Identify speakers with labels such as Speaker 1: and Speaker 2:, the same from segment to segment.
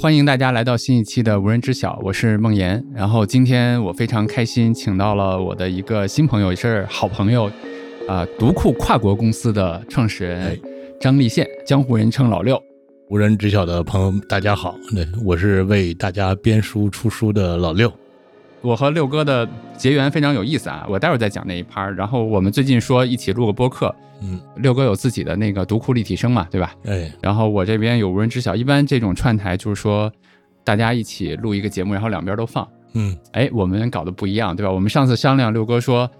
Speaker 1: 欢迎大家来到新一期的无人知晓，我是梦岩。然后今天我非常开心，请到了我的一个新朋友，也是好朋友，啊、独库跨国公司的创始人
Speaker 2: 哎
Speaker 1: 张立宪，江湖人称老六。
Speaker 2: 无人知晓的朋友们，大家好，对我是为大家编书出书的老六。
Speaker 1: 我和六哥的结缘非常有意思啊，我待会儿再讲那一趴儿。然后我们最近说一起录个播客，
Speaker 2: 嗯，
Speaker 1: 六哥有自己的那个独库立体声嘛，对吧？
Speaker 2: 哎，
Speaker 1: 然后我这边有无人知晓，一般这种串台就是说大家一起录一个节目，然后两边都放。
Speaker 2: 嗯，
Speaker 1: 哎，我们搞得不一样，对吧？我们上次商量，六哥说，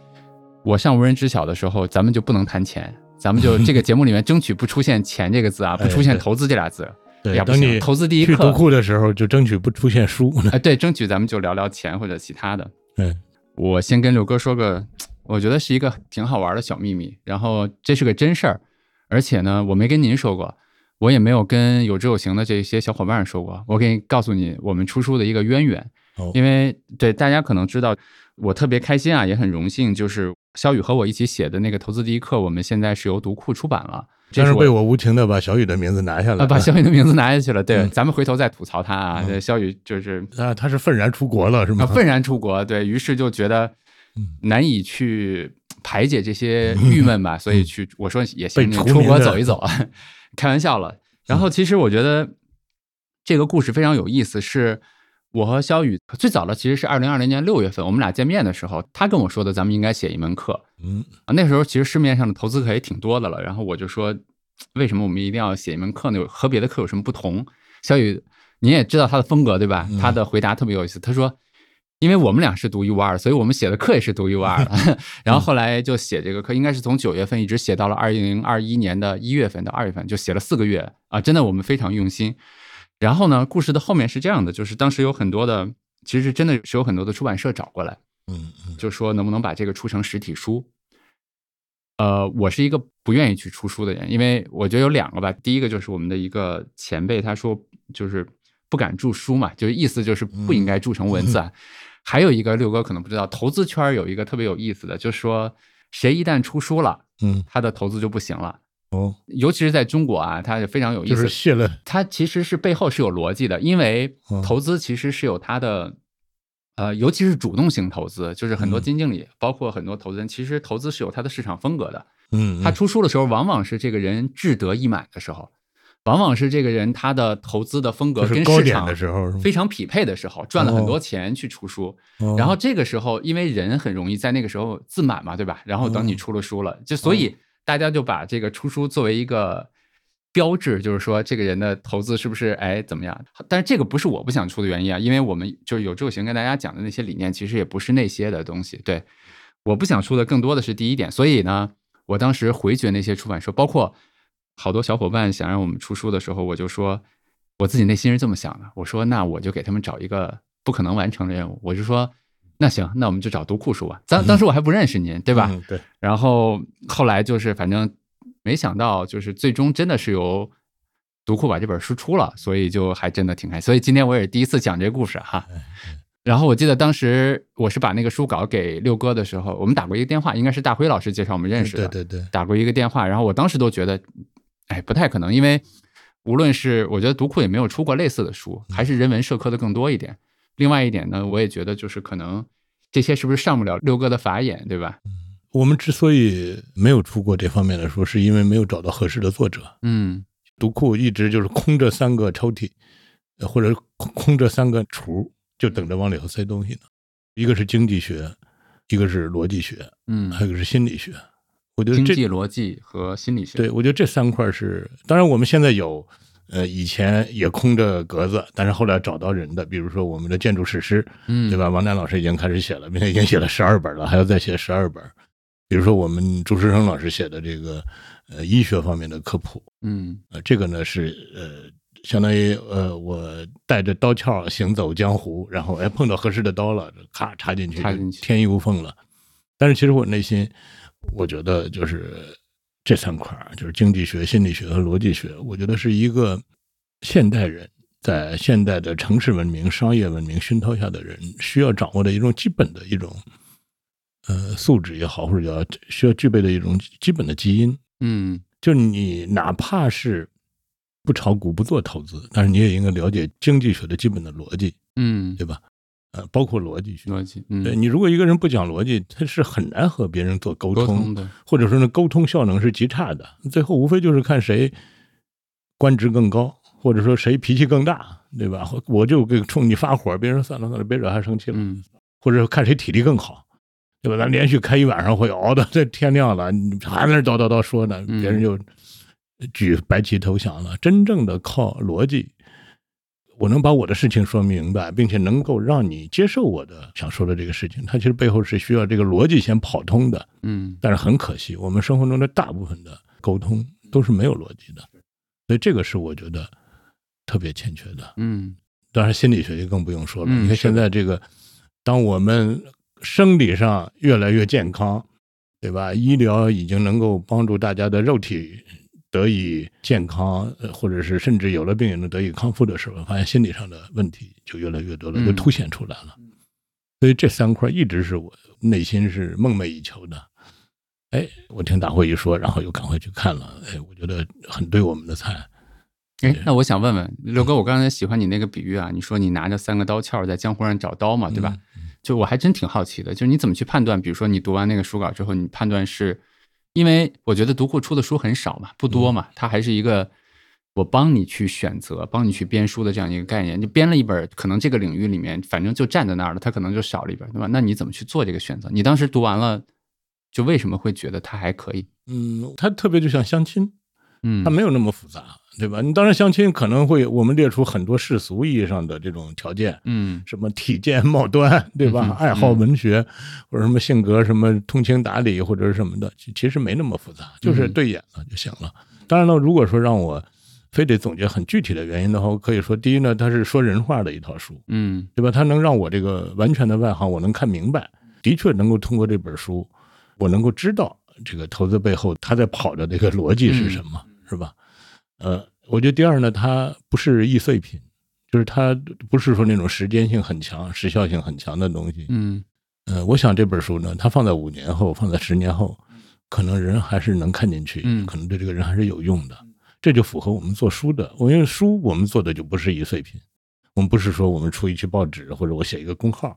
Speaker 1: 我上无人知晓的时候，咱们就不能谈钱，咱们就这个节目里面争取不出现钱这个字啊，不出现投资这俩字。哎
Speaker 2: 对，
Speaker 1: 呀，不
Speaker 2: 等
Speaker 1: 行，
Speaker 2: 你
Speaker 1: 投资第一
Speaker 2: 去读
Speaker 1: 课，
Speaker 2: 库的时候，就争取不出现书。
Speaker 1: 哎，对，争取咱们就聊聊钱或者其他的。
Speaker 2: 嗯，
Speaker 1: 我先跟六哥说个，我觉得是一个挺好玩的小秘密，然后这是个真事儿，而且呢，我没跟您说过，我也没有跟有志有行的这些小伙伴说过，我给你告诉你我们出书的一个渊源，
Speaker 2: 哦
Speaker 1: 因为对大家可能知道，我特别开心啊，也很荣幸，就是肖宇和我一起写的那个《投资第一课》，我们现在是由读库出版了， 这
Speaker 2: 但是
Speaker 1: 我
Speaker 2: 被我无情的把小雨的名字拿下来
Speaker 1: 啊
Speaker 2: 了。
Speaker 1: 把肖宇的名字拿下去了，对，
Speaker 2: 嗯
Speaker 1: 咱们回头再吐槽他啊，
Speaker 2: 嗯
Speaker 1: 对肖宇就是
Speaker 2: 啊，他是愤然出国了是
Speaker 1: 啊，
Speaker 2: 吗？
Speaker 1: 愤然出国，对于是就觉得
Speaker 2: 嗯
Speaker 1: 难以去排解这 些郁闷吧，所以去我说也行，
Speaker 2: 嗯被
Speaker 1: 你
Speaker 2: 除
Speaker 1: 出
Speaker 2: 名
Speaker 1: 国
Speaker 2: 的嗯
Speaker 1: 走一走，开玩笑了。然后其实我觉得这个故事非常有意思，是我和肖宇最早的其实是二零二零年六月份，我们俩见面的时候，他跟我说的，咱们应该写一门课
Speaker 2: 嗯，
Speaker 1: 啊。那时候其实市面上的投资课也挺多的了，然后我就说，为什么我们一定要写一门课呢？有和别的课有什么不同？小雨，你也知道他的风格对吧？
Speaker 2: 嗯
Speaker 1: 他的回答特别有意思，他说。因为我们俩是独一无二的，所以我们写的课也是独一无二的。 然后后来就写这个课，应该是从九月份一直写到了二零二一年的一月份到二月份，就写了四个月啊！真的，我们非常用心。然后呢，故事的后面是这样的，就是当时有很多的，其实真的是有很多的出版社找过来，
Speaker 2: 嗯嗯
Speaker 1: 就说能不能把这个出成实体书。呃，我是一个不愿意去出书的人，因为我觉得有两个吧。第一个就是我们的一个前辈，他说就是不敢著书嘛，就是意思就是不
Speaker 2: 嗯
Speaker 1: 应该著成文 字啊。还有一个六哥可能不知道，投资圈有一个特别有意思的，就是说谁一旦出书了，
Speaker 2: 嗯，
Speaker 1: 他的投资就不行了。
Speaker 2: 哦，
Speaker 1: 尤其是在中国啊，它是非常有意
Speaker 2: 就
Speaker 1: 思
Speaker 2: 是。谢了。
Speaker 1: 它其实是背后是有逻辑的，因为
Speaker 2: 嗯
Speaker 1: 投资其实是有它的，呃，尤其是主动型投资，就是很多
Speaker 2: 嗯
Speaker 1: 基金经理，包括很多投资人，其实投资是有它的市场风格的。
Speaker 2: 嗯，
Speaker 1: 他
Speaker 2: 嗯
Speaker 1: 出书的时候，往往是这个人志得意满的时候，往往是这个人他的投资的风格
Speaker 2: 就是
Speaker 1: 跟
Speaker 2: 高
Speaker 1: 市
Speaker 2: 点
Speaker 1: 场
Speaker 2: 的时候是嗯吗
Speaker 1: 非常匹配的时候，赚了很多钱去出书。
Speaker 2: 哦
Speaker 1: 然后这个时候，因为人很容易在那个时候自满嘛，对吧？然后等你
Speaker 2: 嗯
Speaker 1: 出了书了，就所以大家就把这个出书作为一个标志，就是说这个人的投资是不是哎怎么样？但是这个不是我不想出的原因啊，因为我们就是有志有行跟大家讲的那些理念，其实也不是那些的东西。对，我不想出的更多的是第一点，所以呢，我当时回绝那些出版社，包括好多小伙伴想让我们出书的时候，我就说我自己内心是这么想的，我说那我就给他们找一个不可能完成的任务，我就说那行，那我们就找读库书吧。当当时我还不认识您，对吧？
Speaker 2: 嗯对，
Speaker 1: 然后后来就是反正没想到，就是最终真的是由。读库把这本书出了，所以就还真的挺开心。所以今天我也是第一次讲这故事
Speaker 2: 哎
Speaker 1: 哈。然后我记得当时我是把那个书稿给六哥的时候，我们打过一个电话，应该是大辉老师介绍我们认识的。
Speaker 2: 对对对，
Speaker 1: 打过一个电话，然后我当时都觉得，哎，不太可能，因为无论是我觉得读库也没有出过类似的书，
Speaker 2: 嗯
Speaker 1: 还是人文社科的更多一点。另外一点呢，我也觉得就是可能这些是不是上不了六哥的法眼，对吧？
Speaker 2: 我们之所以没有出过这方面的书，是因为没有找到合适的作者。
Speaker 1: 嗯
Speaker 2: 读库一直就是空着三个抽屉，呃或者空空着三个橱，就等着往里头塞东西呢。一个是经济学，一个是逻辑学，
Speaker 1: 嗯，
Speaker 2: 还有一个是心理学。我觉得
Speaker 1: 经
Speaker 2: 这
Speaker 1: 济逻辑和心理学，
Speaker 2: 对我觉得嗯这三块是，当然我们现在有，呃，以前也空着格子，但是后来找到人的，比如说我们的建筑史诗，
Speaker 1: 嗯，
Speaker 2: 对？吧？王丹老师已经开始写了，并且已经写了十二本了，还要再写十二本。比如说我们朱时生老师写的这个呃医学方面的科普，
Speaker 1: 嗯
Speaker 2: 呃，这个呢是呃，相当于呃，我带着刀鞘行走江湖，然后哎碰到合适的刀了，咔插进去，
Speaker 1: 插进去
Speaker 2: 天衣无缝了。但是其实我内心，我觉得就是这三块儿，就是经济学、心理学和逻辑学，我觉得是一个现代人在现代的城市文明、商业文明熏陶下的人需要掌握的一种基本的一种。呃，素质也好，或者叫需要具备的一种基本的基因，
Speaker 1: 嗯
Speaker 2: 就你哪怕是不炒股不做投资，但是你也应该了解经济学的基本的逻辑，
Speaker 1: 嗯，
Speaker 2: 对吧？呃，包括逻辑学。
Speaker 1: 逻辑，嗯，
Speaker 2: 对你，如果一个人不讲逻辑，他是很难和别人做沟
Speaker 1: 沟
Speaker 2: 通，
Speaker 1: 通的，
Speaker 2: 或者说呢，沟通效能是极差的。最后无非就是看谁官职更高，或者说谁脾气更大，对吧？或我就给冲你发火，别人说算了算了，别惹他生气了。
Speaker 1: 嗯
Speaker 2: 或者看谁体力更好，对吧？咱连续开一晚上会，熬到这天亮了，你还在那儿叨叨叨说呢，
Speaker 1: 嗯
Speaker 2: 别人就举白旗投降了。真正的靠逻辑，我能把我的事情说明白，并且能够让你接受我的想说的这个事情，它其实背后是需要这个逻辑先跑通的。
Speaker 1: 嗯
Speaker 2: 但是很可惜，我们生活中的大部分的沟通都是没有逻辑的，所以这个是我觉得特别欠缺的。
Speaker 1: 嗯
Speaker 2: 当然心理学就更不用说了。
Speaker 1: 嗯是
Speaker 2: 你看
Speaker 1: 的
Speaker 2: 现在这个，当我们生理上越来越健康，对吧？医疗已经能够帮助大家的肉体得以健康，呃或者是甚至有了病也能得以康复的时候，发现心理上的问题就越来越多了，
Speaker 1: 嗯
Speaker 2: 就凸显出来了。所以这三块一直是我内心是梦寐以求的。哎，我听大辉一说，然后又赶快去看了。哎，我觉得很对我们的菜。
Speaker 1: 哎，那我想问问刘哥，我刚才喜欢你那个比喻啊，你说你拿着三个刀鞘在江湖上找刀嘛，对
Speaker 2: 嗯
Speaker 1: 吧？就我还真挺好奇的，就是你怎么去判断？比如说你读完那个书稿之后，你判断是因为我觉得读库出的书很少嘛，不
Speaker 2: 嗯
Speaker 1: 多嘛，它还是一个我帮你去选择、帮你去编书的这样一个概念。就编了一本，可能这个领域里面反正就站在那儿了，它可能就少了一本，对吧？那你怎么去做这个选择？你当时读完了，就为什么会觉得它还可以？
Speaker 2: 嗯，他特别就像相亲，
Speaker 1: 嗯
Speaker 2: 它没有那么复杂，对吧？你当然相亲可能会我们列出很多世俗意义上的这种条件，
Speaker 1: 嗯
Speaker 2: 什么体健貌端，对吧？
Speaker 1: 嗯嗯
Speaker 2: 爱好文学，或者什么性格什么通情达理或者是什么的，其其实没那么复杂，
Speaker 1: 嗯
Speaker 2: 就是对眼了就行了。当然了，如果说让我非得总结很具体的原因的话，我可以说，第一呢，它是说人话的一套书，
Speaker 1: 嗯
Speaker 2: 对吧？它能让我这个完全的外行，我能看明白，的确能够通过这本书，我能够知道这个投资背后他在跑的这个逻辑是什么，是吧？呃，我觉得第二呢，它不是易碎品，就是它不是说那种时间性很强、时效性很强的东西。
Speaker 1: 嗯
Speaker 2: 呃，我想这本书呢，它放在五年后，放在十年后，可能人还是能看进去，
Speaker 1: 嗯
Speaker 2: 可能对这个人还是有用的。这就符合我们做书的，我因为书我们做的就不是一碎品，我们不是说我们出一期报纸或者我写一个公号，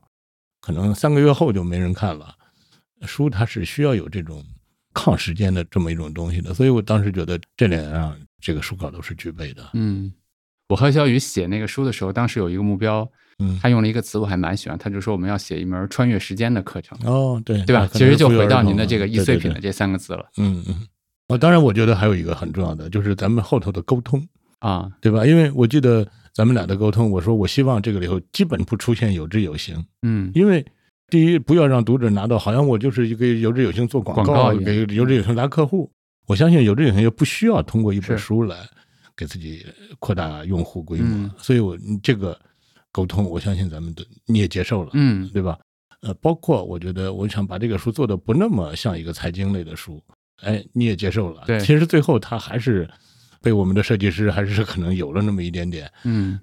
Speaker 2: 可能三个月后就没人看了。书它是需要有这种抗时间的这么一种东西的，所以我当时觉得这两样这个书稿都是具备的。
Speaker 1: 嗯。我和小雨写那个书的时候，当时有一个目标，
Speaker 2: 嗯，
Speaker 1: 他用了一个词我还蛮喜欢，他就说我们要写一门穿越时间的课程。
Speaker 2: 哦，对，
Speaker 1: 对吧
Speaker 2: 那？可
Speaker 1: 其
Speaker 2: 能
Speaker 1: 实就是
Speaker 2: 不
Speaker 1: 回
Speaker 2: 约而
Speaker 1: 到
Speaker 2: 同
Speaker 1: 您的
Speaker 2: 了
Speaker 1: 这个易
Speaker 2: 啊对
Speaker 1: 碎
Speaker 2: 对
Speaker 1: 品
Speaker 2: 对
Speaker 1: 的这三个字了
Speaker 2: 嗯嗯，哦，当然，我觉得还有一个很重要的，就是咱们后头的沟通，
Speaker 1: 啊，
Speaker 2: 对吧？因为我记得咱们俩的沟通，我说我希望这个里头基本不出现有之有形，
Speaker 1: 嗯
Speaker 2: 因为第一，不要让读者拿到好像我就是一个有之有形做广告，
Speaker 1: 广告一样
Speaker 2: 给有之有形拉客户。我相信有之有形也不需要通过一
Speaker 1: 是
Speaker 2: 本书来给自己扩大用户规模，
Speaker 1: 嗯
Speaker 2: 所以我你这个沟通，我相信咱们都你也接受了，
Speaker 1: 嗯
Speaker 2: 对吧？呃，包括我觉得我想把这个书做的不那么像一个财经类的书，哎，你也接受了。
Speaker 1: 对
Speaker 2: 其实最后它还是被我们的设计师还是可能有了那么一点点
Speaker 1: 嗯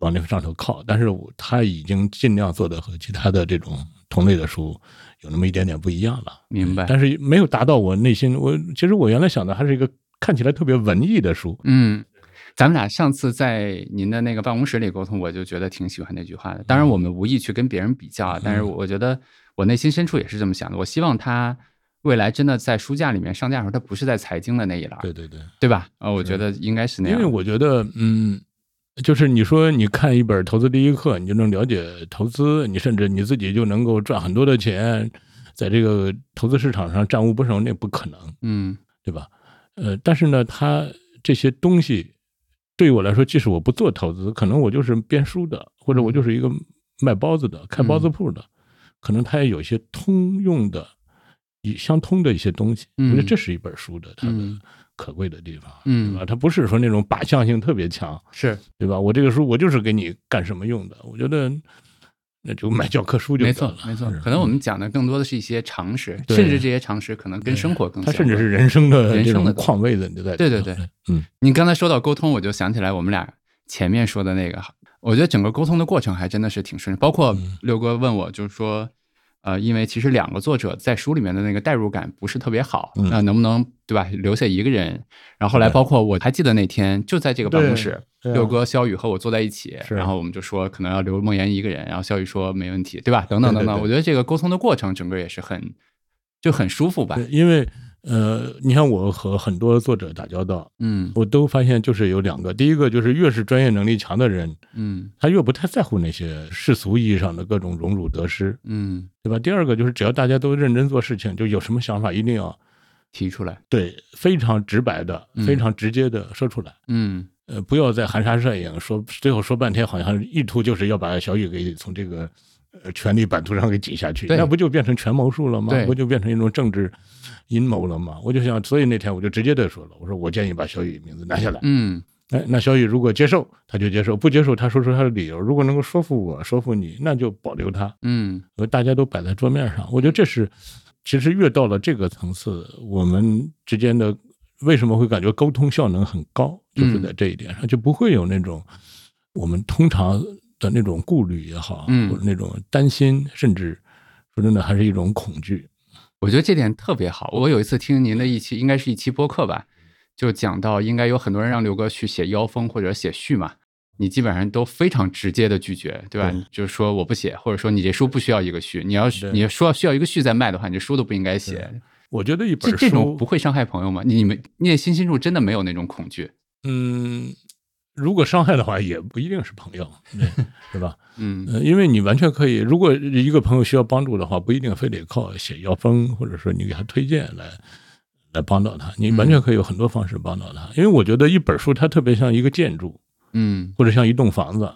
Speaker 2: 往那个上头靠，但是我他已经尽量做的和其他的这种同类的书有那么一点点不一样了，
Speaker 1: 明白
Speaker 2: 但是没有达到我内心，我其实我原来想的还是一个看起来特别文艺的书，
Speaker 1: 嗯。咱们俩上次在您的那个办公室里沟通，我就觉得挺喜欢那句话的。
Speaker 2: 嗯
Speaker 1: 当然，我们无意去跟别人比较啊，但是我觉得我内心深处也是这么想的。我希望它未来真的在书架里面上架的时候，它不是在财经的那一栏，
Speaker 2: 对对对，
Speaker 1: 对吧？啊，我觉得应该是那
Speaker 2: 因为
Speaker 1: 样。
Speaker 2: 我觉得，嗯，就是你说你看一本《投资第一课》，你就能了解投资，你甚至你自己就能够赚很多的钱，在这个投资市场上战无不胜，那不可能。
Speaker 1: 嗯
Speaker 2: 对吧？呃，但是呢，它这些东西对我来说，即使我不做投资，可能我就是编书的，或
Speaker 1: 嗯
Speaker 2: 者我就是一个卖包子的、开包子铺的，可能它也有一些通用的、以相通的一些东西。
Speaker 1: 嗯
Speaker 2: 我觉得这是一本书的它的
Speaker 1: 嗯
Speaker 2: 可贵的地方，对吧？
Speaker 1: 嗯，
Speaker 2: 它不是说那种靶向性特别强，
Speaker 1: 是
Speaker 2: 对吧？我这个书我就是给你干什么用的？我觉得那就买教科书就
Speaker 1: 没
Speaker 2: 得
Speaker 1: 错
Speaker 2: 了，
Speaker 1: 没错
Speaker 2: 是。嗯
Speaker 1: 可能我们讲的更多的是一些常识，
Speaker 2: 对
Speaker 1: 甚至这些常识可能跟生活更
Speaker 2: 它
Speaker 1: 相
Speaker 2: 甚至
Speaker 1: 关。
Speaker 2: 是人生的
Speaker 1: 人
Speaker 2: 这
Speaker 1: 生
Speaker 2: 种
Speaker 1: 的
Speaker 2: 况味的，你就在
Speaker 1: 对
Speaker 2: 里
Speaker 1: 对
Speaker 2: 头
Speaker 1: 对，
Speaker 2: 嗯
Speaker 1: 你刚才说到沟通，我就想起来我们俩前面说的那个，我觉得整个沟通的过程还真的是挺顺利。包括
Speaker 2: 嗯
Speaker 1: 六哥问我，就是说，呃，因为其实两个作者在书里面的那个代入感不是特别好，
Speaker 2: 嗯
Speaker 1: 那能不能对吧？留下一个人，然后后来包括我还记得那天就在这个办公室，
Speaker 2: 对对啊
Speaker 1: 六哥、肖宇和我坐在一起，
Speaker 2: 是
Speaker 1: 然后我们就说可能要留梦妍一个人，然后肖宇说没问题，对吧？等等等等，
Speaker 2: 对对对
Speaker 1: 我觉得这个沟通的过程整个也是很就很舒服吧
Speaker 2: 对，，因为呃，你看我和很多作者打交道，
Speaker 1: 嗯
Speaker 2: 我都发现就是有两个，第一个就是越是专业能力强的人，
Speaker 1: 嗯
Speaker 2: 他越不太在乎那些世俗意义上的各种荣辱得失，
Speaker 1: 嗯，
Speaker 2: 对吧？第二个就是只要大家都认真做事情，就有什么想法一定要
Speaker 1: 提出来，
Speaker 2: 对非常直白的、
Speaker 1: 嗯
Speaker 2: 非常直接的说出来。
Speaker 1: 嗯
Speaker 2: 呃，不要再含沙射影，说最后说半天，好像意图就是要把小雨给从这个呃权力版图上给挤下去，
Speaker 1: 对
Speaker 2: 那不就变成权谋术了吗
Speaker 1: 对？
Speaker 2: 不就变成一种政治阴谋了吗？我就想，所以那天我就直接的说了，我说我建议把小雨名字拿下来。
Speaker 1: 嗯
Speaker 2: 哎，那小雨如果接受，他就接受；不接受，他说出他的理由。如果能够说服我，说服你，那就保留他。
Speaker 1: 嗯
Speaker 2: 呃，大家都摆在桌面上，我觉得这是，其实越到了这个层次，我们之间的为什么会感觉沟通效能很高，就是
Speaker 1: 嗯
Speaker 2: 在这一点上，就不会有那种我们通常的那种顾虑也好，
Speaker 1: 嗯
Speaker 2: 或者那种担心，甚至说真的还是一种恐惧。
Speaker 1: 我觉得这点特别好。我有一次听您的一期，应该是一期播客吧，就讲到应该有很多人让刘哥去写妖风或者写序嘛，你基本上都非常直接的拒绝，对吧？
Speaker 2: 对
Speaker 1: 就是说我不写，或者说你这书不需要一个序，你要是
Speaker 2: 对
Speaker 1: 你说需要一个序再卖的话，你这书都不应该写。
Speaker 2: 我觉得一
Speaker 1: 这
Speaker 2: 本书
Speaker 1: 这种不会伤害朋友吗？你们你内心深处真的没有那种恐惧？
Speaker 2: 嗯，如果伤害的话，也不一定是朋友，对是吧？
Speaker 1: 嗯
Speaker 2: 呃，因为你完全可以，如果一个朋友需要帮助的话，不一定非得靠写药方，或者说你给他推荐来来帮到他。你完全可以有很多方式帮到他。因为我觉得一本书它特别像一个建筑，
Speaker 1: 嗯
Speaker 2: 或者像一栋房子。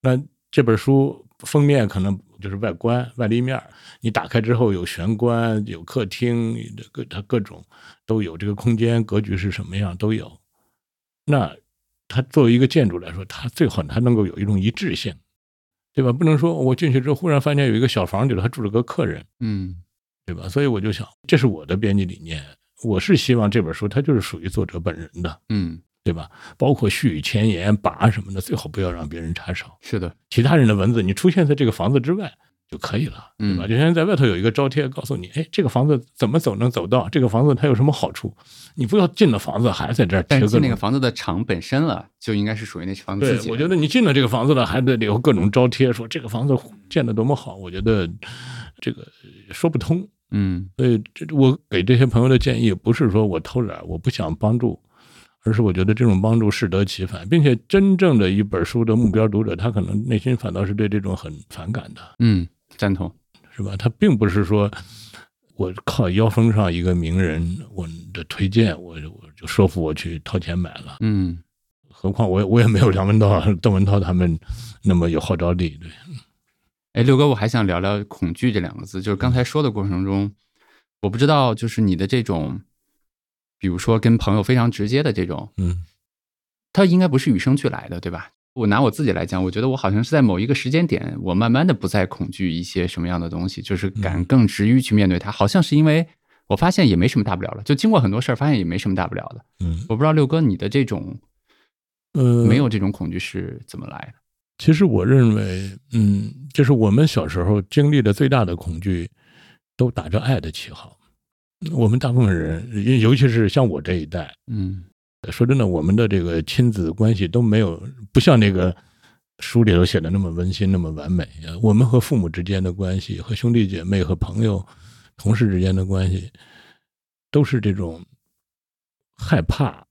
Speaker 2: 那这本书封面可能就是外观、外立面儿，你打开之后有玄关、有客厅，各它各种都有，这个空间格局是什么样都有。那它作为一个建筑来说，它最好它能够有一种一致性，对吧？不能说我进去之后忽然发现有一个小房里头还住了个客人，
Speaker 1: 嗯
Speaker 2: 对吧？所以我就想，这是我的编辑理念，我是希望这本书它就是属于作者本人的，
Speaker 1: 嗯，
Speaker 2: 对吧？包括序、前言、跋什么的，最好不要让别人插手。
Speaker 1: 是的，
Speaker 2: 其他人的文字，你出现在这个房子之外就可以了，对吧？
Speaker 1: 嗯
Speaker 2: 就像在外头有一个招贴，告诉你，哎，这个房子怎么走能走到，这个房子它有什么好处，你不要进了房子还在这儿贴
Speaker 1: 但是
Speaker 2: 各
Speaker 1: 进那
Speaker 2: 种
Speaker 1: 个。房子的厂本身了，就应该是属于那房子
Speaker 2: 对
Speaker 1: 自，己的。
Speaker 2: 我觉得你进了这个房子了，还得有各种招贴，说这个房子建得多么好，我觉得这个说不通。
Speaker 1: 嗯
Speaker 2: 所以这我给这些朋友的建议，不是说我偷懒，我不想帮助，而是我觉得这种帮助适得其反，并且真正的一本书的目标读者，他可能内心反倒是对这种很反感的，
Speaker 1: 嗯，赞同。
Speaker 2: 是吧？他并不是说我靠腰封上一个名人，我的推荐，我我就说服我去掏钱买了。
Speaker 1: 嗯，
Speaker 2: 何况我也我也没有梁文道、 邓文涛他们那么有号召力，对，
Speaker 1: 哎，六哥，我还想聊聊“恐惧”这两个字。就是刚才说的过程中，我不知道，就是你的这种，比如说跟朋友非常直接的这种，
Speaker 2: 嗯
Speaker 1: 它应该不是与生俱来的，对吧？我拿我自己来讲，我觉得我好像是在某一个时间点，我慢慢的不再恐惧一些什么样的东西，就是敢
Speaker 2: 嗯
Speaker 1: 更直于去面对它。好像是因为我发现也没什么大不了了，就经过很多事儿，发现也没什么大不了的。
Speaker 2: 嗯
Speaker 1: 我不知道六哥你的这种
Speaker 2: 呃，
Speaker 1: 没有这种恐惧是怎么来的？
Speaker 2: 其实我认为，嗯，就是我们小时候经历的最大的恐惧，都打着爱的旗号。我们大部分人，尤尤其是像我这一代，
Speaker 1: 嗯
Speaker 2: 说真的，我们的这个亲子关系都没有不像那个书里头写的那么温馨、那么完美。呃我们和父母之间的关系，和兄弟姐妹、和朋友、同事之间的关系，都是这种害怕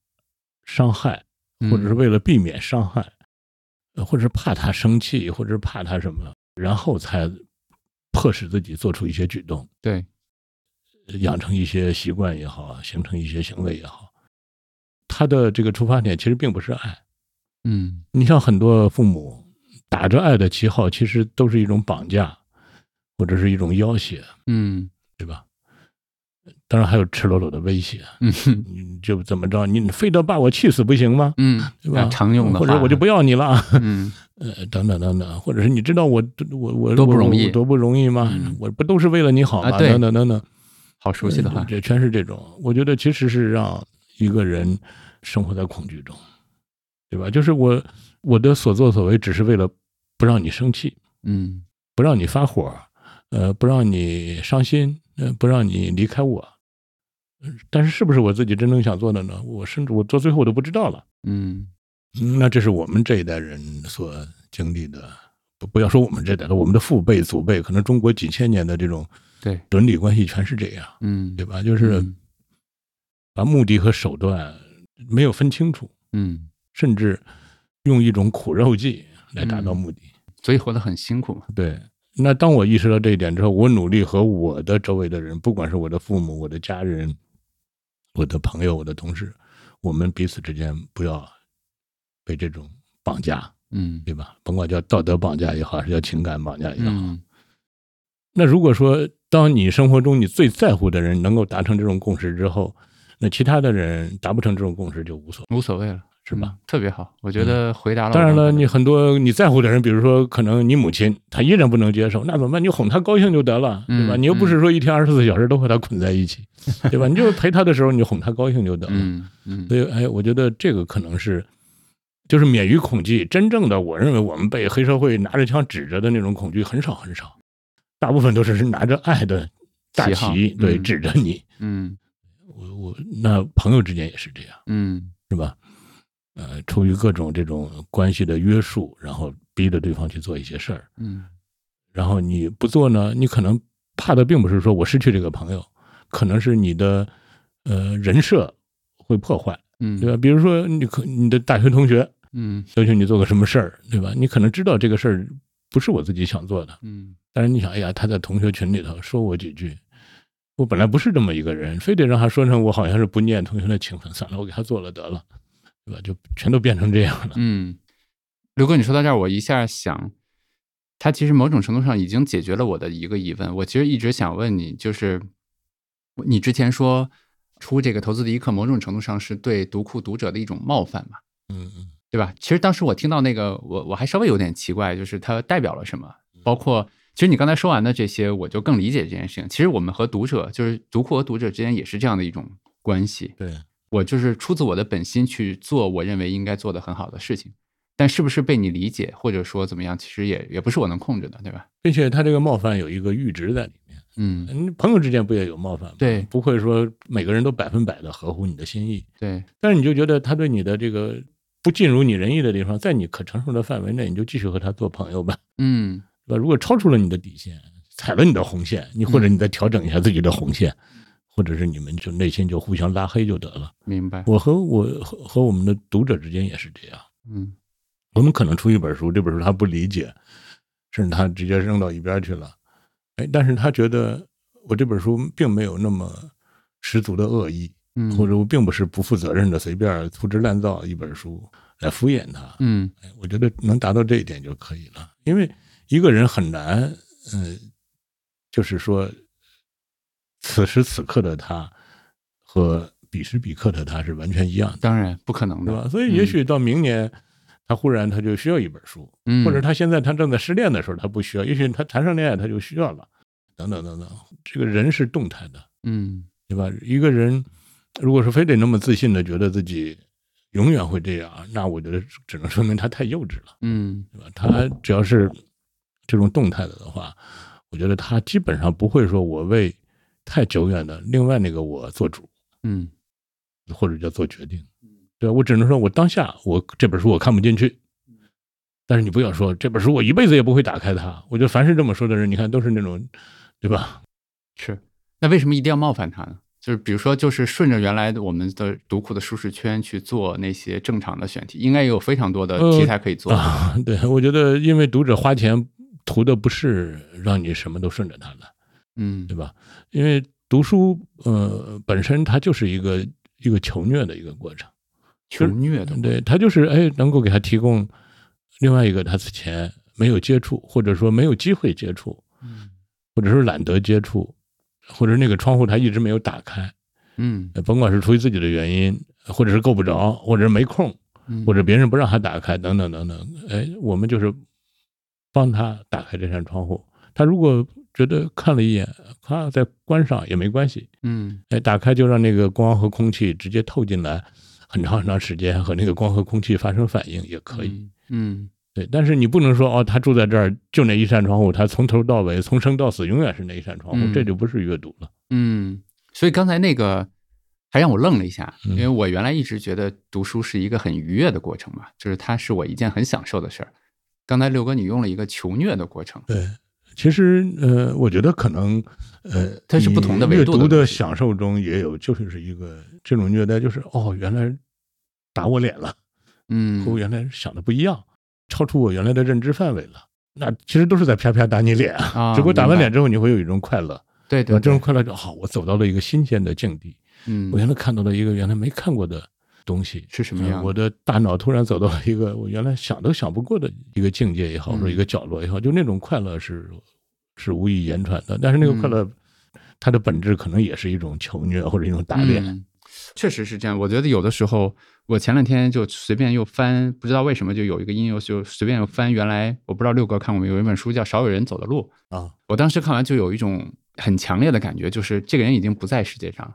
Speaker 2: 伤害，
Speaker 1: 嗯
Speaker 2: 或者是为了避免伤害，呃或者是怕他生气，或者是怕他什么，然后才迫使自己做出一些举动，
Speaker 1: 对，
Speaker 2: 呃养成一些习惯也好，形成一些行为也好。他的这个出发点其实并不是爱。
Speaker 1: 嗯
Speaker 2: 你像很多父母打着爱的旗号，其实都是一种绑架，或者是一种要挟，
Speaker 1: 嗯
Speaker 2: 对吧？当然还有赤裸裸的威胁，
Speaker 1: 嗯哼
Speaker 2: 你就怎么着，你非得把我气死不行吗？
Speaker 1: 嗯，
Speaker 2: 对吧？
Speaker 1: 常用的
Speaker 2: 或者
Speaker 1: 话
Speaker 2: 我就不要你 了。
Speaker 1: 嗯
Speaker 2: 呃，等等等等，或者是你知道我我我
Speaker 1: 多不容易
Speaker 2: 我我多不容易吗？
Speaker 1: 嗯
Speaker 2: 我不都是为了你好吗？
Speaker 1: 啊对
Speaker 2: 等等等等，
Speaker 1: 好熟悉的话
Speaker 2: 呃，这全是这种。我觉得其实是让一个人生活在恐惧中，对吧？就是我我的所作所为只是为了不让你生气，
Speaker 1: 嗯
Speaker 2: 不让你发火，呃，不让你伤心，呃，不让你离开我。呃但是是不是我自己真正想做的呢？我甚至我做最后我都不知道了。
Speaker 1: 嗯
Speaker 2: 嗯那这是我们这一代人所经历的，不不要说我们这代了，我们的父辈、祖辈，可能中国几千年的这种
Speaker 1: 对
Speaker 2: 伦理关系全是这样，
Speaker 1: 嗯
Speaker 2: 对吧？就是
Speaker 1: 嗯
Speaker 2: 把目的和手段没有分清楚，
Speaker 1: 嗯，
Speaker 2: 甚至用一种苦肉计来达到目的。
Speaker 1: 所以活得很辛苦嘛。
Speaker 2: 对，那当我意识到这一点之后，我努力和我的周围的人，不管是我的父母、我的家人、我的朋友、我的同事，我们彼此之间不要被这种绑架，
Speaker 1: 嗯
Speaker 2: 对吧？甭管叫道德绑架也好，还是叫情感绑架也好。
Speaker 1: 嗯
Speaker 2: 那如果说当你生活中你最在乎的人能够达成这种共识之后，那其他的人达不成这种共识就无所谓，
Speaker 1: 无所谓了，
Speaker 2: 是吧？嗯
Speaker 1: 嗯？特别好，我觉得回答了我
Speaker 2: 当
Speaker 1: 的
Speaker 2: 然
Speaker 1: 问题。
Speaker 2: 了，你很多你在乎的人，比如说可能你母亲，她依然不能接受，那怎么办？你哄她高兴就得了，对吧？
Speaker 1: 嗯
Speaker 2: 你又不是说一天二十四小时都和她捆在一起， 对吧？你就陪她的时候，你哄她高兴就得了。
Speaker 1: 嗯嗯
Speaker 2: 所以，哎，我觉得这个可能是，就是免于恐惧。真正的，我认为我们被黑社会拿着枪指着的那种恐惧很少很少，大部分都是是拿着爱的大
Speaker 1: 旗号
Speaker 2: 旗对
Speaker 1: 嗯
Speaker 2: 指着你。
Speaker 1: 嗯
Speaker 2: 我我那朋友之间也是这样。
Speaker 1: 嗯
Speaker 2: 呃，出于各种这种关系的约束，然后逼着对方去做一些事儿，
Speaker 1: 嗯
Speaker 2: 然后你不做呢，你可能怕的并不是说我失去这个朋友，可能是你的呃人设会破坏，
Speaker 1: 嗯，
Speaker 2: 对吧？比如说你可你的大学同学
Speaker 1: 嗯
Speaker 2: 要求你做个什么事儿，对吧？你可能知道这个事儿不是我自己想做的，
Speaker 1: 嗯
Speaker 2: 但是你想，哎呀，他在同学群里头说我几句，我本来不是这么一个人，非得让他说成我好像是不念同学的情分，算了，我给他做了得了，对吧？就全都变成这样了。
Speaker 1: 嗯，刘哥，你说到这儿，我一下想，他其实某种程度上已经解决了我的一个疑问。我其实一直想问你，就是你之前说出这个投资第一课，某种程度上是对读库读者的一种冒犯嘛，
Speaker 2: 嗯嗯
Speaker 1: 对吧？其实当时我听到那个，我我还稍微有点奇怪，就是它代表了什么，包括。其实你刚才说完的这些，我就更理解这件事情。其实我们和读者，就是读库和读者之间也是这样的一种关系。
Speaker 2: 对，
Speaker 1: 我就是出自我的本心去做我认为应该做的很好的事情，但是不是被你理解或者说怎么样，其实也也不是我能控制的，对吧？
Speaker 2: 并且他这个冒犯有一个阈值在里面。
Speaker 1: 嗯，
Speaker 2: 嗯，朋友之间不也有冒犯吗？
Speaker 1: 对
Speaker 2: 不会说每个人都百分百的合乎你的心意，
Speaker 1: 对，
Speaker 2: 但是你就觉得他对你的这个不尽如你人意的地方，在你可承受的范围内，你就继续和他做朋友吧，
Speaker 1: 嗯
Speaker 2: 对吧？如果超出了你的底线，踩了你的红线，你或者
Speaker 1: 嗯
Speaker 2: 你再调整一下自己的红线，或者是你们就内心就互相拉黑就得了。
Speaker 1: 明白，
Speaker 2: 我和我和和我们的读者之间也是这样，
Speaker 1: 嗯
Speaker 2: 我们可能出一本书，这本书他不理解，甚至他直接扔到一边去了。哎，但是他觉得我这本书并没有那么十足的恶意，
Speaker 1: 嗯，
Speaker 2: 或者我并不是不负责任的随便粗制滥造一本书来敷衍他。
Speaker 1: 嗯
Speaker 2: 哎，我觉得能达到这一点就可以了，因为一个人很难，呃，就是说，此时此刻的他和彼时彼刻的他是完全一样的。
Speaker 1: 当然不可能
Speaker 2: 对
Speaker 1: 的，
Speaker 2: 吧？所以也许到明年，他忽然他就需要一本书，
Speaker 1: 嗯，
Speaker 2: 或者他现在他正在失恋的时候，他不需要，也许他谈上恋爱他就需要了，等等等等。这个人是动态的，
Speaker 1: 嗯
Speaker 2: 对吧？一个人如果说非得那么自信的觉得自己永远会这样，那我觉得只能说明他太幼稚了，
Speaker 1: 嗯
Speaker 2: 对吧？他只要是这种动态的的话，我觉得他基本上不会说我为太久远的另外那个我做主。
Speaker 1: 嗯
Speaker 2: 或者叫做决定。对吧我只能说我当下我这本书我看不进去，但是你不要说这本书我一辈子也不会打开它。我觉得凡是这么说的人，你看都是那种，对吧？
Speaker 1: 是。那为什么一定要冒犯他呢？就是比如说，就是顺着原来的我们的读库的舒适圈去做那些正常的选题，应该也有非常多的
Speaker 2: 呃
Speaker 1: 题材可以做。
Speaker 2: 啊， 对，我觉得因为读者花钱图的不是让你什么都顺着他的，
Speaker 1: 嗯
Speaker 2: 对吧？因为读书呃本身它就是一个一个求虐的一个过程，
Speaker 1: 穷虐的，
Speaker 2: 对，它就是哎能够给他提供另外一个他此前没有接触或者说没有机会接触
Speaker 1: 嗯
Speaker 2: 或者是懒得接触，或者那个窗户它一直没有打开，
Speaker 1: 嗯
Speaker 2: 呃甭管是出于自己的原因，或者是够不着，或者是没空，
Speaker 1: 嗯，
Speaker 2: 或者别人不让他打开，等等等等。哎，我们就是帮他打开这扇窗户。他如果觉得看了一眼，咔再关上也没关系，
Speaker 1: 嗯
Speaker 2: 哎，打开就让那个光和空气直接透进来，很长很长时间和那个光和空气发生反应也可以。
Speaker 1: 嗯嗯
Speaker 2: 对，但是你不能说哦，他住在这儿就那一扇窗户，他从头到尾从生到死永远是那一扇窗户，
Speaker 1: 嗯
Speaker 2: 这就不是阅读了。
Speaker 1: 嗯，所以刚才那个还让我愣了一下，
Speaker 2: 嗯
Speaker 1: 因为我原来一直觉得读书是一个很愉悦的过程嘛，就是它是我一件很享受的事儿。刚才六哥你用了一个求虐的过程，
Speaker 2: 对，其实呃，我觉得可能呃，
Speaker 1: 它是不同的
Speaker 2: 你
Speaker 1: 维
Speaker 2: 阅
Speaker 1: 度的
Speaker 2: 读
Speaker 1: 东
Speaker 2: 的
Speaker 1: 西
Speaker 2: 享受中也有，就是是一个这种虐待，就是哦，原来打我脸了，
Speaker 1: 嗯
Speaker 2: 和我原来想的不一样，超出我原来的认知范围了。那其实都是在啪啪打你脸
Speaker 1: 啊
Speaker 2: 只不过打完
Speaker 1: 明白
Speaker 2: 脸之后，你会有一种快乐，
Speaker 1: 对
Speaker 2: 对吧？
Speaker 1: 对
Speaker 2: 这
Speaker 1: 对
Speaker 2: 种，快乐就哦好、我走到了一个新鲜的境地，
Speaker 1: 嗯
Speaker 2: 我原来看到了一个原来没看过的东西，
Speaker 1: 是什么样
Speaker 2: 呃
Speaker 1: 的？
Speaker 2: 我的大脑突然走到了一个 我原来想都想不过的一个境界也好，
Speaker 1: 嗯
Speaker 2: 或者一个角落也好，就那种快乐是是无以言传的。但是
Speaker 1: 嗯
Speaker 2: 那个快乐，它的本质可能也是一种求虐或者一种打脸。
Speaker 1: 嗯确实是这样，我觉得有的时候，我前两天就随便又翻，不知道为什么就有一个音游，就随便又翻原来我不知道六哥看过没有，有一本书叫《少有人走的路》
Speaker 2: 啊。
Speaker 1: 我当时看完就有一种很强烈的感觉，就是这个人已经不在世界上了，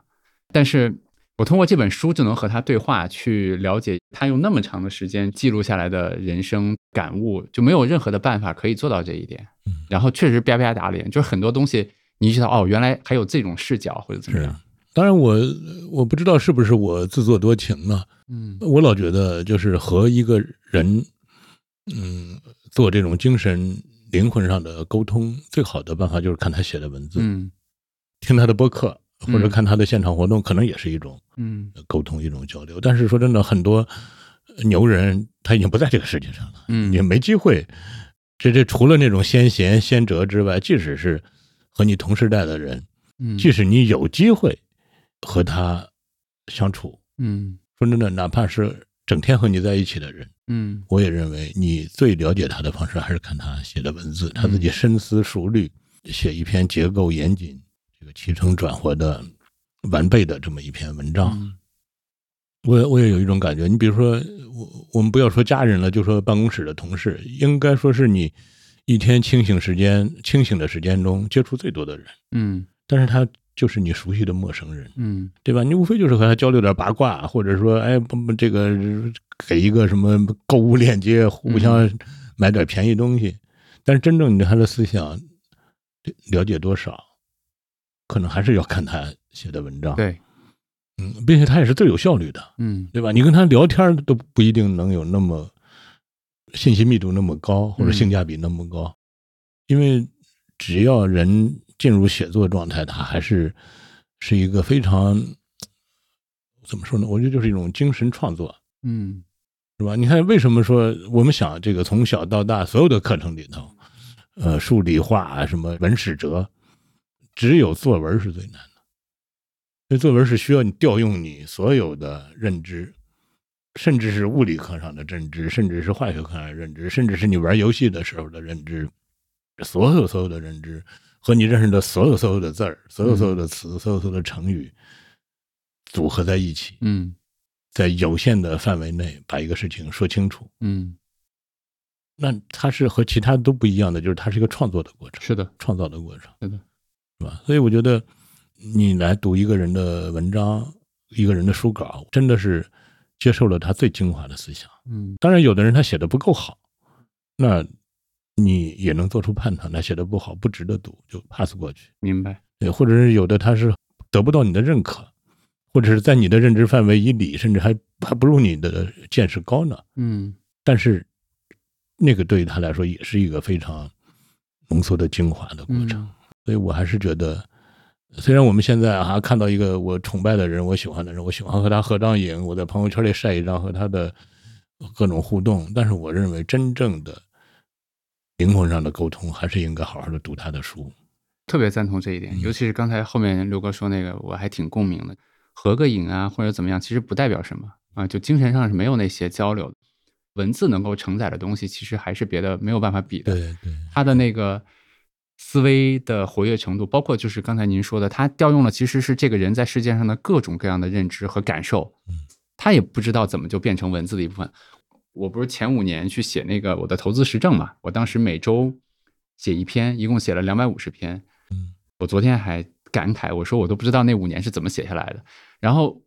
Speaker 1: 但是我通过这本书就能和他对话，去了解他用那么长的时间记录下来的人生感悟，就没有任何的办法可以做到这一点。然后确实啪啪打脸，就是很多东西你意识到哦，原来还有这种视角或者怎么
Speaker 2: 啊
Speaker 1: 样。
Speaker 2: 当然我，我不知道是不是我自作多情呢？
Speaker 1: 嗯
Speaker 2: 我老觉得就是和一个人，嗯，做这种精神灵魂上的沟通，最好的办法就是看他写的文字，
Speaker 1: 嗯
Speaker 2: 听他的播客，或者
Speaker 1: 嗯
Speaker 2: 看他的现场活动，可能也是一种
Speaker 1: 嗯
Speaker 2: 沟通一种交流。但是说真的，很多牛人他已经不在这个世界上了，
Speaker 1: 嗯，
Speaker 2: 也没机会。这这除了那种先贤先哲之外，即使是和你同时代的人，
Speaker 1: 嗯
Speaker 2: 即使你有机会和他相处，
Speaker 1: 嗯
Speaker 2: 说真的，哪怕是整天和你在一起的人，
Speaker 1: 嗯
Speaker 2: 我也认为你最了解他的方式还是看他写的文字，他自
Speaker 1: 嗯
Speaker 2: 己深思熟虑写一篇结构严谨、这个起承转合的完备的这么一篇文章。
Speaker 1: 嗯
Speaker 2: 我我也有一种感觉，你比如说，我我们不要说家人了，就说办公室的同事，应该说是你一天清醒时间清醒的时间中接触最多的人，
Speaker 1: 嗯
Speaker 2: 但是他就是你熟悉的陌生人，
Speaker 1: 嗯
Speaker 2: 对吧？你无非就是和他交流点八卦，或者说，哎，不不，这个给一个什么购物链接，互相买点便宜东西，但是真正你对他的思想了解多少，可能还是要看他写的文章，，
Speaker 1: 对
Speaker 2: 嗯，并且他也是最有效率的。
Speaker 1: 嗯
Speaker 2: 对吧？你跟他聊天都不一定能有那么信息密度那么高，或者性价比那么高，因为只要人进入写作状态，他还是是一个非常怎么说呢？我觉得就是一种精神创作，
Speaker 1: 嗯
Speaker 2: 是吧？你看，为什么说我们想这个从小到大所有的课程里头，呃，数理化啊，什么文史哲，只有作文是最难的，因为作文是需要你调用你所有的认知，甚至是物理课上的认知，甚至是化学课上的认知，甚至是你玩游戏的时候的认知，所有所有的认知和你认识的所有所有的字儿、所有所有的词、所有所有的成语组合在一起，
Speaker 1: 嗯
Speaker 2: 在有限的范围内把一个事情说清楚。
Speaker 1: 嗯，
Speaker 2: 那它是和其他都不一样的，就是它是一个创作的过程，
Speaker 1: 是的，
Speaker 2: 创造的过程，
Speaker 1: 是的，
Speaker 2: 是吧？所以我觉得你来读一个人的文章，一个人的书稿，真的是接受了他最精华的思想。
Speaker 1: 嗯
Speaker 2: 当然，有的人他写的不够好，那你也能做出判断，他写的不好，不值得读，就 pass 过去。
Speaker 1: 明白，
Speaker 2: 对，或者是有的他是得不到你的认可，或者是在你的认知范围以里，甚至还还不如你的见识高呢。
Speaker 1: 嗯
Speaker 2: 但是那个对于他来说也是一个非常浓缩的精华的过程。
Speaker 1: 嗯
Speaker 2: 所以我还是觉得，虽然我们现在啊看到一个我崇拜的人，我喜欢的人，我喜欢和他合张影，我在朋友圈里晒一张和他的各种互动，但是我认为真正的灵魂上的沟通，还是应该好好的读他的书。
Speaker 1: 特别赞同这一点，尤其是刚才后面刘哥说那个，我还挺共鸣的。合个影啊，或者怎么样，其实不代表什么啊，就精神上是没有那些交流的。文字能够承载的东西，其实还是别的没有办法比的。
Speaker 2: 对，
Speaker 1: 他的那个思维的活跃程度，包括就是刚才您说的，他调用了其实是这个人在世界上的各种各样的认知和感受，他也不知道怎么就变成文字的一部分。我不是前五年去写那个我的投资实证嘛，我当时每周写一篇，一共写了两百五十篇。
Speaker 2: 嗯
Speaker 1: 我昨天还感慨，我说我都不知道那五年是怎么写下来的。然后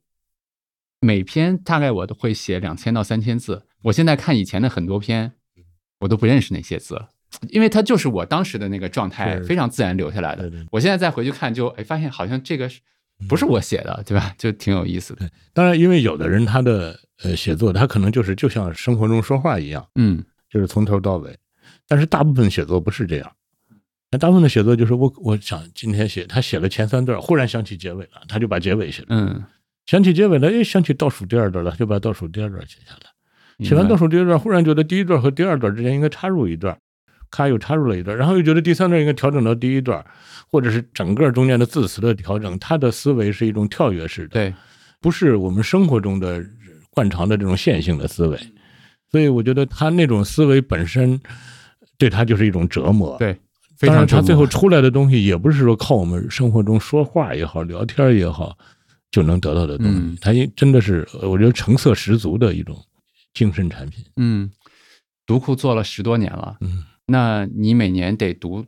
Speaker 1: 每篇大概我都会写两千到三千字，我现在看以前的很多篇，我都不认识那些字，因为它就是我当时的那个状态，
Speaker 2: 是
Speaker 1: 非常自然留下来的
Speaker 2: 对对。嗯
Speaker 1: 我现在再回去看就，哎发现好像这个是不是我写的，对吧？就挺有意思的。
Speaker 2: 当然，因为有的人他的呃写作，他可能就是就像生活中说话一样，
Speaker 1: 嗯
Speaker 2: 就是从头到尾。但是大部分写作不是这样，那大部分的写作就是我我想今天写，他写了前三段，忽然想起结尾了，他就把结尾写了；
Speaker 1: 嗯，
Speaker 2: 想起结尾了，哎，想起倒数第二段了，他就把倒数第二段写下来。
Speaker 1: 明
Speaker 2: 写完
Speaker 1: 白
Speaker 2: 倒数第二段，忽然觉得第一段和第二段之间应该插入一段，咔又插入了一段，然后又觉得第三段应该调整到第一段，或者是整个中间的字词的调整，他的思维是一种跳跃式的，
Speaker 1: 对，
Speaker 2: 不是我们生活中的惯常的这种线性的思维，所以我觉得他那种思维本身对他就是一种折磨。
Speaker 1: 对，非
Speaker 2: 呃当然
Speaker 1: 常
Speaker 2: 他
Speaker 1: 折
Speaker 2: 最后
Speaker 1: 磨
Speaker 2: 出来的东西也不是说靠我们生活中说话也好、聊天也好就能得到的东西，
Speaker 1: 嗯
Speaker 2: 他也真的是呃我觉得成色十足的一种精神产品。
Speaker 1: 嗯，读库做了十多年了，
Speaker 2: 嗯，
Speaker 1: 那你每年得读，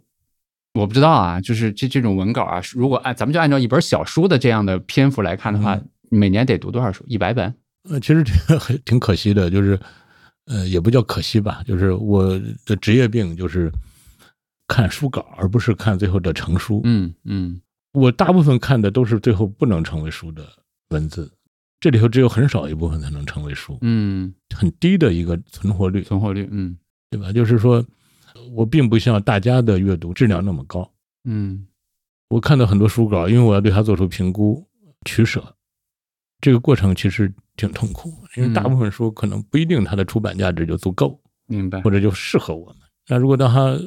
Speaker 1: 我不知道啊，就是这这种文稿啊，如果按咱们就按照一本小书的这样的篇幅来看的
Speaker 2: 嗯
Speaker 1: 话，每年得读多少书？一百本？
Speaker 2: 呃，其实这个很挺可惜的，就是，呃，也不叫可惜吧，就是我的职业病就是看书稿，而不是看最后的成书。
Speaker 1: 嗯嗯
Speaker 2: 我大部分看的都是最后不能成为书的文字，这里头只有很少一部分才能成为书，
Speaker 1: 嗯，
Speaker 2: 很低的一个存活率，
Speaker 1: 存活率，嗯
Speaker 2: 对吧？就是说，我并不像大家的阅读质量那么高。
Speaker 1: 嗯
Speaker 2: 我看到很多书稿，因为我要对它做出评估、取舍，这个过程其实挺痛苦，因为大
Speaker 1: 嗯
Speaker 2: 部分书可能不一定它的出版价值就足够，
Speaker 1: 明白
Speaker 2: 或。者就适合我们。那如果当它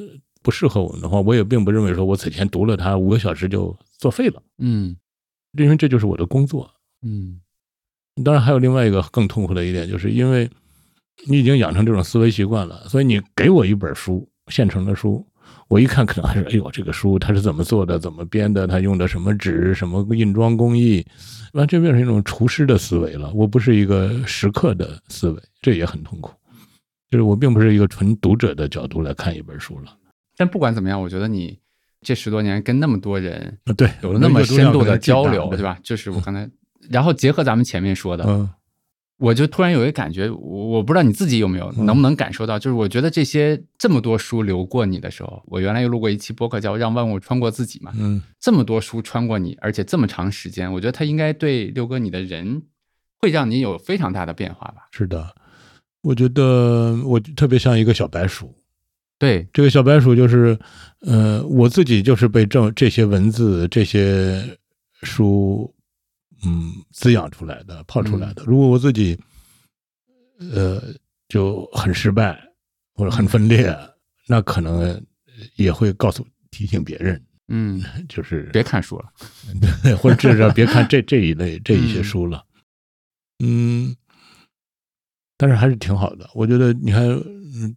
Speaker 2: 不适合我们的话，我也并不认为说我此前读了它五个小时就作废了，
Speaker 1: 嗯
Speaker 2: 因为这就是我的工作。
Speaker 1: 嗯
Speaker 2: 当然，还有另外一个更痛苦的一点，就是因为你已经养成这种思维习惯了，所以你给我一本书，现成的书，我一看可能还是，哎呦，这个书它是怎么做的，怎么编的，它用的什么纸，什么印装工艺，完全变成一种厨师的思维了。我不是一个食客的思维，这也很痛苦。就是我并不是一个纯读者的角度来看一本书了。
Speaker 1: 但不管怎么样，我觉得你这十多年跟那么多人
Speaker 2: 啊，对，
Speaker 1: 有了那么深度的交
Speaker 2: 阅
Speaker 1: 流，
Speaker 2: 读量可
Speaker 1: 对
Speaker 2: 能
Speaker 1: 吧？就是我刚才，然后结合咱们前面说的，
Speaker 2: 巨大？嗯，
Speaker 1: 我就突然有一个感觉，我我不知道你自己有没有，
Speaker 2: 嗯
Speaker 1: 能不能感受到？就是我觉得这些这么多书流过你的时候，我原来又录过一期播客叫《让万物穿过自己》嘛，
Speaker 2: 嗯，
Speaker 1: 这么多书穿过你，而且这么长时间，我觉得它应该对六哥你的人会让你有非常大的变化吧？
Speaker 2: 是的，我觉得我特别像一个小白鼠。
Speaker 1: 对，
Speaker 2: 这个小白鼠就是，呃，我自己就是被这这些文字、这些书，嗯，滋养出来的、泡出来的。如果我自己，呃，就很失败或者很分裂，那可能也会告诉提醒别人，
Speaker 1: 嗯，
Speaker 2: 就是
Speaker 1: 别看书了，
Speaker 2: 或者至少别看这这一类这一些
Speaker 1: 嗯
Speaker 2: 书了。嗯，但是还是挺好的。我觉得你看，嗯，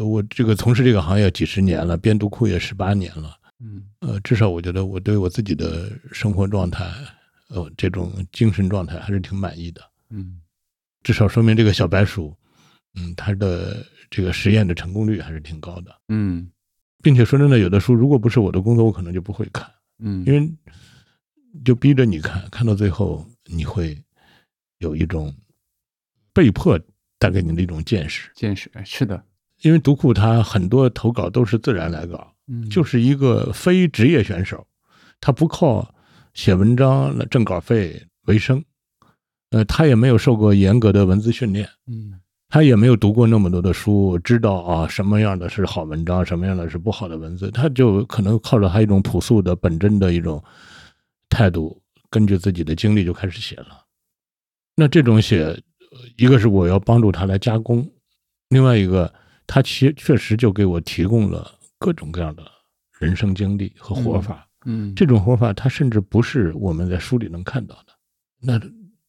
Speaker 2: 我这个从事这个行业几十年了，编读库也十八年了。
Speaker 1: 嗯
Speaker 2: 呃，至少我觉得我对我自己的生活状态，呃，这种精神状态还是挺满意的。
Speaker 1: 嗯
Speaker 2: 至少说明这个小白鼠，嗯，它的这个实验的成功率还是挺高的。
Speaker 1: 嗯
Speaker 2: 并且说真的，有的书如果不是我的工作，我可能就不会看。
Speaker 1: 嗯，
Speaker 2: 因为就逼着你看，看到最后你会有一种被迫带给你的一种见识。
Speaker 1: 见识是的，
Speaker 2: 因为读库它很多投稿都是自然来稿，
Speaker 1: 嗯，
Speaker 2: 就是一个非职业选手，他不靠写文章来挣稿费为生，呃，他也没有受过严格的文字训练，
Speaker 1: 嗯
Speaker 2: 他也没有读过那么多的书，知道啊什么样的是好文章，什么样的是不好的文字，他就可能靠着他一种朴素的、本真的一种态度，根据自己的经历就开始写了。那这种写，呃一个是我要帮助他来加工，另外一个他其确实就给我提供了各种各样的人生经历和活法。
Speaker 1: 嗯，
Speaker 2: 这种活法，它甚至不是我们在书里能看到的。那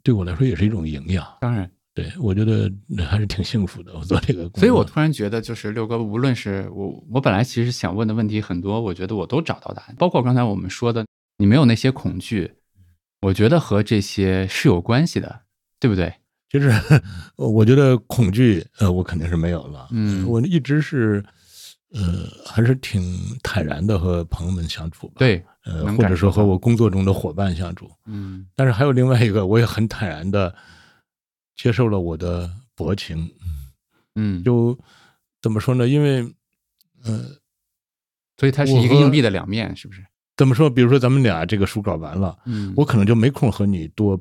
Speaker 2: 对我来说也是一种营养。
Speaker 1: 当然。
Speaker 2: 对，我觉得还是挺幸福的。我做这个工作，
Speaker 1: 所以我突然觉得，就是六哥，无论是我，我本来其实想问的问题很多，我觉得我都找到答案，包括刚才我们说的，你没有那些恐惧，我觉得和这些是有关系的，对不对？
Speaker 2: 就是我觉得恐惧，呃，我肯定是没有了。
Speaker 1: 嗯
Speaker 2: 我一直是，呃，还是挺坦然的和朋友们相处吧。，
Speaker 1: 对，
Speaker 2: 呃，
Speaker 1: 能
Speaker 2: 或
Speaker 1: 感
Speaker 2: 者
Speaker 1: 受
Speaker 2: 说和
Speaker 1: 到
Speaker 2: 我工作中的伙伴相处。
Speaker 1: 嗯
Speaker 2: 但是还有另外一个，我也很坦然的接受了我的薄情。
Speaker 1: 嗯，
Speaker 2: 就怎么说呢？因为，呃，
Speaker 1: 所以它是一个硬币的两面，是不是？
Speaker 2: 怎么说？比如说咱们俩这个书稿完了，
Speaker 1: 嗯，
Speaker 2: 我可能就没空和你多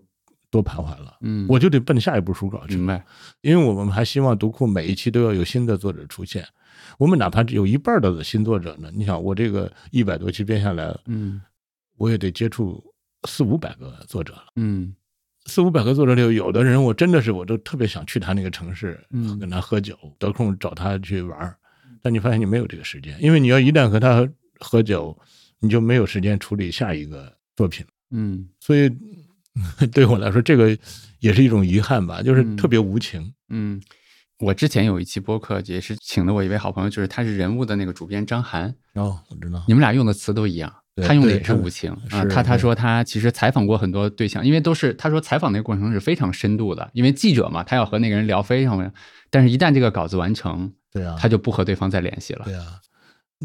Speaker 2: 多盘桓了，
Speaker 1: 嗯，
Speaker 2: 我就得奔下一步书稿去。
Speaker 1: 明白，
Speaker 2: 因为我们还希望读库每一期都要有新的作者出现。我们哪怕只有一半的新作者呢，你想我这个一百多期编下来，
Speaker 1: 嗯
Speaker 2: 我也得接触四五百个作者了。
Speaker 1: 嗯
Speaker 2: 四五百个作者里，有的人我真的是我都特别想去他那个城市，
Speaker 1: 嗯
Speaker 2: 跟他喝酒，得空找他去玩儿。但你发现你没有这个时间，因为你要一旦和他喝酒，你就没有时间处理下一个作品。
Speaker 1: 嗯
Speaker 2: 所以 对我来说，这个也是一种遗憾吧，就是特别无情。
Speaker 1: 嗯。我之前有一期播客也是请的我一位好朋友，就是他是人物的那个主编张涵，
Speaker 2: 哦，我知道，
Speaker 1: 你们俩用的词都一样，
Speaker 2: 对
Speaker 1: 他用的
Speaker 2: 对
Speaker 1: 也是
Speaker 2: 他
Speaker 1: 无情啊。
Speaker 2: 是
Speaker 1: 他他
Speaker 2: 对
Speaker 1: 说他其实采访过很多对象，因为都是他说采访那个过程是非常深度的，因为记者嘛，他要和那个人聊非常，但是一旦这个稿子完成，
Speaker 2: 对啊，
Speaker 1: 他就不和对方再联系了。
Speaker 2: 对啊，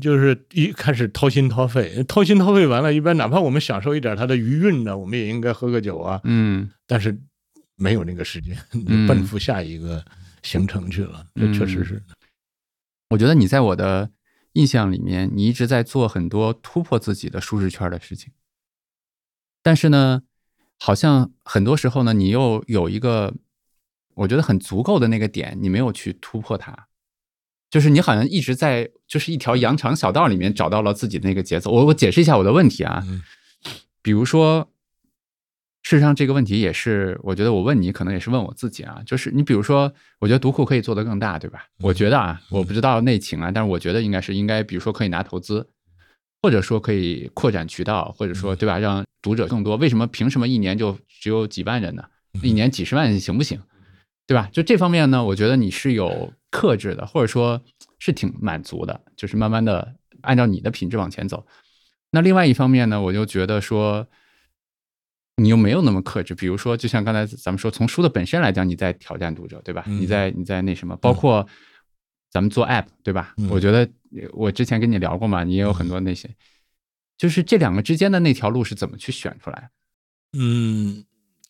Speaker 2: 就是一开始掏心掏肺，掏心掏肺完了，一般哪怕我们享受一点他的余韵呢，我们也应该喝个酒啊，
Speaker 1: 嗯
Speaker 2: 但是没有那个时间，
Speaker 1: 嗯
Speaker 2: 奔赴下一个行程去了，这
Speaker 1: 嗯
Speaker 2: 确实是。
Speaker 1: 我觉得你在我的印象里面，你一直在做很多突破自己的舒适圈的事情，但是呢，好像很多时候呢，你又有一个我觉得很足够的那个点，你没有去突破它，就是你好像一直在就是一条羊肠小道里面找到了自己的那个节奏。我我解释一下我的问题啊，
Speaker 2: 嗯
Speaker 1: 比如说，事实上这个问题也是，我觉得我问你，可能也是问我自己啊。就是你比如说，我觉得读库可以做得更大，对吧？我觉得啊，我不知道内情啊，但是我觉得应该是应该，比如说可以拿投资，或者说可以扩展渠道，或者说对吧，让读者更多。为什么凭什么一年就只有几万人呢？一年几十万行不行？对吧？就这方面呢，我觉得你是有克制的，或者说是挺满足的，就是慢慢的按照你的品质往前走。那另外一方面呢，我就觉得说，你又没有那么克制。比如说，就像刚才咱们说，从书的本身来讲，你在挑战读者，对吧？
Speaker 2: 嗯
Speaker 1: 你在你在那什么，包括咱们做 app，对吧？
Speaker 2: 嗯
Speaker 1: 我觉得呃我之前跟你聊过嘛，你也有很多那些，就是这两个之间的那条路是怎么去选出来？
Speaker 2: 嗯，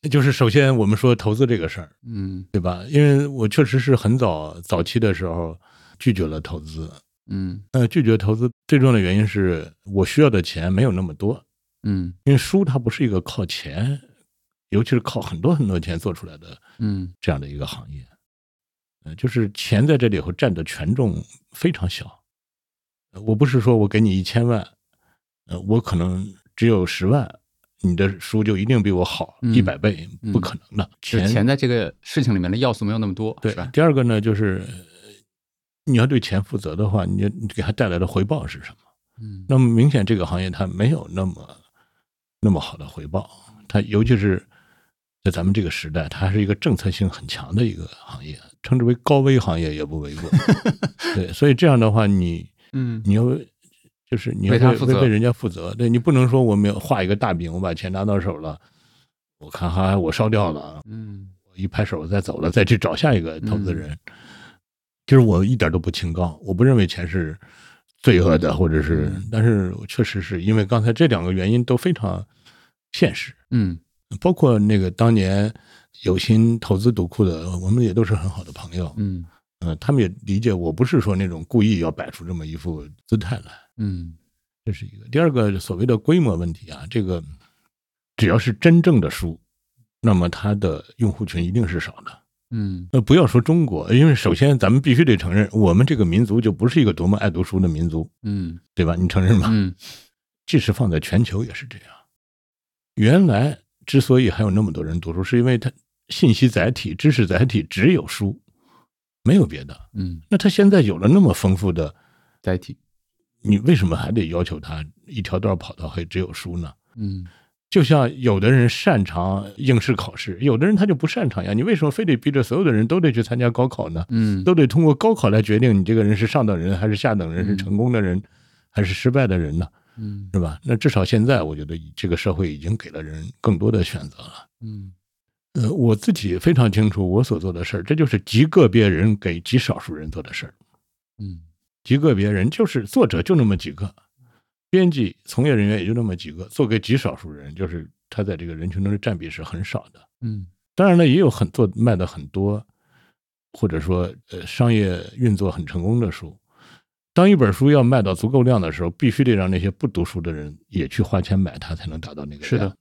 Speaker 2: 就是首先我们说投资这个事儿，
Speaker 1: 嗯
Speaker 2: 对吧？因为我确实是很早早期的时候拒绝了投资。
Speaker 1: 嗯
Speaker 2: 呃，拒绝投资最重要的原因是我需要的钱没有那么多，
Speaker 1: 嗯
Speaker 2: 因为书它不是一个靠钱，尤其是靠很多很多钱做出来的
Speaker 1: 嗯
Speaker 2: 这样的一个行业。呃，就是钱在这里头占的权重非常小。呃我不是说我给你一千万，呃，我可能只有十万，你的书就一定比我好
Speaker 1: 嗯
Speaker 2: 一百倍，不可能的。
Speaker 1: 就是钱在这个事情里面的要素没有那么多，
Speaker 2: 对
Speaker 1: 是吧？
Speaker 2: 第二个呢，就是呃你要对钱负责的话，你你给它带来的回报是什么？
Speaker 1: 嗯
Speaker 2: 那么明显这个行业它没有那么那么好的回报，它尤其是在咱们这个时代，它还是一个政策性很强的一个行业，称之为高危行业也不 为过。对，所以这样的话，你
Speaker 1: 嗯
Speaker 2: 你要就是你要
Speaker 1: 为
Speaker 2: 为
Speaker 1: 他负责
Speaker 2: 为为人家负责，对你不能说我们画一个大饼，我把钱拿到手了，我看哈我烧掉了，啊
Speaker 1: 嗯
Speaker 2: 我一拍手再走了，再去找下一个投资人。其实我一点都不清高，我不认为钱是罪恶的，或者是
Speaker 1: 嗯，
Speaker 2: 但是我确实是因为刚才这两个原因都非常现实，
Speaker 1: 嗯
Speaker 2: 包括那个当年有心投资读库的，我们也都是很好的朋友，
Speaker 1: 嗯
Speaker 2: 嗯、他们也理解我不是说那种故意要摆出这么一副姿态来，
Speaker 1: 嗯
Speaker 2: 这是一个。第二个所谓的规模问题啊，这个只要是真正的书，那么它的用户群一定是少的。
Speaker 1: 嗯
Speaker 2: 呃，不要说中国，因为首先咱们必须得承认，我们这个民族就不是一个多么爱读书的民族，
Speaker 1: 嗯
Speaker 2: 对吧？你承认吧？
Speaker 1: 嗯
Speaker 2: 即使放在全球也是这样。原来之所以还有那么多人读书，是因为它信息载体、知识载体只有书，没有别的。
Speaker 1: 嗯，
Speaker 2: 那它现在有了那么丰富的，
Speaker 1: 载体，
Speaker 2: 你为什么还得要求它一条道跑道还只有书呢？
Speaker 1: 嗯
Speaker 2: 就像有的人擅长应试考试，有的人他就不擅长呀。你为什么非得逼着所有的人都得去参加高考呢？
Speaker 1: 嗯
Speaker 2: 都得通过高考来决定你这个人是上等人还是下等人，是成功的人还是失败的人呢？
Speaker 1: 嗯
Speaker 2: 是吧？那至少现在，我觉得这个社会已经给了人更多的选择了。
Speaker 1: 嗯
Speaker 2: 呃，我自己非常清楚我所做的事儿，这就是极个别人给极少数人做的事儿。
Speaker 1: 嗯
Speaker 2: 极个别人就是作者就那么几个，编辑从业人员也就那么几个，做给极少数人，就是他在这个人群中的占比是很少的。
Speaker 1: 嗯
Speaker 2: 当然了，也有很做卖的很多，或者说呃商业运作很成功的书。当一本书要卖到足够量的时候，必须得让那些不读书的人也去花钱买它，才能达到那个量
Speaker 1: 是的，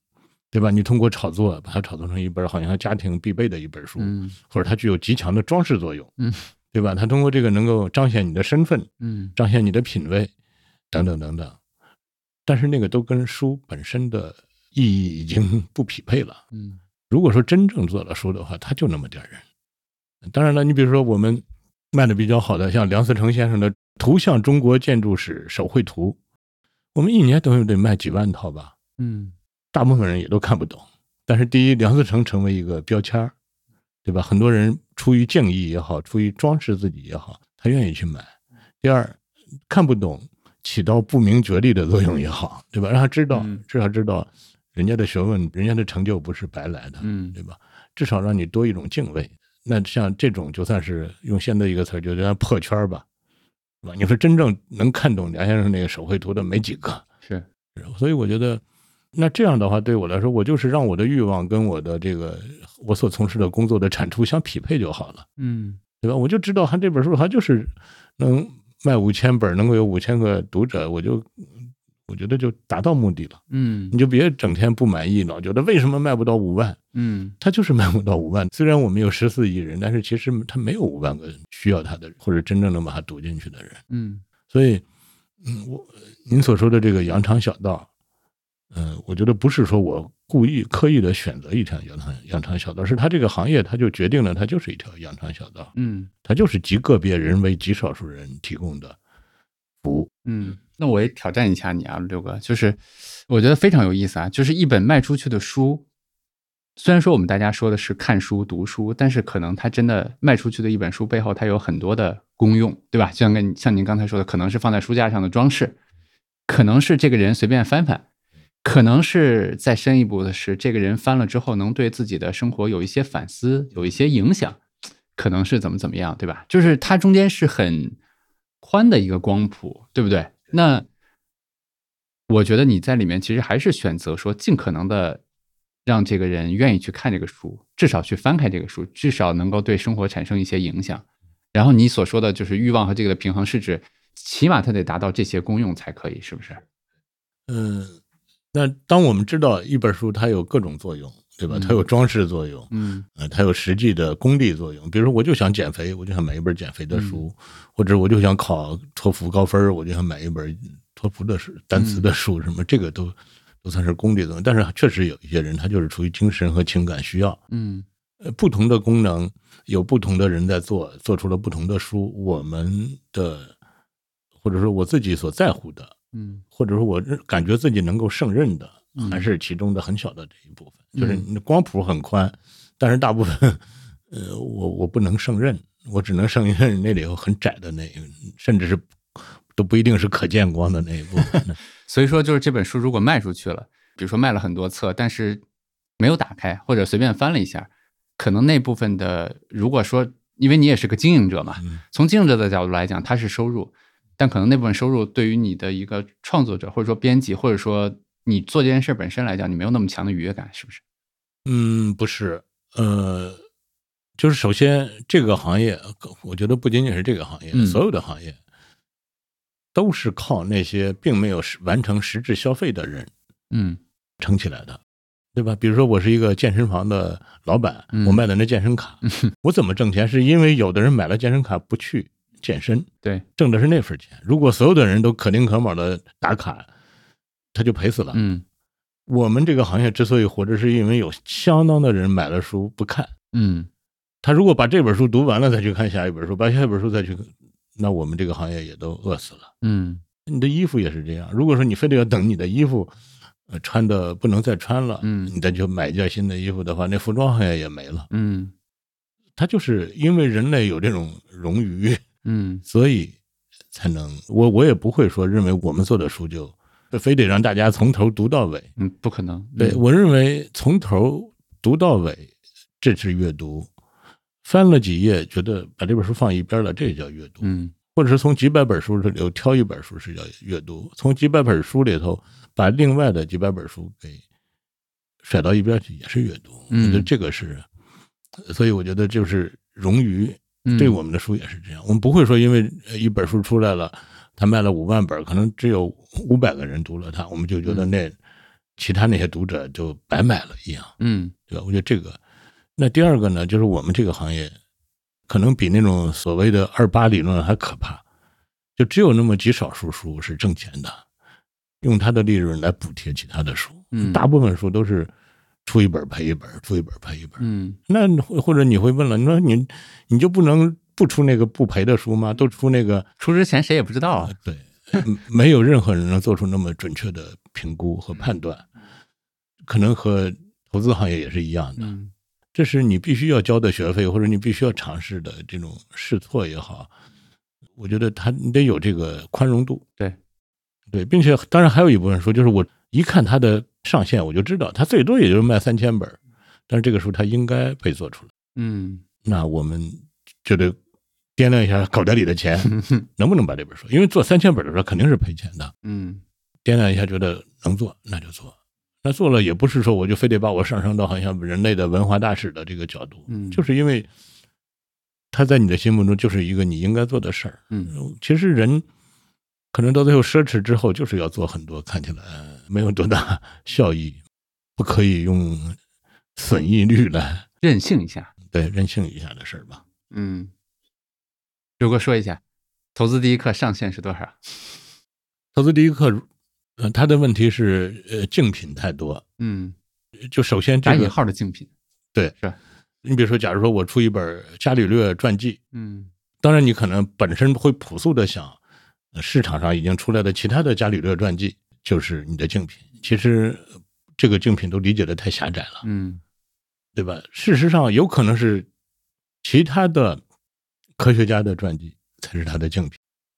Speaker 2: 对吧？你通过炒作把它炒作成一本好像家庭必备的一本书，
Speaker 1: 嗯
Speaker 2: 或者它具有极强的装饰作用，
Speaker 1: 嗯，
Speaker 2: 对吧？它通过这个能够彰显你的身份，
Speaker 1: 嗯
Speaker 2: 彰显你的品味，等等等等。但是那个都跟书本身的意义已经 不匹配了。
Speaker 1: 嗯
Speaker 2: 如果说真正做了书的话，他就那么点儿人。当然了，你比如说我们卖的比较好的，像梁思成先生的《图像中国建筑史手绘图》，我们一年都得卖几万套吧，
Speaker 1: 嗯
Speaker 2: 大部分人也都看不懂。但是第一，梁思成成为一个标签儿，对吧？很多人出于敬意也好，出于装饰自己也好，他愿意去买。第二，看不懂起到不明觉厉的作用也好，对吧？让他知道
Speaker 1: 嗯，
Speaker 2: 至少知道人家的学问、人家的成就不是白来的。
Speaker 1: 嗯
Speaker 2: 对吧？至少让你多一种敬畏。那像这种就算是用现在一个词儿，就叫破圈儿吧，是吧？你说真正能看懂梁先生那个手绘图的没几个，
Speaker 1: 是
Speaker 2: 所以我觉得，那这样的话对我来说，我就是让我的欲望跟我的这个我所从事的工作的产出相匹配就好了，
Speaker 1: 嗯
Speaker 2: 对吧？我就知道他这本书他就是能卖五千本，能够有五千个读者，我就我觉得就达到目的了。
Speaker 1: 嗯
Speaker 2: 你就别整天不满意，老觉得为什么卖不到五万，
Speaker 1: 嗯
Speaker 2: 他就是卖不到五万。虽然我们有十四亿人，但是其实他没有五万个需要他的人，或者真正能把它读进去的人。
Speaker 1: 嗯
Speaker 2: 所以，嗯，我您所说的这个羊肠小道，嗯、我觉得不是说我故意刻意的选择一条羊肠羊肠小道，是他这个行业他就决定了，它就是一条羊肠小道，
Speaker 1: 嗯
Speaker 2: 它就是极个别人为极少数人提供的服务。
Speaker 1: 嗯。那我也挑战一下你啊，六哥，就是我觉得非常有意思啊，就是一本卖出去的书。虽然说我们大家说的是看书、读书，但是可能它真的卖出去的一本书背后，它有很多的功用，对吧？就像跟你像您刚才说的，可能是放在书架上的装饰，可能是这个人随便翻翻，可能是再深一步的是，这个人翻了之后能对自己的生活有一些反思，有一些影响，可能是怎么怎么样，对吧？就是它中间是很宽的一个光谱，对不对？那我觉得你在里面其实还是选择说尽可能的让这个人愿意去看这个书，至少去翻开这个书，至少能够对生活产生一些影响。然后你所说的就是欲望和这个的平衡，是指起码它得达到这些功用才可以，是不是？
Speaker 2: 嗯，那当我们知道一本书它有各种作用，对吧？
Speaker 1: 嗯
Speaker 2: 它有装饰作用，
Speaker 1: 嗯
Speaker 2: 呃，它有实际的功利作用。比如说，我就想减肥，我就想买一本减肥的书，或者我就想考托福高分儿，我就想买一本托福的书、单词的书，什么这个都都算是功利作用。但是确实有一些人，他就是出于精神和情感需要，
Speaker 1: 嗯
Speaker 2: 呃，不同的功能有不同的人在做，做出了不同的书。我们的或者说我自己所在乎的，
Speaker 1: 嗯
Speaker 2: 或者说我认感觉自己能够胜任的
Speaker 1: 嗯，
Speaker 2: 还是其中的很小的这一部分，就是
Speaker 1: 嗯
Speaker 2: 你的光谱很宽，但是大部分，呃，我我不能胜任，我只能胜任那里头很窄的那，甚至是都不一定是可见光的那 一部分。
Speaker 1: 所以说，就是这本书如果卖出去了，比如说卖了很多册，但是没有打开或者随便翻了一下，可能那部分的，如果说因为你也是个经营者嘛，
Speaker 2: 嗯
Speaker 1: 从经营者的角度来讲，它是收入，但可能那部分收入对于你的一个创作者或者说编辑或者说你做这件事本身来讲，你没有那么强的愉悦感，是不是？
Speaker 2: 嗯，不是，呃，就是首先这个行业，我觉得不仅仅是这个行业，
Speaker 1: 嗯
Speaker 2: 所有的行业都是靠那些并没有实完成实质消费的人
Speaker 1: 嗯
Speaker 2: 撑起来的，对吧？比如说我是一个健身房的老板，
Speaker 1: 嗯
Speaker 2: 我卖的那健身卡， 我怎么挣钱？是因为有的人买了健身卡不去健身，
Speaker 1: 对，
Speaker 2: 挣的是那份钱。如果所有的人都可丁可卯的打卡，他就赔死了。
Speaker 1: 嗯
Speaker 2: 我们这个行业之所以活着，是因为有相当的人买了书不看，
Speaker 1: 嗯
Speaker 2: 他如果把这本书读完了再去看下一本书，把下一本书再去，那我们这个行业也都饿死了。
Speaker 1: 嗯
Speaker 2: 你的衣服也是这样。如果说你非得要等你的衣服，呃，穿的不能再穿了，
Speaker 1: 嗯
Speaker 2: 你再去买一件新的衣服的话，那服装行业也没了。
Speaker 1: 嗯
Speaker 2: 它就是因为人类有这种冗余，
Speaker 1: 嗯
Speaker 2: 所以才能我我也不会说认为我们做的书就非得让大家从头读到尾。
Speaker 1: 嗯，不可能。
Speaker 2: 对我认为从头读到尾，这是阅读。翻了几页，觉得把这本书放一边了，这也叫阅读。
Speaker 1: 嗯
Speaker 2: 或者是从几百本书里头挑一本书是叫阅读，从几百本书里头把另外的几百本书给甩到一边去也是阅读。
Speaker 1: 嗯
Speaker 2: 我觉得这个是，所以我觉得就是冗余，
Speaker 1: 嗯
Speaker 2: 对我们的书也是这样，我们不会说因为呃一本书出来了，它卖了五万本，可能只有五百个人读了它，我们就觉得那、其他那些读者就白买了一样，
Speaker 1: 嗯
Speaker 2: 对吧？我觉得这个。那第二个呢，就是我们这个行业可能比那种所谓的二八理论还可怕，就只有那么极少数书是挣钱的，用它的利润来补贴其他的书，
Speaker 1: 嗯
Speaker 2: 大部分书都是出一本赔一本，出一本赔一本。
Speaker 1: 嗯
Speaker 2: 那你或或者你会问了，你说你你就不能不出那个不赔的书吗？都出那个
Speaker 1: 出之前谁也不知道
Speaker 2: 啊，对，嗯没有任何人能做出那么准确的评估和判断，
Speaker 1: 嗯
Speaker 2: 可能和投资行业也是一样的，
Speaker 1: 嗯
Speaker 2: 这是你必须要交的学费，或者你必须要尝试的这种试错也好，我觉得他你得有这个宽容度，
Speaker 1: 对
Speaker 2: 对，并且当然还有一部分书，就是我一看它的上限，我就知道它最多也就是卖三千本儿，但是这个书它应该被做出来。
Speaker 1: 嗯
Speaker 2: 那我们就得掂量一下口袋里的钱 能不能把这本书，因为做三千本的时候肯定是赔钱的，
Speaker 1: 嗯
Speaker 2: 掂量一下觉得能做那就做，那做了也不是说我就非得把我上升到好像人类的文化大使的这个角度，
Speaker 1: 嗯
Speaker 2: 就是因为他在你的心目中就是一个你应该做的事儿。
Speaker 1: 嗯
Speaker 2: 其实人可能到最后奢侈之后，就是要做很多看起来没有多大效益， 不可以用损益率来
Speaker 1: 任性一下，
Speaker 2: 对任性一下的事儿吧。
Speaker 1: 嗯，如果说一下，投资第一课上限是多少？
Speaker 2: 投资第一课，呃，他的问题是呃竞品太多，
Speaker 1: 嗯，
Speaker 2: 就首先
Speaker 1: 打
Speaker 2: 这
Speaker 1: 引
Speaker 2: 个，
Speaker 1: 号的竞品，
Speaker 2: 你比如说，假如说我出一本《伽利略传记》，
Speaker 1: 嗯
Speaker 2: 当然你可能本身会朴素的想，呃市场上已经出来的其他的伽利略传记就是你的竞品，其实呃这个竞品都理解的太狭窄了，
Speaker 1: 嗯
Speaker 2: 对吧？事实上，有可能是其他的科学家的传记才是他的竞品，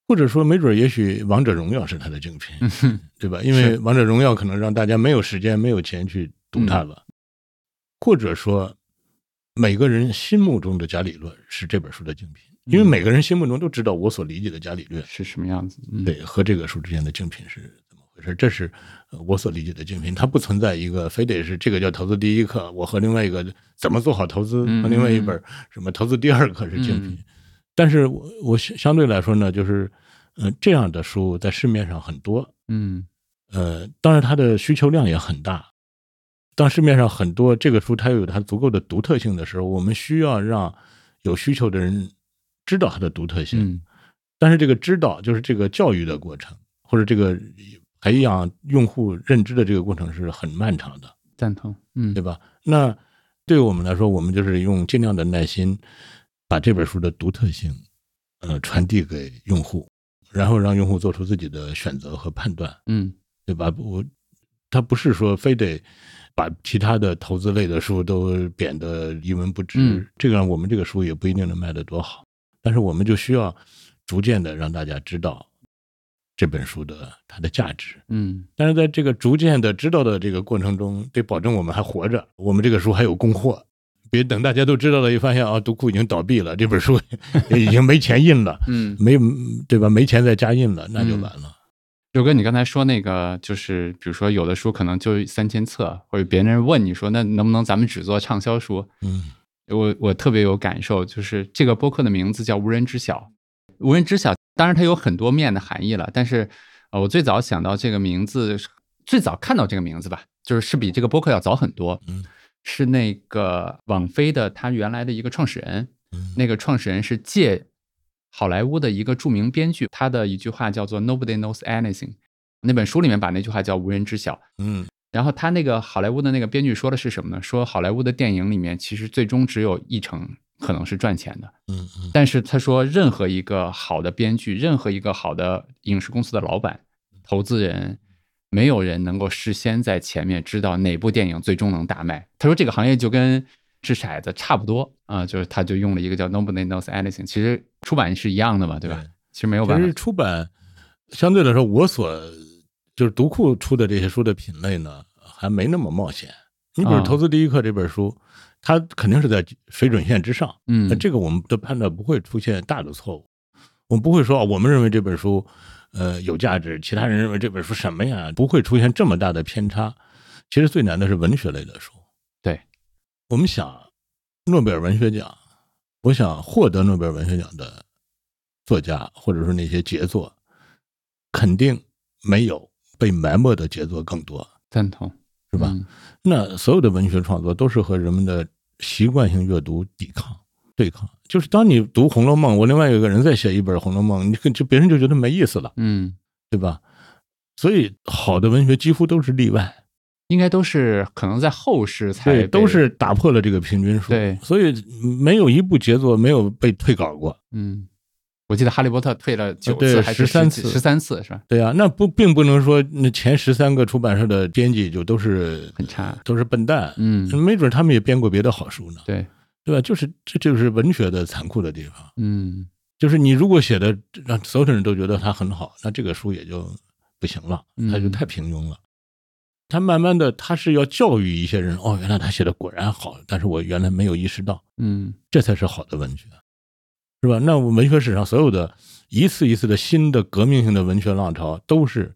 Speaker 2: 或者说，没准儿也许《王者荣耀》是他的竞品，
Speaker 1: 嗯哼
Speaker 2: 对吧？因为
Speaker 1: 是
Speaker 2: 《王者荣耀》可能让大家没有时间、没有钱去读
Speaker 1: 嗯
Speaker 2: 它了，或者说，每个人心目中的伽利略是这本书的竞品，因为
Speaker 1: 嗯
Speaker 2: 每个人心目中都知道我所理解的伽利略，
Speaker 1: 是什么样子？嗯，
Speaker 2: 对，和这个书之间的竞品是怎么回事？这是呃我所理解的竞品，它不存在一个非得是这个叫投资第一课，我和另外一个怎么做好投资，
Speaker 1: 嗯
Speaker 2: 和另外一
Speaker 1: 嗯
Speaker 2: 本什么投资第二课是竞品。
Speaker 1: 嗯
Speaker 2: 但是我我相相对来说呢，就是嗯、呃这样的书在市面上很多，
Speaker 1: 嗯
Speaker 2: 呃，当然它的需求量也很大。当市面上很多这个书它有它足够的独特性的时候，我们需要让有需求的人知道它的独特性。
Speaker 1: 嗯
Speaker 2: 但是这个知道就是这个教育的过程，或者这个培养用户认知的这个过程是很漫长的，
Speaker 1: 赞同，嗯
Speaker 2: 对吧？那对我们来说，我们就是用尽量的耐心把这本书的独特性，呃，传递给用户，然后让用户做出自己的选择和判断。
Speaker 1: 嗯
Speaker 2: 对吧？我他不是说非得把其他的投资类的书都贬得一文不值，
Speaker 1: 嗯
Speaker 2: 这样我们这个书也不一定能卖得多好。但是我们就需要逐渐的让大家知道这本书的它的价值。
Speaker 1: 嗯
Speaker 2: 但是在这个逐渐的知道的这个过程中，得保证我们还活着，我们这个书还有供货，别等大家都知道了，一发现啊，读库已经倒闭了，这本书已经没钱印了，
Speaker 1: 嗯，
Speaker 2: 没对吧？没钱再加印了，那就完了。
Speaker 1: 六哥，你刚才说那个，就是比如说有的书可能就三千册，或者别人问你说，那能不能咱们只做畅销书？
Speaker 2: 嗯
Speaker 1: 我我特别有感受，就是这个播客的名字叫《无人知晓》，无人知晓，当然它有很多面的含义了，但是呃，我最早想到这个名字，最早看到这个名字吧，就是是比这个播客要早很多，
Speaker 2: 嗯，
Speaker 1: 是那个网飞的他原来的一个创始人，
Speaker 2: 嗯
Speaker 1: 那个创始人是借好莱坞的一个著名编剧，他的一句话叫做 “Nobody knows anything”，那本书里面把那句话叫“无人知晓”。
Speaker 2: 嗯
Speaker 1: 然后他那个好莱坞的那个编剧说的是什么呢？说好莱坞的电影里面其实最终只有一成可能是赚钱的，
Speaker 2: 嗯嗯
Speaker 1: 但是他说任何一个好的编剧，任何一个好的影视公司的老板、投资人，没有人能够事先在前面知道哪部电影最终能大卖。他说这个行业就跟掷骰子差不多啊、就是他就用了一个叫 “nobody knows anything”，其实出版是一样的嘛，对吧？
Speaker 2: 对
Speaker 1: 其实没有
Speaker 2: 其
Speaker 1: 办
Speaker 2: 实
Speaker 1: 法，
Speaker 2: 出版相对来说，我所就是读库出的这些书的品类呢，还没那么冒险。你比如
Speaker 1: 啊
Speaker 2: 《投资第一课》这本书，它肯定是在水准线之上，那
Speaker 1: 嗯，
Speaker 2: 这个我们的判断不会出现大的错误。我们不会说啊，我们认为这本书呃有价值，其他人认为这本书什么呀，不会出现这么大的偏差。其实最难的是文学类的书。
Speaker 1: 对，
Speaker 2: 我们想诺贝尔文学奖，我想获得诺贝尔文学奖的作家，或者说那些杰作，肯定没有被埋没的杰作更多。
Speaker 1: 赞同，
Speaker 2: 是吧？
Speaker 1: 嗯
Speaker 2: 那所有的文学创作都是和人们的习惯性阅读抵抗、对抗。就是当你读《红楼梦》，我另外有个人在写一本《红楼梦》，你就就别人就觉得没意思了，
Speaker 1: 嗯，
Speaker 2: 对吧？所以好的文学几乎都是例外。
Speaker 1: 应该都是可能在后世才
Speaker 2: 对，
Speaker 1: 被
Speaker 2: 都是打破了这个平均数。
Speaker 1: 对
Speaker 2: 所以没有一部杰作没有被退稿过。
Speaker 1: 嗯，我记得《哈利波特》退了九次
Speaker 2: 啊对
Speaker 1: 还是
Speaker 2: 13次
Speaker 1: 十三次是吧？
Speaker 2: 对啊，那不并不能说那前十三个出版社的编辑就都是
Speaker 1: 很差，
Speaker 2: 都是笨蛋，
Speaker 1: 嗯，
Speaker 2: 没准他们也编过别的好书呢，
Speaker 1: 对，
Speaker 2: 对吧？就是这就是文学的残酷的地方，
Speaker 1: 嗯
Speaker 2: 就是你如果写的让所有人都觉得它很好，那这个书也就不行了，它就
Speaker 1: 嗯
Speaker 2: 太平庸了。他慢慢的，他是要教育一些人，哦，原来他写的果然好，但是我原来没有意识到。
Speaker 1: 嗯
Speaker 2: 这才是好的文学，是吧？那我们文学史上所有的一次一次的新的革命性的文学浪潮，都是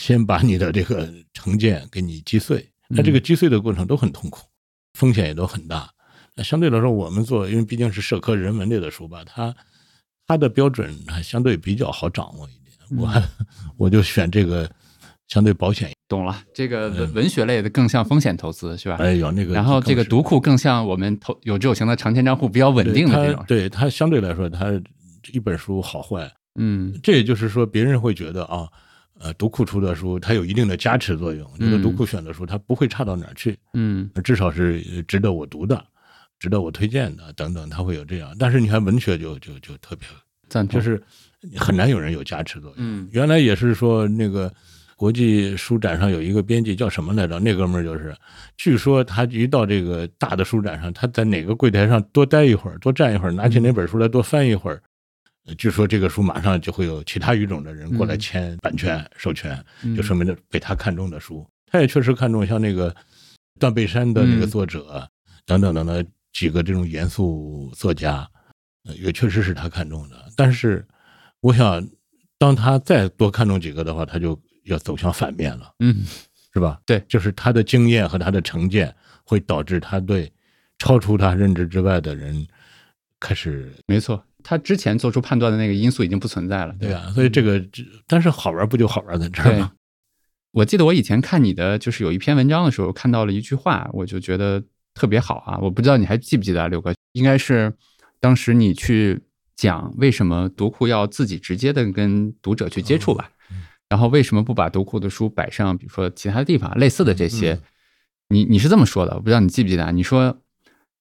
Speaker 2: 先把你的这个成见给你击碎，那
Speaker 1: 嗯
Speaker 2: 这个击碎的过程都很痛苦，风险也都很大。那相对来说，我们做，因为毕竟是社科人文类的书吧，它它的标准还相对比较好掌握一点。
Speaker 1: 嗯
Speaker 2: 我还我就选这个相对保险一点。
Speaker 1: 懂了。这个文文学类的更像风险投资是吧？
Speaker 2: 嗯哎呦，那个
Speaker 1: 然后这个
Speaker 2: 读。
Speaker 1: 读库更像我们投有志有情的长钱账户比较稳
Speaker 2: 对
Speaker 1: 定的
Speaker 2: 它
Speaker 1: 这种，
Speaker 2: 对它相对来说，它一本书好坏，
Speaker 1: 嗯
Speaker 2: 这也就是说，别人会觉得啊，呃，读库出的书它有一定的加持作用，觉得
Speaker 1: 嗯
Speaker 2: 读库选的书它不会差到哪儿去，
Speaker 1: 嗯
Speaker 2: 至少是呃值得我读的，值得我推荐的等等，它会有这样。但是你看文学就就就特别，
Speaker 1: 赞同，
Speaker 2: 就是很难有人有加持作用。
Speaker 1: 嗯
Speaker 2: 原来也是说那个。国际书展上有一个编辑叫什么来着？那哥们儿就是，据说他一到这个大的书展上，他在哪个柜台上多待一会儿，多站一会儿，拿起哪本书来多翻一会儿，呃据说这个书马上就会有其他语种的人过来
Speaker 1: 嗯
Speaker 2: 签版权、授权，
Speaker 1: 嗯
Speaker 2: 就说明了被他看中的书。他也确实看中像那个断背山的那个
Speaker 1: 嗯
Speaker 2: 作者、等等等等几个这种严肃作家，呃也确实是他看中的。但是，我想，当他再多看中几个的话，他就要走向反面了，
Speaker 1: 嗯
Speaker 2: 是吧？
Speaker 1: 对
Speaker 2: 就是他的经验和他的成见会导致他对超出他认知之外的人开始
Speaker 1: 没错，他之前做出判断的那个因素已经不存在了，
Speaker 2: 对
Speaker 1: 吧？
Speaker 2: 啊，所以这个，这但是好玩不就好玩在这儿
Speaker 1: 对
Speaker 2: 吗？，
Speaker 1: 我记得我以前看你的就是有一篇文章的时候，看到了一句话，我就觉得特别好啊！我不知道你还记不记得、啊，刘哥，应该是当时你去讲为什么读库要自己直接的跟读者去接触吧，
Speaker 2: 嗯
Speaker 1: 然后为什么不把读库的书摆上，比如说其他地方类似的这些
Speaker 2: 嗯，
Speaker 1: 你你是这么说的，我不知道你记不记得、啊，你说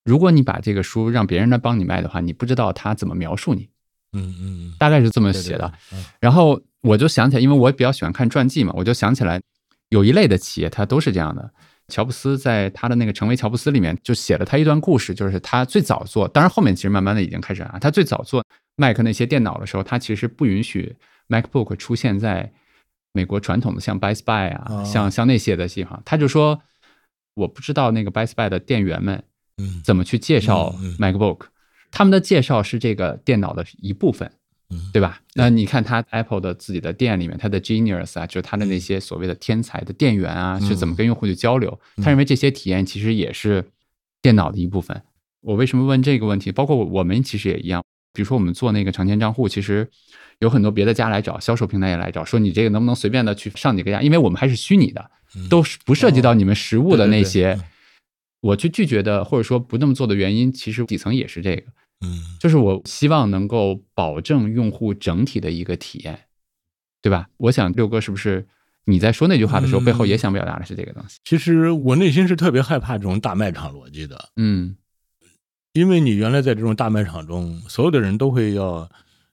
Speaker 1: 如果你把这个书让别人来帮你卖的话，你不知道他怎么描述你，
Speaker 2: 嗯嗯，
Speaker 1: 大概是这么
Speaker 2: 嗯
Speaker 1: 写的。，
Speaker 2: 对对对嗯
Speaker 1: 然后我就想起来，因为我比较喜欢看传记嘛，我就想起来有一类的企业，它都是这样的。乔布斯在他的那个《成为乔布斯》里面就写了他一段故事，就是他最早做，当然后面其实慢慢的已经开始啊，他最早做 Mac 那些电脑的时候，他其实不允许 MacBook 出现在美国传统的像 Best Buy 啊，
Speaker 2: 哦
Speaker 1: 像像那些的地方，他就说我不知道那个 Best Buy 的店员们
Speaker 2: 嗯
Speaker 1: 怎么去介绍
Speaker 2: 嗯嗯
Speaker 1: MacBook，他们的介绍是这个电脑的一部分，
Speaker 2: 嗯
Speaker 1: 对吧？那你看它 Apple 的自己的店里面，它的 Genius 啊，就是它的那些所谓的天才的店员啊，
Speaker 2: 嗯
Speaker 1: 是怎么跟用户去交流？
Speaker 2: 嗯
Speaker 1: 他认为这些体验其实也是电脑的一部分。我为什么问这个问题？包括我我们其实也一样，比如说我们做那个长钱账户，其实有很多别的家来找，销售平台也来找，说你这个能不能随便的去上几个家？因为我们还是虚拟的，
Speaker 2: 嗯
Speaker 1: 都是不涉及到你们实物的
Speaker 2: 对对
Speaker 1: 那
Speaker 2: 对
Speaker 1: 些
Speaker 2: 嗯。
Speaker 1: 我去拒绝的，或者说不那么做的原因，其实底层也是这个。
Speaker 2: 嗯
Speaker 1: 就是我希望能够保证用户整体的一个体验，对吧？我想六哥是不是你在说那句话的时候，
Speaker 2: 嗯
Speaker 1: 背后也想表达的是这个东西？
Speaker 2: 其实我内心是特别害怕这种大卖场逻辑的，
Speaker 1: 嗯
Speaker 2: 因为你原来在这种大卖场中，所有的人都会要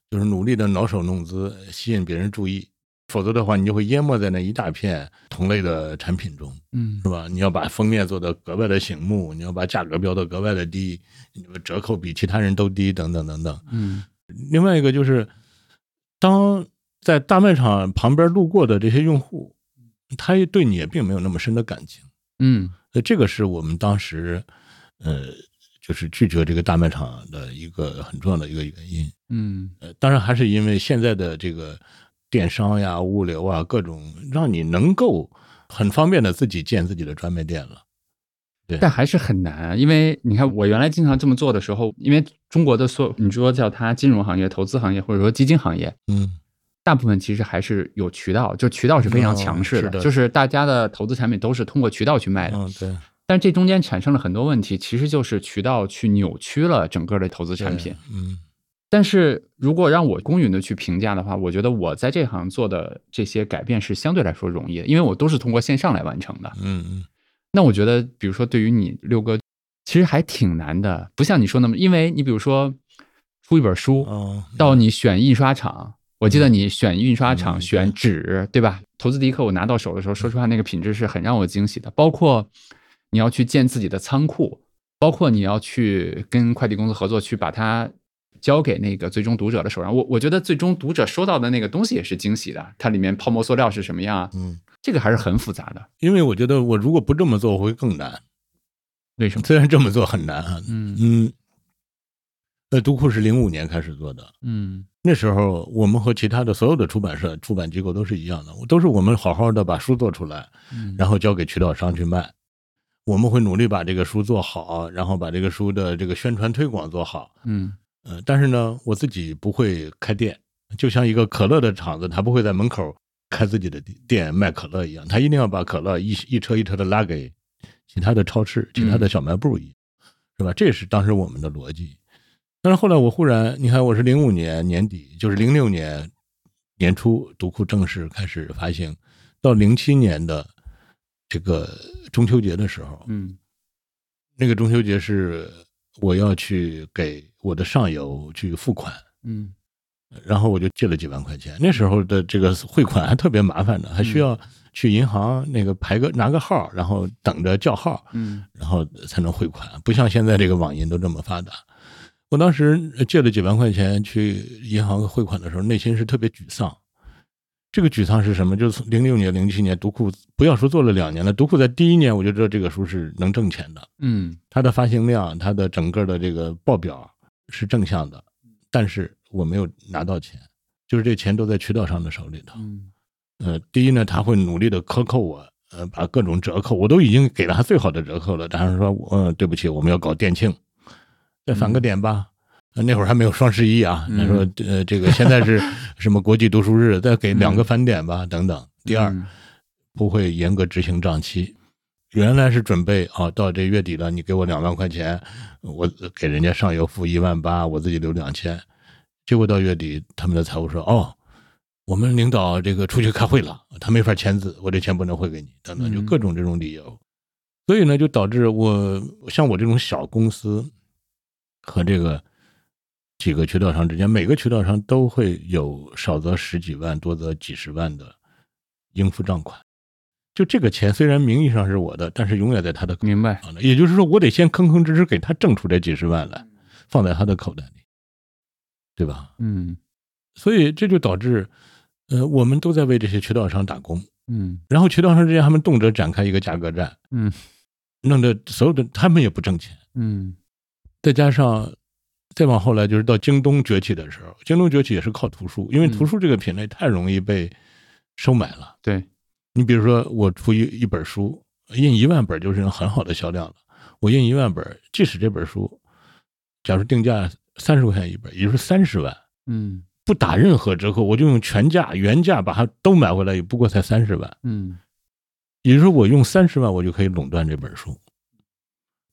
Speaker 2: 就是努力的挠手弄姿，吸引别人注意，否则的话你就会淹没在那一大片同类的产品中，
Speaker 1: 嗯
Speaker 2: 是吧？你要把封面做得格外的醒目，你要把价格标得格外的低，你的折扣比其他人都低，等等等等。
Speaker 1: 嗯
Speaker 2: 另外一个就是，当在大卖场旁边路过的这些用户，他也对你也并没有那么深的感情。
Speaker 1: 嗯
Speaker 2: 那这个是我们当时，呃，就是拒绝这个大卖场的一个很重要的一个原因。
Speaker 1: 嗯
Speaker 2: 呃，当然还是因为现在的这个电商呀、物流啊，各种让你能够很方便的自己建自己的专卖店了。对
Speaker 1: 但还是很难，因为你看我原来经常这么做的时候，因为中国的所有你说叫它金融行业、投资行业或者说基金行业，
Speaker 2: 嗯，
Speaker 1: 大部分其实还是有渠道，就渠道是非常强势的，
Speaker 2: 哦是的
Speaker 1: 就是大家的投资产品都是通过渠道去卖的。
Speaker 2: 嗯，对，
Speaker 1: 但这中间产生了很多问题，其实就是渠道去扭曲了整个的投资产
Speaker 2: 对
Speaker 1: 品。，
Speaker 2: 嗯
Speaker 1: 但是如果让我公允的去评价的话，我觉得我在这行做的这些改变是相对来说容易的，因为我都是通过线上来完成的。
Speaker 2: 嗯嗯，
Speaker 1: 那我觉得，比如说对于你六哥，其实还挺难的，不像你说那么，因为你比如说出一本书，
Speaker 2: 哦，
Speaker 1: 到你选印刷厂，我记得你选印刷厂、
Speaker 2: 嗯
Speaker 1: 选纸，对吧？投资第一课我拿到手的时候，说实话，那个品质是很让我惊喜的。包括你要去建自己的仓库，包括你要去跟快递公司合作，去把它交给那个最终读者的手上。我我觉得最终读者收到的那个东西也是惊喜的，它里面泡沫塑料是什么样啊？
Speaker 2: 嗯，
Speaker 1: 这个还是很复杂的。
Speaker 2: 因为我觉得我如果不这么做，我会更难。
Speaker 1: 为什么？
Speaker 2: 虽然这么做很难啊，
Speaker 1: 嗯
Speaker 2: 嗯，呃，读库是零五年开始做的，
Speaker 1: 嗯
Speaker 2: 那时候我们和其他的所有的出版社、出版机构都是一样的，都是我们好好的把书做出来，
Speaker 1: 嗯
Speaker 2: 然后交给渠道商去卖。我们会努力把这个书做好，然后把这个书的这个宣传推广做好。
Speaker 1: 嗯
Speaker 2: 呃，但是呢，我自己不会开店，就像一个可乐的厂子，他不会在门口开自己的店卖可乐一样，他一定要把可乐一一车一车的拉给其他的超市、其他的小卖部一样，是吧？这是当时我们的逻辑。但是后来我忽然，你看，我是零五年年底，就是零六年年初，读库正式开始发行，到零七年的这个中秋节的时候，
Speaker 1: 嗯
Speaker 2: 那个中秋节是我要去给我的上游去付款，
Speaker 1: 嗯
Speaker 2: 然后我就借了几万块钱。那时候的这个汇款还特别麻烦的，还需要去银行那个排个拿个号，然后等着叫号，
Speaker 1: 嗯
Speaker 2: 然后才能汇款。不像现在这个网银都这么发达。我当时借了几万块钱去银行汇款的时候，内心是特别沮丧。这个沮丧是什么？就是从零六年、零七年，读库不要说做了两年了，读库在第一年我就知道这个书是能挣钱的。
Speaker 1: 嗯
Speaker 2: 它的发行量，它的整个的这个报表是正向的，但是我没有拿到钱，就是这钱都在渠道商的手里头。
Speaker 1: 嗯
Speaker 2: 呃，第一呢，他会努力的克扣我，呃，把各种折扣，我都已经给了他最好的折扣了，但是说，嗯、对不起，我们要搞店庆，再返个点吧。呃那会儿还没有双十一啊，
Speaker 1: 嗯
Speaker 2: 他说，呃，这个现在是 什么国际读书日，再给两个返点吧，等等。第
Speaker 1: 嗯
Speaker 2: 二，不会严格执行账期。原来是准备啊，到这月底了，你给我两万块钱，我给人家上游付一万八，我自己留两千。结果到月底，他们的财务说：“哦，我们领导这个出去开会了，他没法签字，我这钱不能汇给你。”等等，就
Speaker 1: 嗯
Speaker 2: 各种这种理由。所以呢，就导致我像我这种小公司和这个几个渠道商之间，每个渠道商都会有少则十几万，多则几十万的应付账款。就这个钱虽然名义上是我的，但是永远在他的口
Speaker 1: 明白。
Speaker 2: 啊那也就是说，我得先吭吭哧哧给他挣出这几十万来，放在他的口袋里，对吧？
Speaker 1: 嗯
Speaker 2: 所以这就导致，呃，我们都在为这些渠道商打工，
Speaker 1: 嗯
Speaker 2: 然后渠道商之间他们动辄展开一个价格战，
Speaker 1: 嗯，
Speaker 2: 弄得所有的他们也不挣钱，
Speaker 1: 嗯
Speaker 2: 再加上。再往后来就是到京东崛起的时候，京东崛起也是靠图书，因为
Speaker 1: 嗯
Speaker 2: 图书这个品类太容易被收买了。
Speaker 1: 对。
Speaker 2: 你比如说，我出一一本书，印一万本就是很好的销量了。我印一万本，即使这本书，假如定价三十块钱一本，也就是三十万，
Speaker 1: 嗯
Speaker 2: 不打任何折扣，我就用全价原价把它都买回来，也不过才三十万。
Speaker 1: 嗯
Speaker 2: 也就是说，我用三十万，我就可以垄断这本书。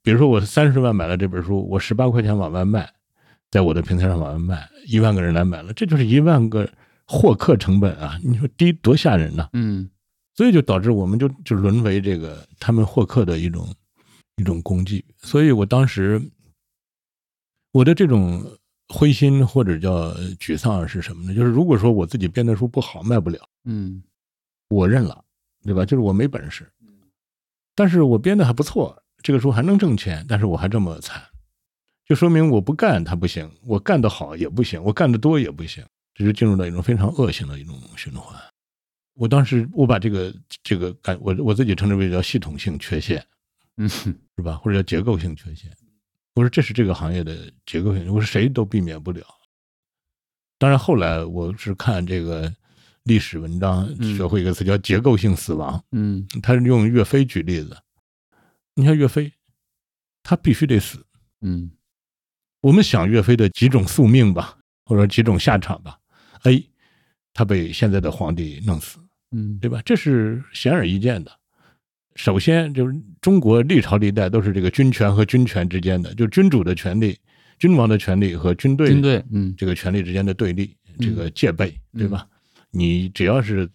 Speaker 2: 比如说，我三十万买了这本书，我十八块钱往外卖，在我的平台上往外卖，一万个人来买了，这就是一万个获客成本啊！你说低多吓人呐、
Speaker 1: 嗯
Speaker 2: 所以就导致我们就就沦为这个他们获客的一种一种工具。所以我当时我的这种灰心或者叫呃沮丧是什么呢？就是如果说我自己编的书不好卖不了，
Speaker 1: 嗯
Speaker 2: 我认了，对吧？就是我没本事，但是我编的还不错，这个书还能挣钱，但是我还这么惨，就说明我不干它不行，我干得好也不行，我干得多也不行，这就进入到一种非常恶性的一种循环。我当时我把这个这个感我我自己称之为叫系统性缺陷，
Speaker 1: 嗯
Speaker 2: 是吧？或者叫结构性缺陷。我说这是这个行业的结构性，我说谁都避免不了。当然，后来我是看这个历史文章
Speaker 1: 嗯
Speaker 2: 学会一个词叫结构性死亡，
Speaker 1: 嗯
Speaker 2: 他是用岳飞举例子。你看岳飞，他必须得死。
Speaker 1: 嗯
Speaker 2: 我们想岳飞的几种宿命吧，或者几种下场吧。A，他被现在的皇帝弄死，
Speaker 1: 嗯
Speaker 2: 对吧？这是显而易见的。首先就是中国历朝历代都是这个军权和军权之间的，就君主的权利、君王的权利和军队
Speaker 1: 军队，嗯
Speaker 2: 这个权力之间的对立，
Speaker 1: 嗯
Speaker 2: 这个戒备，对吧？你只要是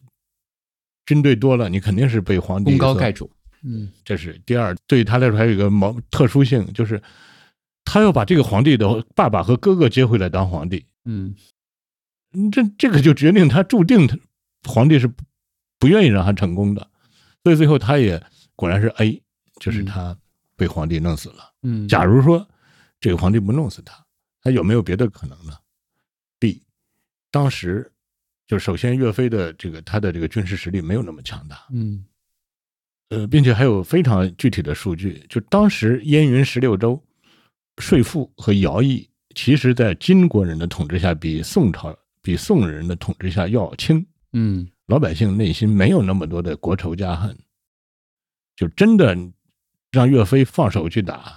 Speaker 2: 军队多了，你肯定是被皇帝
Speaker 1: 功高
Speaker 2: 所
Speaker 1: 盖主，嗯
Speaker 2: 这是第二，对于他来说还有一个毛特殊性，就是他要把这个皇帝的爸爸和哥哥接回来当皇帝，
Speaker 1: 嗯
Speaker 2: 嗯这这个就决定他注定他皇帝是不不愿意让他成功的，所以最后他也果然是 A，就是
Speaker 1: 嗯
Speaker 2: 他被皇帝弄死了。
Speaker 1: 嗯，
Speaker 2: 假如说这个皇帝不弄死他，他有没有别的可能呢？B，当时就首先岳飞的这个他的这个军事实力没有那么强大，
Speaker 1: 嗯
Speaker 2: 呃，并且还有非常具体的数据，就当时燕云十六州，税赋和徭役，其实在金国人的统治下，比宋朝比宋人的统治下要轻，
Speaker 1: 嗯
Speaker 2: 老百姓内心没有那么多的国仇家恨，就真的让岳飞放手去打，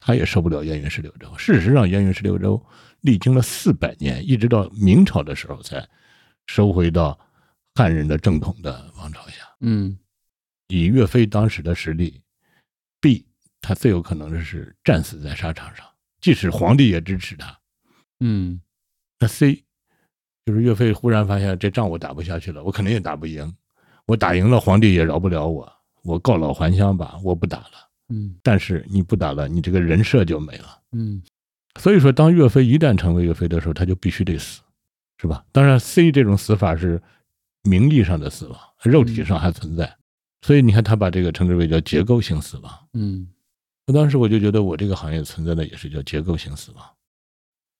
Speaker 2: 他也受不了燕云十六州。事实上，燕云十六州历经了四百年，一直到明朝的时候才收回到汉人的正统的王朝下。
Speaker 1: 嗯
Speaker 2: 以岳飞当时的实力，B 他最有可能是战死在沙场上，即使皇帝也支持他。
Speaker 1: 嗯
Speaker 2: 那 C 就是岳飞忽然发现这仗我打不下去了，我肯定也打不赢，我打赢了皇帝也饶不了我，我告老还乡吧，我不打了。
Speaker 1: 嗯
Speaker 2: 但是你不打了，你这个人设就没了。
Speaker 1: 嗯
Speaker 2: 所以说，当岳飞一旦成为岳飞的时候，他就必须得死，是吧？当然，C 这种死法是名义上的死亡，肉体上还存在。所以你看，他把这个称之为叫结构性死亡。
Speaker 1: 嗯
Speaker 2: 我当时我就觉得我这个行业存在的也是叫结构性死亡，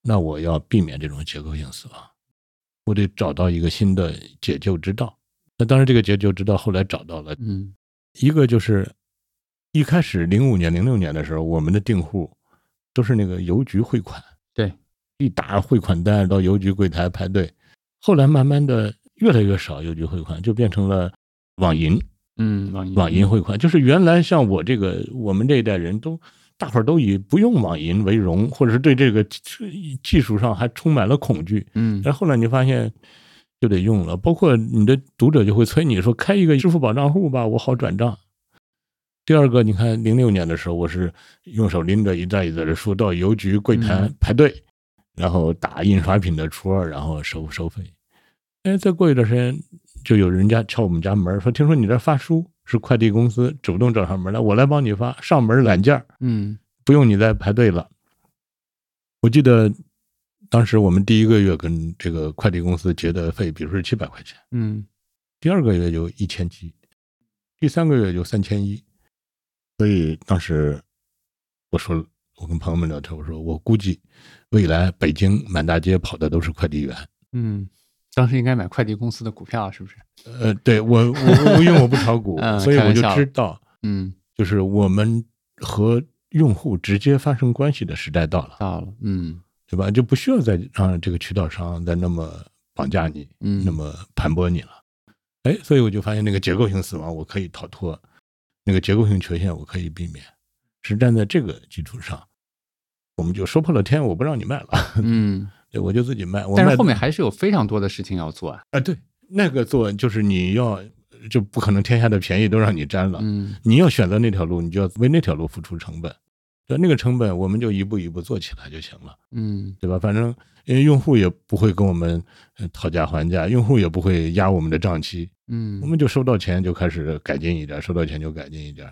Speaker 2: 那我要避免这种结构性死亡，我得找到一个新的解救之道。那当然，这个解救之道后来找到了，
Speaker 1: 嗯
Speaker 2: 一个就是一开始零五年、零六年的时候，我们的订户都是那个邮局汇款，
Speaker 1: 对，
Speaker 2: 一沓汇款单到邮局柜台排队。后来慢慢的越来越少邮局汇款，就变成了网银。
Speaker 1: 嗯，网银
Speaker 2: 网银汇款，就是原来像我这个我们这一代人都大伙儿都以不用网银为荣，或者是对这个技技术上还充满了恐惧。
Speaker 1: 嗯
Speaker 2: 但是后来你发现就得用了，包括你的读者就会催你说开一个支付宝账户吧，我好转账。第二个，你看零六年的时候，我是用手拎着一袋一袋的书到邮局柜台
Speaker 1: 嗯
Speaker 2: 排队，然后打印刷品的戳，然后收收费。哎，再过一段时间，就有人家敲我们家门说：“听说你这儿发书，是快递公司主动找上门来，我来帮你发，上门揽件儿
Speaker 1: 嗯
Speaker 2: 不用你再排队了。我记得当时我们第一个月跟这个快递公司结的费，比如说七百块钱，
Speaker 1: 嗯
Speaker 2: 第二个月就一千七，第三个月就三千一。所以当时我说，我跟朋友们聊天，我说我估计未来北京满大街跑的都是快递员。
Speaker 1: 嗯，当时应该买快递公司的股票是不是？，
Speaker 2: 呃，对我我我因为我不炒股
Speaker 1: 嗯
Speaker 2: 所以我就
Speaker 1: 开玩笑
Speaker 2: 知道，
Speaker 1: 嗯，
Speaker 2: 就是我们和用户直接发生关系的时代到了。
Speaker 1: 到了， 嗯
Speaker 2: 对吧？就不需要再让这个渠道商再那么绑架你，
Speaker 1: 嗯，
Speaker 2: 那么盘剥你了。哎，所以我就发现那个结构性死亡我可以逃脱，那个结构性缺陷我可以避免，是站在这个基础上，我们就说破了天，我不让你卖了，
Speaker 1: 嗯，
Speaker 2: 对我就自己卖。我卖
Speaker 1: 但是后面还是有非常多的事情要 做啊，
Speaker 2: 啊，对那个做就是你要就不可能天下的便宜都让你占了，
Speaker 1: 嗯
Speaker 2: 你要选择那条路，你就要为那条路付出成本。对，那个成本我们就一步一步做起来就行了。
Speaker 1: 嗯
Speaker 2: 对吧？反正因为用户也不会跟我们呃讨价还价，用户也不会压我们的账期，
Speaker 1: 嗯，
Speaker 2: 我们就收到钱就开始改进一点，收到钱就改进一点，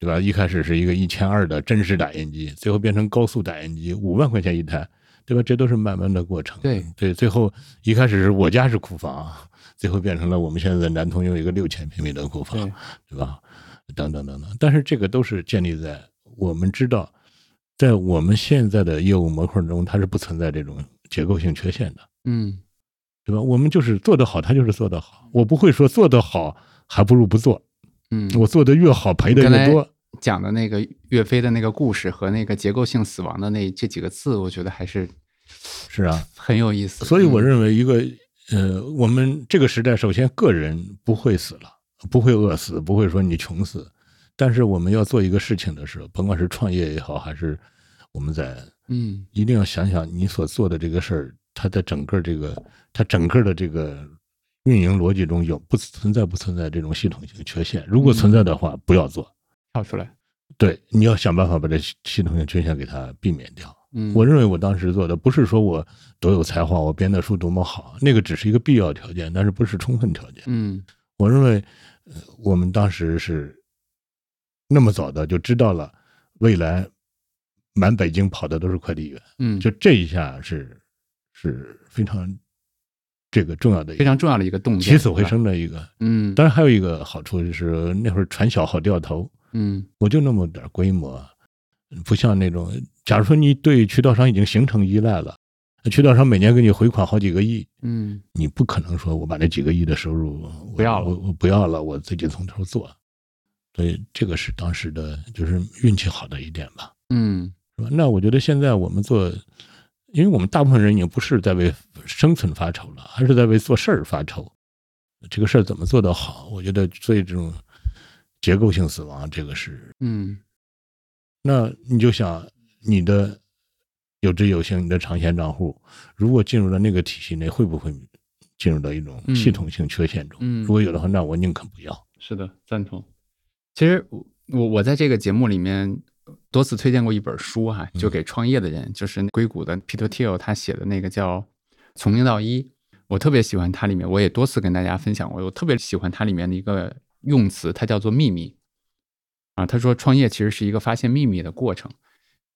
Speaker 2: 对吧？一开始是一个一千二的真实打印机，最后变成高速打印机，五万块钱一台，对吧？这都是慢慢的过程。
Speaker 1: 对
Speaker 2: 对，最后一开始是我家是库房，最后变成了我们现在的南通有一个六千平米的库房
Speaker 1: 对。，
Speaker 2: 对吧？等等等等。但是这个都是建立在我们知道，在我们现在的业务模块中，它是不存在这种结构性缺陷的，
Speaker 1: 嗯
Speaker 2: 对吧？我们就是做得好，它就是做得好。我不会说做得好还不如不做，
Speaker 1: 嗯，
Speaker 2: 我做得越好赔的越多。
Speaker 1: 讲的那个岳飞的那个故事和那个结构性死亡的那这几个字，我觉得还是
Speaker 2: 是啊，
Speaker 1: 很有意思。
Speaker 2: 所以我
Speaker 1: 嗯
Speaker 2: 认为一个呃，我们这个时代，首先个人不会死了，不会饿死，不会说你穷死。但是我们要做一个事情的时候，甭管是创业也好，还是我们在
Speaker 1: 嗯
Speaker 2: 一定要想想你所做的这个事儿，它在整个这个它整个的这个运营逻辑中有不存在不存在这种系统性缺陷？如果存在的话，不要做。
Speaker 1: 跳出来，
Speaker 2: 对，你要想办法把这系系统性缺陷给它避免掉。
Speaker 1: 嗯，
Speaker 2: 我认为我当时做的不是说我多有才华，我编的书多么好，那个只是一个必要条件，但是不是充分条件。
Speaker 1: 嗯
Speaker 2: 我认为，呃，我们当时是那么早的就知道了，未来满北京跑的都是快递员，
Speaker 1: 嗯，
Speaker 2: 就这一下是是非常这个重要的一
Speaker 1: 非
Speaker 2: 个
Speaker 1: 常重要的一个动作，
Speaker 2: 起死回
Speaker 1: 是吧，
Speaker 2: 生的一个。
Speaker 1: 嗯，
Speaker 2: 当然还有一个好处就是那会儿传小好掉头，
Speaker 1: 嗯
Speaker 2: 我就那么点儿规模，啊不像那种，假如说你对渠道商已经形成依赖了，渠道商每年给你回款好几个亿，
Speaker 1: 嗯
Speaker 2: 你不可能说我把那几个亿的收入我
Speaker 1: 不要了
Speaker 2: 我我不要了，我自己从头做。所以这个是当时的，就是运气好的一点吧，
Speaker 1: 嗯
Speaker 2: 是吧？那我觉得现在我们做，因为我们大部分人已经不是在为生存发愁了，而是在为做事儿发愁。这个事儿怎么做得好？我觉得，所以这种结构性死亡，这个是
Speaker 1: 嗯
Speaker 2: 那你就想你的有知有行，你的长线账户，如果进入到那个体系内，会不会进入到一种系统性缺陷中？
Speaker 1: 嗯，
Speaker 2: 如果有的话，那我宁可不要。
Speaker 1: 是的，赞同。其实我我我在这个节目里面多次推荐过一本书哈、就给创业的人，就是硅谷的 Peter Thiel 他写的那个叫《从零到一》，我特别喜欢它里面，我也多次跟大家分享过，我特别喜欢它里面的一个用词，它叫做秘密啊。他说创业其实是一个发现秘密的过程。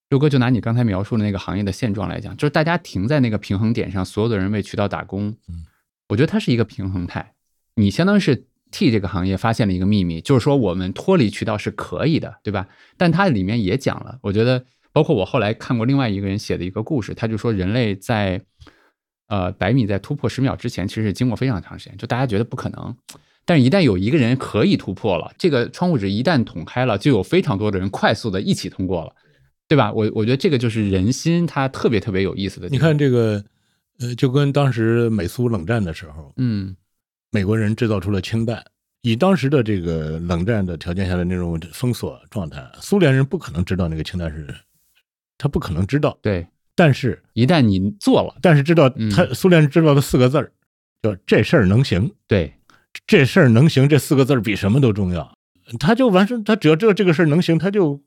Speaker 1: 六哥，就拿你刚才描述的那个行业的现状来讲，就是大家停在那个平衡点上，所有的人为渠道打工，
Speaker 2: 嗯，
Speaker 1: 我觉得它是一个平衡态。你相当于是替这个行业发现了一个秘密，就是说我们脱离渠道是可以的，对吧？但它里面也讲了，我觉得包括我后来看过另外一个人写的一个故事，他就说人类在呃百米在突破十秒之前，其实是经过非常长时间，就大家觉得不可能。但是，一旦有一个人可以突破了，这个窗户纸一旦捅开了，就有非常多的人快速的一起通过了，对吧？我我觉得这个就是人心，它特别特别有意思的地
Speaker 2: 你
Speaker 1: 方。
Speaker 2: 看这个，呃，就跟当时美苏冷战的时候，
Speaker 1: 嗯
Speaker 2: 美国人制造出了氢弹。以当时的这个冷战的条件下的那种封锁状态，苏联人不可能知道那个氢弹是，他不可能知道。
Speaker 1: 对，
Speaker 2: 但是，
Speaker 1: 一旦你做了，
Speaker 2: 但是知道
Speaker 1: 嗯
Speaker 2: 他、苏联人知道的四个字儿，叫这事儿能行。
Speaker 1: 对，
Speaker 2: 这事儿能行这四个字儿比什么都重要。他就完事，他只要知道这个事儿能行，他就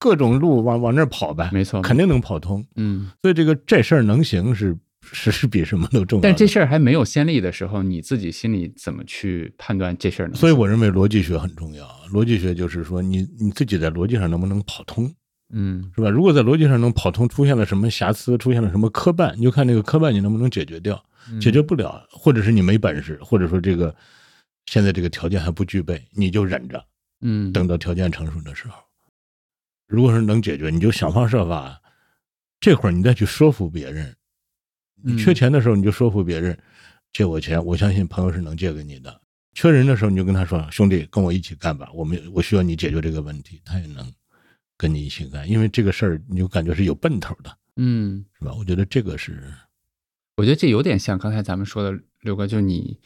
Speaker 2: 各种路往往那儿跑呗，
Speaker 1: 没错，
Speaker 2: 肯定能跑通。
Speaker 1: 嗯。
Speaker 2: 所以这个这事儿能行是是是比什么都重要的。
Speaker 1: 但这事儿还没有先例的时候，你自己心里怎么去判断这事儿呢？
Speaker 2: 所以我认为逻辑学很重要。逻辑学就是说你，你自己在逻辑上能不能跑通，
Speaker 1: 嗯
Speaker 2: 是吧？如果在逻辑上能跑通，出现了什么瑕疵，出现了什么磕绊，你就看那个磕绊你能不能解决掉。
Speaker 1: 嗯
Speaker 2: 解决不了，或者是你没本事，或者说这个现在这个条件还不具备，你就忍着。
Speaker 1: 嗯
Speaker 2: 等到条件成熟的时候，如果是能解决，你就想方设法。这会儿你再去说服别人，
Speaker 1: 嗯
Speaker 2: 你缺钱的时候你就说服别人、借我钱，我相信朋友是能借给你的。缺人的时候你就跟他说，兄弟，跟我一起干吧，我们我需要你解决这个问题，他也能跟你一起干，因为这个事儿你就感觉是有奔头的，
Speaker 1: 嗯，
Speaker 2: 是吧？我觉得这个是
Speaker 1: 我觉得这有点像刚才咱们说的刘哥，就是你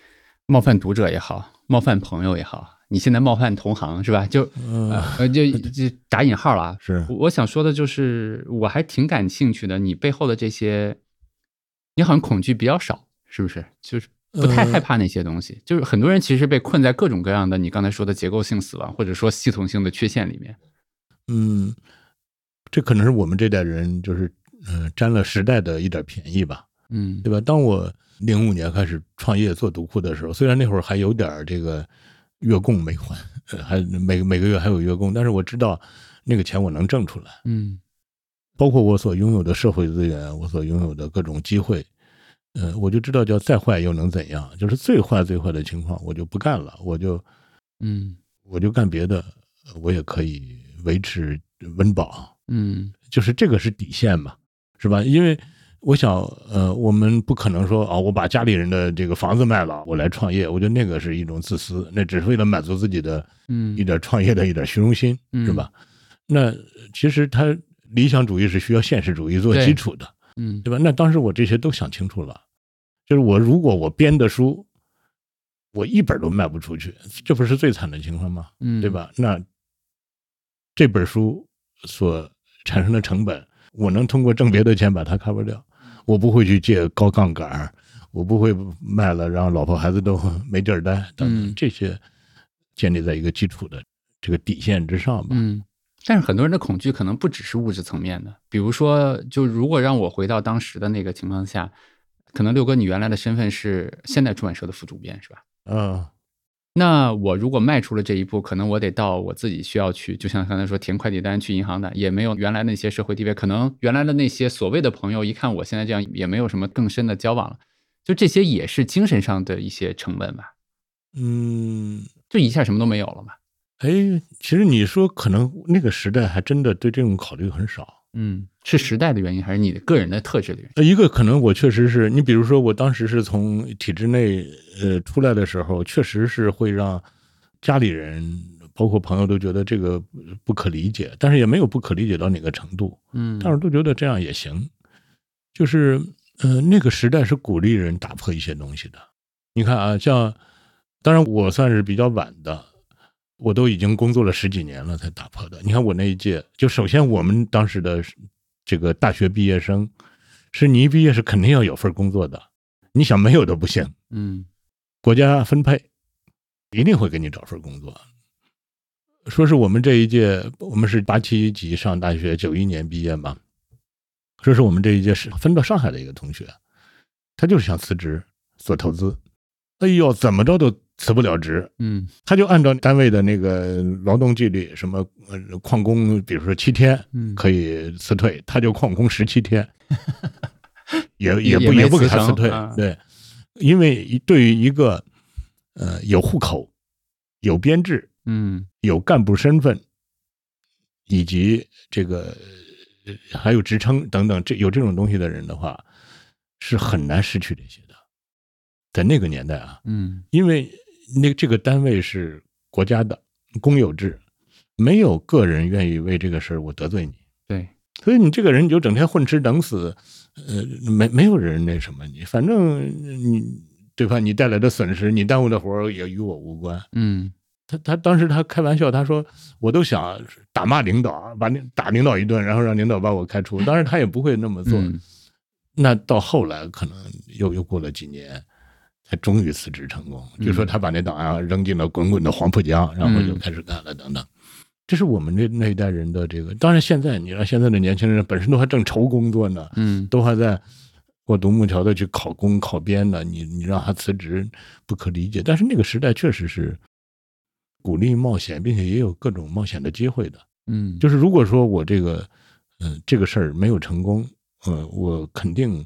Speaker 1: 冒犯读者也好，冒犯朋友也好，你现在冒犯同行是吧？就
Speaker 2: 嗯
Speaker 1: 呃，就就打引号了啊。
Speaker 2: 是
Speaker 1: 我我想说的就是，我还挺感兴趣的，你背后的这些，你好像恐惧比较少，是不是？就是不太
Speaker 2: 呃
Speaker 1: 害怕那些东西。就是很多人其实被困在各种各样的你刚才说的结构性死亡，或者说系统性的缺陷里面。
Speaker 2: 嗯，这可能是我们这代人就是嗯、呃占了时代的一点便宜吧，
Speaker 1: 嗯
Speaker 2: 对吧？当我零五年开始创业做读库的时候，虽然那会儿还有点儿这个月供没还，呃还每每个月还有月供，但是我知道那个钱我能挣出来，
Speaker 1: 嗯
Speaker 2: 包括我所拥有的社会资源，我所拥有的各种机会。呃，我就知道叫再坏又能怎样？就是最坏最坏的情况，我就不干了，我就
Speaker 1: 嗯
Speaker 2: 我就干别的，我也可以维持温饱，
Speaker 1: 嗯
Speaker 2: 就是这个是底线嘛，是吧？因为我想，呃，我们不可能说啊、我把家里人的这个房子卖了，我来创业，我觉得那个是一种自私，那只是为了满足自己的
Speaker 1: 嗯
Speaker 2: 一点创业的一点虚荣心，
Speaker 1: 嗯
Speaker 2: 是吧？那其实他理想主义是需要现实主义做
Speaker 1: 对
Speaker 2: 基础的，
Speaker 1: 嗯
Speaker 2: 对吧？那当时我这些都想清楚了，就是我如果我编的书，我一本都卖不出去，这不是最惨的情况吗？
Speaker 1: 嗯，
Speaker 2: 对？吧？那这本书所产生的成本，我能通过挣别的钱把它 cover 掉，
Speaker 1: 嗯
Speaker 2: 我不会去借高杠杆儿，我不会卖了让老婆孩子都 没地儿待等等
Speaker 1: 嗯
Speaker 2: 这些，建立在一个基础的这个底线之上吧。
Speaker 1: 嗯，但是很多人的恐惧可能不只是物质层面的，比如说，就如果让我回到当时的那个情况下，可能六哥你原来的身份是现代出版社的副主编是吧？
Speaker 2: 嗯，
Speaker 1: 那我如果迈出了这一步，可能我得到我自己需要去，就像刚才说填快递单、去银行的，也没有原来那些社会地位，可能原来的那些所谓的朋友，一看我现在这样，也没有什么更深的交往了，就这些也是精神上的一些成本吧，
Speaker 2: 嗯，
Speaker 1: 就一下什么都没有了嘛。
Speaker 2: 哎，其实你说可能那个时代还真的对这种考虑很少。
Speaker 1: 嗯，是时代的原因，还是你的个人的特质的原因？
Speaker 2: 呃，一个可能我确实是你，比如说我当时是从体制内呃出来的时候，确实是会让家里人包括朋友都觉得这个呃不可理解，但是也没有不可理解到哪个程度，
Speaker 1: 嗯，
Speaker 2: 但是都觉得这样也行。就是呃，那个时代是鼓励人打破一些东西的。你看啊，像当然我算是比较晚的，我都已经工作了十几年了才打破的。你看我那一届，就首先我们当时的这个大学毕业生，是你一毕业是肯定要有份工作的，你想没有都不行。
Speaker 1: 嗯
Speaker 2: 国家分配，一定会给你找份工作。说是我们这一届，我们是八七级上大学，九一年毕业嘛。说是我们这一届是分到上海的一个同学，他就是想辞职做投资，哎呦，怎么着都辞不了职，
Speaker 1: 嗯
Speaker 2: 他就按照单位的那个劳动纪律，什么呃旷工，比如说七天
Speaker 1: 嗯，
Speaker 2: 可以辞退，他就旷工十七 天，也也
Speaker 1: 也
Speaker 2: 不
Speaker 1: 没
Speaker 2: 也不给
Speaker 1: 辞
Speaker 2: 他辞
Speaker 1: 成
Speaker 2: 退
Speaker 1: 啊，
Speaker 2: 对，因为对于一个呃有户口、有编制、
Speaker 1: 嗯
Speaker 2: 有干部身份，以及这个呃还有职称等等，这有这种东西的人的话，是很难失去这些的，在那个年代啊，
Speaker 1: 嗯
Speaker 2: 因为那这个单位是国家的公有制，没有个人愿意为这个事儿我得罪你，
Speaker 1: 对，
Speaker 2: 所以你这个人你就整天混吃等死，呃，没没有人那什么你，反正你对吧？你带来的损失，你耽误的活儿也与我无关。
Speaker 1: 嗯
Speaker 2: 他他当时他开玩笑，他说我都想打骂领导，把领打领导一顿，然后让领导把我开除。当然他也不会那么做。
Speaker 1: 嗯
Speaker 2: 那到后来可能又又过了几年，才终于辞职成功。
Speaker 1: 嗯
Speaker 2: 就说他把那档案扔进了滚滚的黄浦江，然后就
Speaker 1: 嗯
Speaker 2: 开始干了等等。这是我们这那一代人的这个，当然现在你看现在的年轻人本身都还正愁工作呢，
Speaker 1: 嗯
Speaker 2: 都还在过独木桥的去考公考编呢，你你让他辞职不可理解。但是那个时代确实是鼓励冒险，并且也有各种冒险的机会的。
Speaker 1: 嗯，
Speaker 2: 就是如果说我这个，嗯、这个事儿没有成功，呃，我肯定，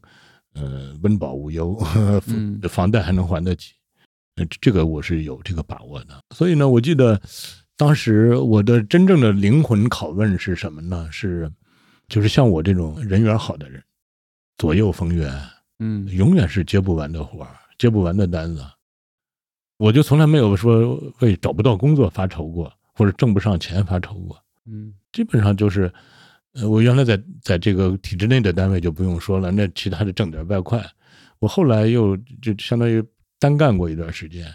Speaker 2: 呃，温饱无忧，
Speaker 1: 嗯
Speaker 2: 房贷还能还得起，呃，这个我是有这个把握的。所以呢，我记得当时我的真正的灵魂拷问是什么呢？是，就是像我这种人缘好的人，左右逢源，
Speaker 1: 嗯
Speaker 2: 永远是接不完的活儿，接不完的单子。我就从来没有说为找不到工作发愁过，或者挣不上钱发愁过。
Speaker 1: 嗯
Speaker 2: 基本上就是，呃，我原来在在这个体制内的单位就不用说了，那其他的挣点外快。我后来又就相当于单干过一段时间，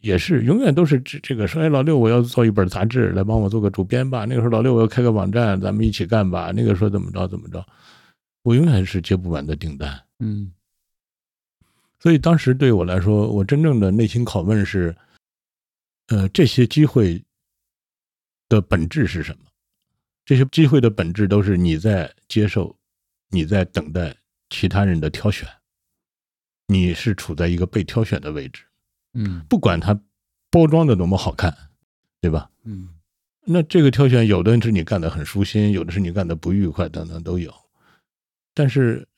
Speaker 2: 也是永远都是这这个说，哎，老六，我要做一本杂志，来帮我做个主编吧。那个时候老六我要开个网站，咱们一起干吧。那个时候怎么着怎么着，我永远是接不完的订单。
Speaker 1: 嗯
Speaker 2: 所以当时对我来说，我真正的内心拷问是，呃，这些机会的本质是什么？这些机会的本质都是你在接受，你在等待其他人的挑选，你是处在一个被挑选的位置，
Speaker 1: 嗯
Speaker 2: 不管它包装的多么好看，对吧？
Speaker 1: 嗯
Speaker 2: 那这个挑选，有的是你干的很舒心，有的是你干的不愉快，等等都有。但是，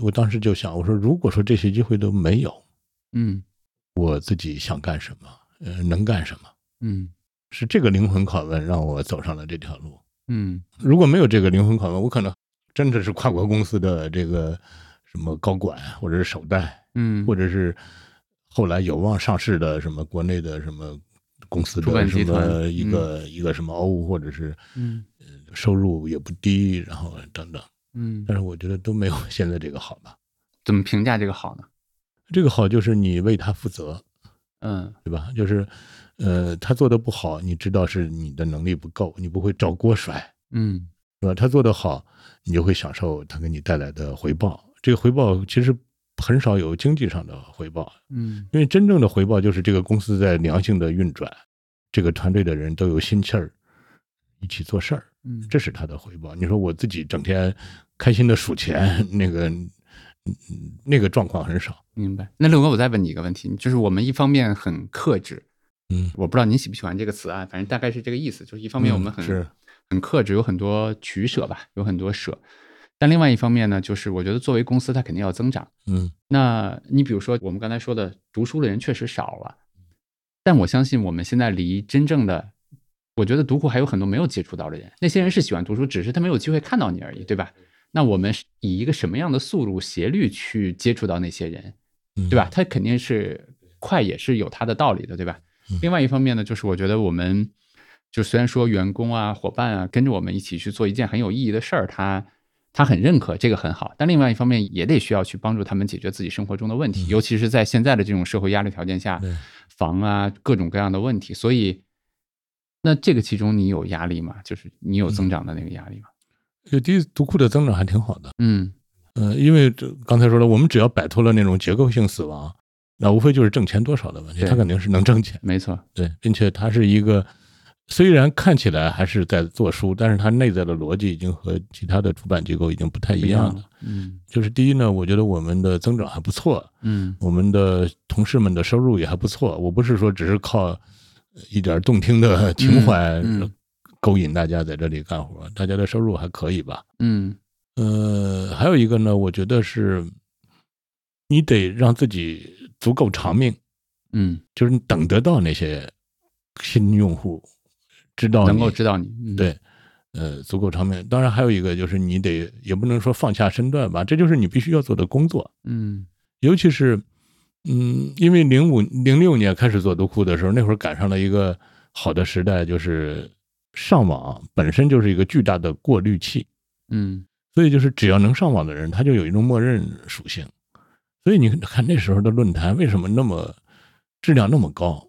Speaker 2: 我当时就想，我说，如果说这些机会都没有，
Speaker 1: 嗯
Speaker 2: 我自己想干什么，呃，能干什么，
Speaker 1: 嗯
Speaker 2: 是这个灵魂拷问让我走上了这条路。
Speaker 1: 嗯
Speaker 2: 如果没有这个灵魂拷问，我可能真的是跨国公司的这个什么高管，啊或者是首代，
Speaker 1: 嗯，
Speaker 2: 或者是后来有望上市的什么国内的什么公司
Speaker 1: 出
Speaker 2: 的
Speaker 1: 版
Speaker 2: 什
Speaker 1: 集团
Speaker 2: 么一个、一个什么欧，或者是
Speaker 1: 嗯
Speaker 2: 收入也不低，然后等等。
Speaker 1: 嗯
Speaker 2: 但，是我觉得都没有现在这个好吧。
Speaker 1: 怎么评价这个好呢？
Speaker 2: 这个好就是你为他负责，
Speaker 1: 嗯
Speaker 2: 对吧？就是呃，他做的不好，你知道是你的能力不够，你不会找锅甩，
Speaker 1: 嗯
Speaker 2: 是吧？他做的好，你就会享受他给你带来的回报。这个回报其实很少有经济上的回报，
Speaker 1: 嗯
Speaker 2: 因为真正的回报就是这个公司在良性的运转，这个团队的人都有心气儿，一起做事儿，
Speaker 1: 嗯，
Speaker 2: 这是他的回报。你说我自己整天开心的数钱，那个嗯那个状况很少。
Speaker 1: 明白。那六哥，我再问你一个问题，就是我们一方面很克制，
Speaker 2: 嗯，
Speaker 1: 我不知道您喜不喜欢这个词啊，反正大概是这个意思，就是一方面我们很、
Speaker 2: 嗯是
Speaker 1: 很克制，有很多取舍吧，有很多舍。但另外一方面呢，就是我觉得作为公司，它肯定要增长。
Speaker 2: 嗯
Speaker 1: 那你比如说我们刚才说的，读书的人确实少了，但我相信我们现在离真正的，我觉得读库还有很多没有接触到的人，那些人是喜欢读书，只是他没有机会看到你而已，对吧？那我们是以一个什么样的速度、斜率去接触到那些人，
Speaker 2: 嗯，
Speaker 1: 对吧？？它肯定是快，也是有它的道理的，对吧
Speaker 2: 嗯？
Speaker 1: 另外一方面呢，就是我觉得我们就虽然说员工啊、伙伴啊跟着我们一起去做一件很有意义的事儿，他他很认可这个很好，但另外一方面也得需要去帮助他们解决自己生活中的问题，
Speaker 2: 嗯
Speaker 1: 尤其是在现在的这种社会压力条件下
Speaker 2: 对，
Speaker 1: 房啊各种各样的问题，所以。那这个其中你有压力吗？就是你有
Speaker 2: 嗯
Speaker 1: 增长的那个压力吗？
Speaker 2: 有机读库的增长还挺好的。
Speaker 1: 嗯
Speaker 2: 呃，因为这刚才说了，我们只要摆脱了那种结构性死亡，那无非就是挣钱多少的问题。
Speaker 1: 对
Speaker 2: 他肯定是能挣钱，
Speaker 1: 没错，
Speaker 2: 对，并且他是一个虽然看起来还是在做书，但是他内在的逻辑已经和其他的出版机构已经不太一样了。
Speaker 1: 了。嗯
Speaker 2: 就是第一呢，我觉得我们的增长还不错，
Speaker 1: 嗯
Speaker 2: 我们的同事们的收入也还不错。我不是说只是靠一点动听的情怀
Speaker 1: 嗯嗯
Speaker 2: 勾引大家在这里干活，大家的收入还可以吧？
Speaker 1: 嗯
Speaker 2: 呃，还有一个呢，我觉得是你得让自己足够长命，
Speaker 1: 嗯，
Speaker 2: 就是你等得到那些新用户知哦道你
Speaker 1: 能够知道你。嗯、
Speaker 2: 对，呃，足够长命。当然，还有一个就是你得也不能说放下身段吧，这就是你必须要做的工作。
Speaker 1: 嗯，
Speaker 2: 尤其是，嗯，因为零五零六年开始做读库的时候，那会儿赶上了一个好的时代，就是上网本身就是一个巨大的过滤器，
Speaker 1: 嗯
Speaker 2: 所以就是只要能上网的人，他就有一种默认属性。所以你看那时候的论坛为什么那么质量那么高？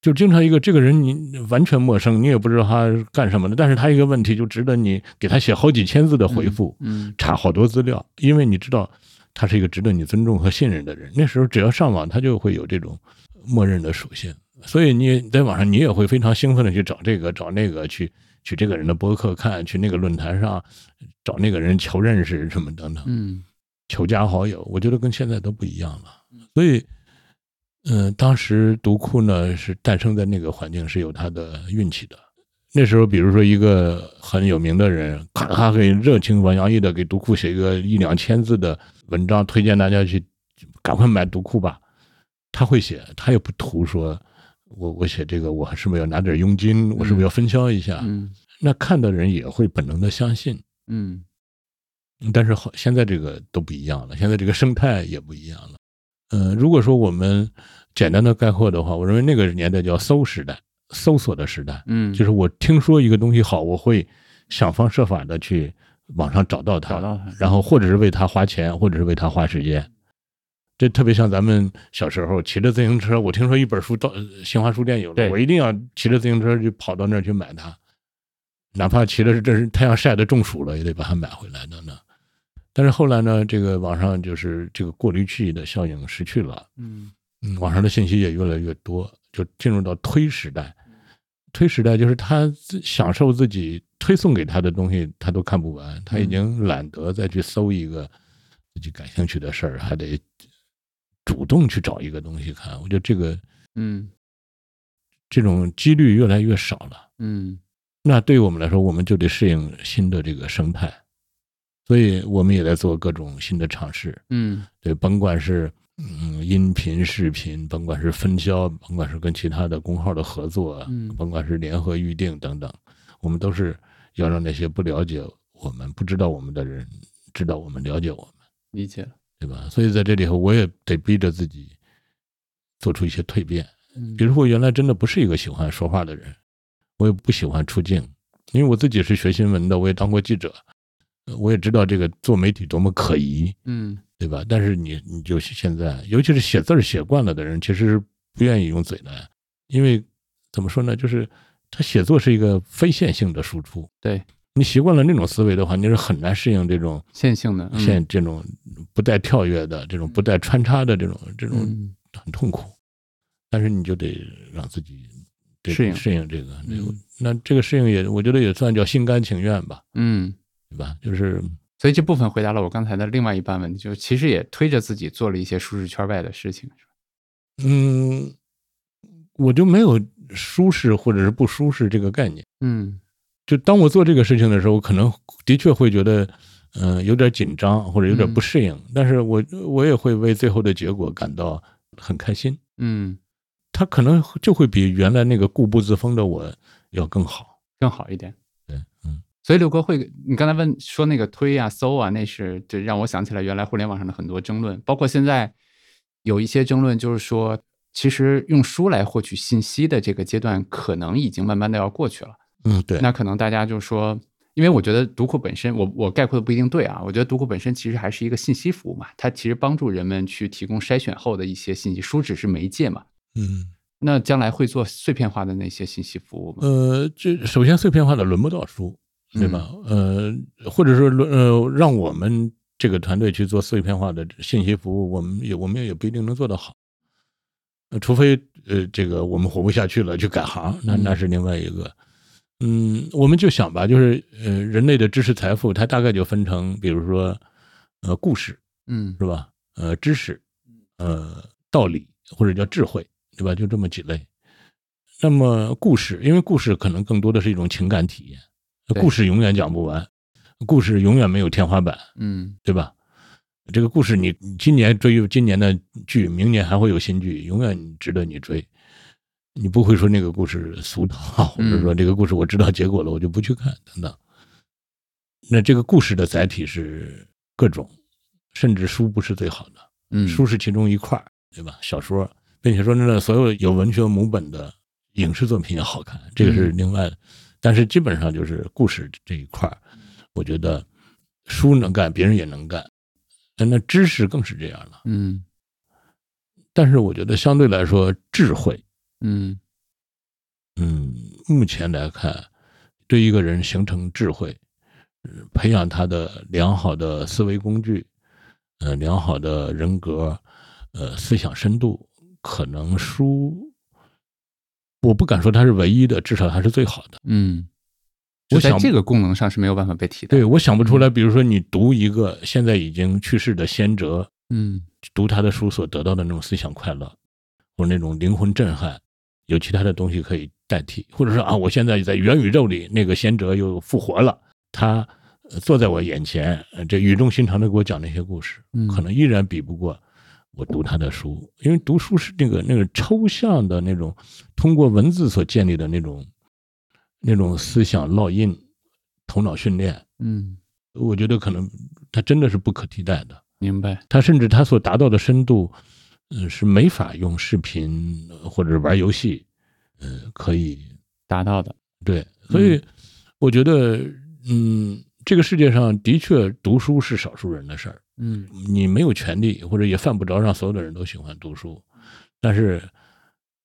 Speaker 2: 就经常一个这个人你完全陌生，你也不知道他干什么的，但是他一个问题就值得你给他写好几千字的回复，
Speaker 1: 嗯
Speaker 2: 查好多资料，因为你知道他是一个值得你尊重和信任的人。那时候只要上网，他就会有这种默认的属性，所以你也在网上你也会非常兴奋的去找这个找那个，去去这个人的博客看，去那个论坛上找那个人求认识什么等等，
Speaker 1: 嗯
Speaker 2: 求加好友。我觉得跟现在都不一样了，所以。嗯，当时读库呢是诞生在那个环境，是有它的运气的。那时候，比如说一个很有名的人，咔咔给热情洋溢的给读库写一个一两千字的文章，推荐大家去赶快买读库吧。他会写，他也不图说，我我写这个，我是不是要拿点佣金？我是不是要分销一下？
Speaker 1: 嗯
Speaker 2: 那看的人也会本能的相信。
Speaker 1: 嗯
Speaker 2: 但是好，现在这个都不一样了，现在这个生态也不一样了。呃，如果说我们简单的概括的话，我认为那个年代叫搜时代，搜索的时代。
Speaker 1: 嗯，
Speaker 2: 就是我听说一个东西好，我会想方设法的去网上找到它，
Speaker 1: 找到它
Speaker 2: 然后或者是为它花钱，或者是为它花时间。这特别像咱们小时候骑着自行车，我听说一本书到呃新华书店有
Speaker 1: 对
Speaker 2: 了，我一定要骑着自行车去跑到那儿去买它，哪怕骑的是真是太阳晒的中暑了，也得把它买回来的呢。但是后来呢，这个网上就是这个过滤器的效应失去了，
Speaker 1: 嗯
Speaker 2: 嗯，网上的信息也越来越多，就进入到推时代。推时代就是他自享受自己推送给他的东西，他都看不完，他已经懒得再去搜一个自己感兴趣的事儿，还得主动去找一个东西看。我觉得这个
Speaker 1: 嗯
Speaker 2: 这种几率越来越少了。
Speaker 1: 嗯
Speaker 2: 那对于我们来说，我们就得适应新的这个生态，所以我们也在做各种新的尝试。
Speaker 1: 嗯
Speaker 2: 对，甭管是嗯音频、视频，甭管是分销，甭管是跟其他的公号的合作，啊
Speaker 1: 嗯
Speaker 2: 甭管是联合预定等等，我们都是要让那些不了解我们、不知道我们的人知道我们、了解我们，
Speaker 1: 理解了。
Speaker 2: 对吧？所以在这里头，我也得逼着自己做出一些蜕变。
Speaker 1: 嗯
Speaker 2: 比如说，我原来真的不是一个喜欢说话的人，我也不喜欢出镜，因为我自己是学新闻的，我也当过记者，呃我也知道这个做媒体多么可疑。
Speaker 1: 嗯
Speaker 2: 对吧？但是你你就现在，尤其是写字儿写惯了的人，其实是不愿意用嘴的，因为怎么说呢？就是他写作是一个非线性的输出，
Speaker 1: 对
Speaker 2: 你习惯了那种思维的话，你是很难适应这种
Speaker 1: 线性的，嗯
Speaker 2: 现这种不带跳跃的、这种不带穿插的这种这种
Speaker 1: 嗯
Speaker 2: 很痛苦，但是你就得让自己得
Speaker 1: 适应
Speaker 2: 适应这个。那个
Speaker 1: 嗯
Speaker 2: 那这个适应也，我觉得也算叫心甘情愿吧，
Speaker 1: 嗯。
Speaker 2: 对吧？就是
Speaker 1: 所以这部分回答了我刚才的另外一半问题，就是其实也推着自己做了一些舒适圈外的事情，是吧
Speaker 2: 嗯，我就没有舒适或者是不舒适这个概念。
Speaker 1: 嗯
Speaker 2: 就当我做这个事情的时候，我可能的确会觉得，嗯、有点紧张或者有点不适应，但是我我也会为最后的结果感到很开心。
Speaker 1: 嗯，
Speaker 2: 它可能就会比原来那个固步自封的我要更好。
Speaker 1: 更好一点。
Speaker 2: 对，嗯，
Speaker 1: 所以刘哥会，你刚才问说那个推啊、搜啊，那是这让我想起来原来互联网上的很多争论，包括现在有一些争论，就是说，其实用书来获取信息的这个阶段，可能已经慢慢的要过去了。
Speaker 2: 嗯，对，
Speaker 1: 那可能大家就说，因为我觉得读库本身，我我概括的不一定对啊。我觉得读库本身其实还是一个信息服务嘛，它其实帮助人们去提供筛选后的一些信息，书只是媒介嘛。
Speaker 2: 嗯。
Speaker 1: 那将来会做碎片化的那些信息服务吗？
Speaker 2: 呃，这首先碎片化的轮不到书，对吧？呃，或者说轮呃，让我们这个团队去做碎片化的信息服务，我们也我们也不一定能做得好。呃除非呃，这个我们活不下去了去改行，那
Speaker 1: 嗯
Speaker 2: 那是另外一个。嗯，我们就想吧，就是呃，人类的知识财富它大概就分成，比如说呃，故事
Speaker 1: 嗯
Speaker 2: 是吧？呃，知识，呃，道理或者叫智慧，对吧？就这么几类。那么故事，因为故事可能更多的是一种情感体验，呃
Speaker 1: 对
Speaker 2: 故事永远讲不完，故事永远没有天花板，
Speaker 1: 嗯
Speaker 2: 对吧？这个故事你，你今年追今年的剧，明年还会有新剧，永远值得你追。你不会说那个故事俗套，或者说这个故事我知道结果了，我就不去看等等。那这个故事的载体是各种，甚至书不是最好的。
Speaker 1: 嗯，
Speaker 2: 书是其中一块儿，对吧？小说，并且说真的，所有有文学母本的影视作品也好看，这个是另外的。但是基本上就是故事这一块儿，我觉得书能干，别人也能干。那那知识更是这样了。
Speaker 1: 嗯
Speaker 2: 但是我觉得相对来说，智慧，
Speaker 1: 嗯
Speaker 2: 嗯，目前来看，对一个人形成智慧，呃培养他的良好的思维工具，呃，良好的人格，呃，思想深度，可能书，我不敢说它是唯一的，至少它是最好的。
Speaker 1: 嗯，
Speaker 2: 我
Speaker 1: 就在
Speaker 2: 想
Speaker 1: 这个嗯功能上是没有办法被替代。
Speaker 2: 对，，我想不出来，比如说你读一个现在已经去世的先哲，
Speaker 1: 嗯
Speaker 2: 读他的书所得到的那种思想快乐，或者那种灵魂震撼，有其他的东西可以代替，或者说啊，我现在在元宇宙里，那个贤哲又复活了，他呃坐在我眼前，呃这语重心长的给我讲那些故事，
Speaker 1: 嗯，
Speaker 2: 可能依然比不过我读他的书，因为读书是那个那个抽象的那种，通过文字所建立的那种那种思想烙印、头脑训练，
Speaker 1: 嗯，
Speaker 2: 我觉得可能它真的是不可替代的。
Speaker 1: 明白。
Speaker 2: 他甚至他所达到的深度，嗯、是没法用视频呃或者玩游戏，嗯、可以
Speaker 1: 达到的，
Speaker 2: 对。所以我觉得，嗯，这个世界上的确读书是少数人的事儿，
Speaker 1: 嗯
Speaker 2: 你没有权利，或者也犯不着让所有的人都喜欢读书，但是。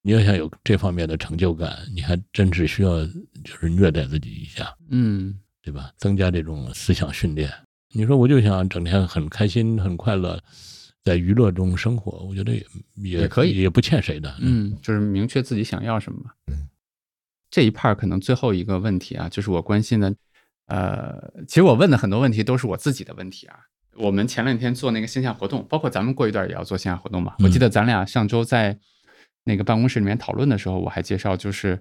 Speaker 2: 你要想有这方面的成就感，你还真是需要就是虐待自己一下，
Speaker 1: 嗯
Speaker 2: 对吧？增加这种思想训练。你说我就想整天很开心、很快乐，在娱乐中生活，我觉得也也
Speaker 1: 也可以
Speaker 2: 也不欠谁的。，
Speaker 1: 嗯，就是明确自己想要什么嘛。这一 part 可能最后一个问题啊，就是我关心的，呃，其实我问的很多问题都是我自己的问题啊。我们前两天做那个线下活动，包括咱们过一段也要做线下活动嘛。
Speaker 2: 嗯
Speaker 1: 我记得咱俩上周在那个办公室里面讨论的时候，我还介绍就是，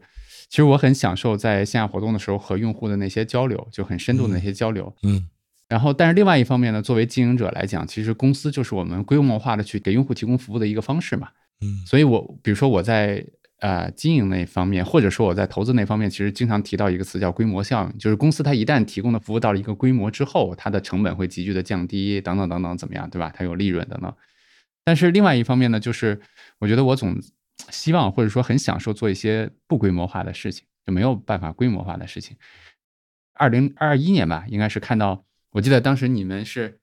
Speaker 1: 其实我很享受在线下活动的时候和用户的那些交流，就很深度的那些交流。
Speaker 2: 嗯
Speaker 1: 然后，但是另外一方面呢，作为经营者来讲，其实公司就是我们规模化的去给用户提供服务的一个方式嘛。
Speaker 2: 嗯
Speaker 1: 所以我比如说我在呃经营那方面，或者说我在投资那方面，其实经常提到一个词叫规模效应，就是公司它一旦提供的服务到了一个规模之后，它的成本会急剧的降低，等等等等，怎么样，对吧？它有利润等等。但是另外一方面呢，就是我觉得我总希望或者说很享受做一些不规模化的事情，就没有办法规模化的事情。二零二一年吧，应该是看到，我记得当时你们是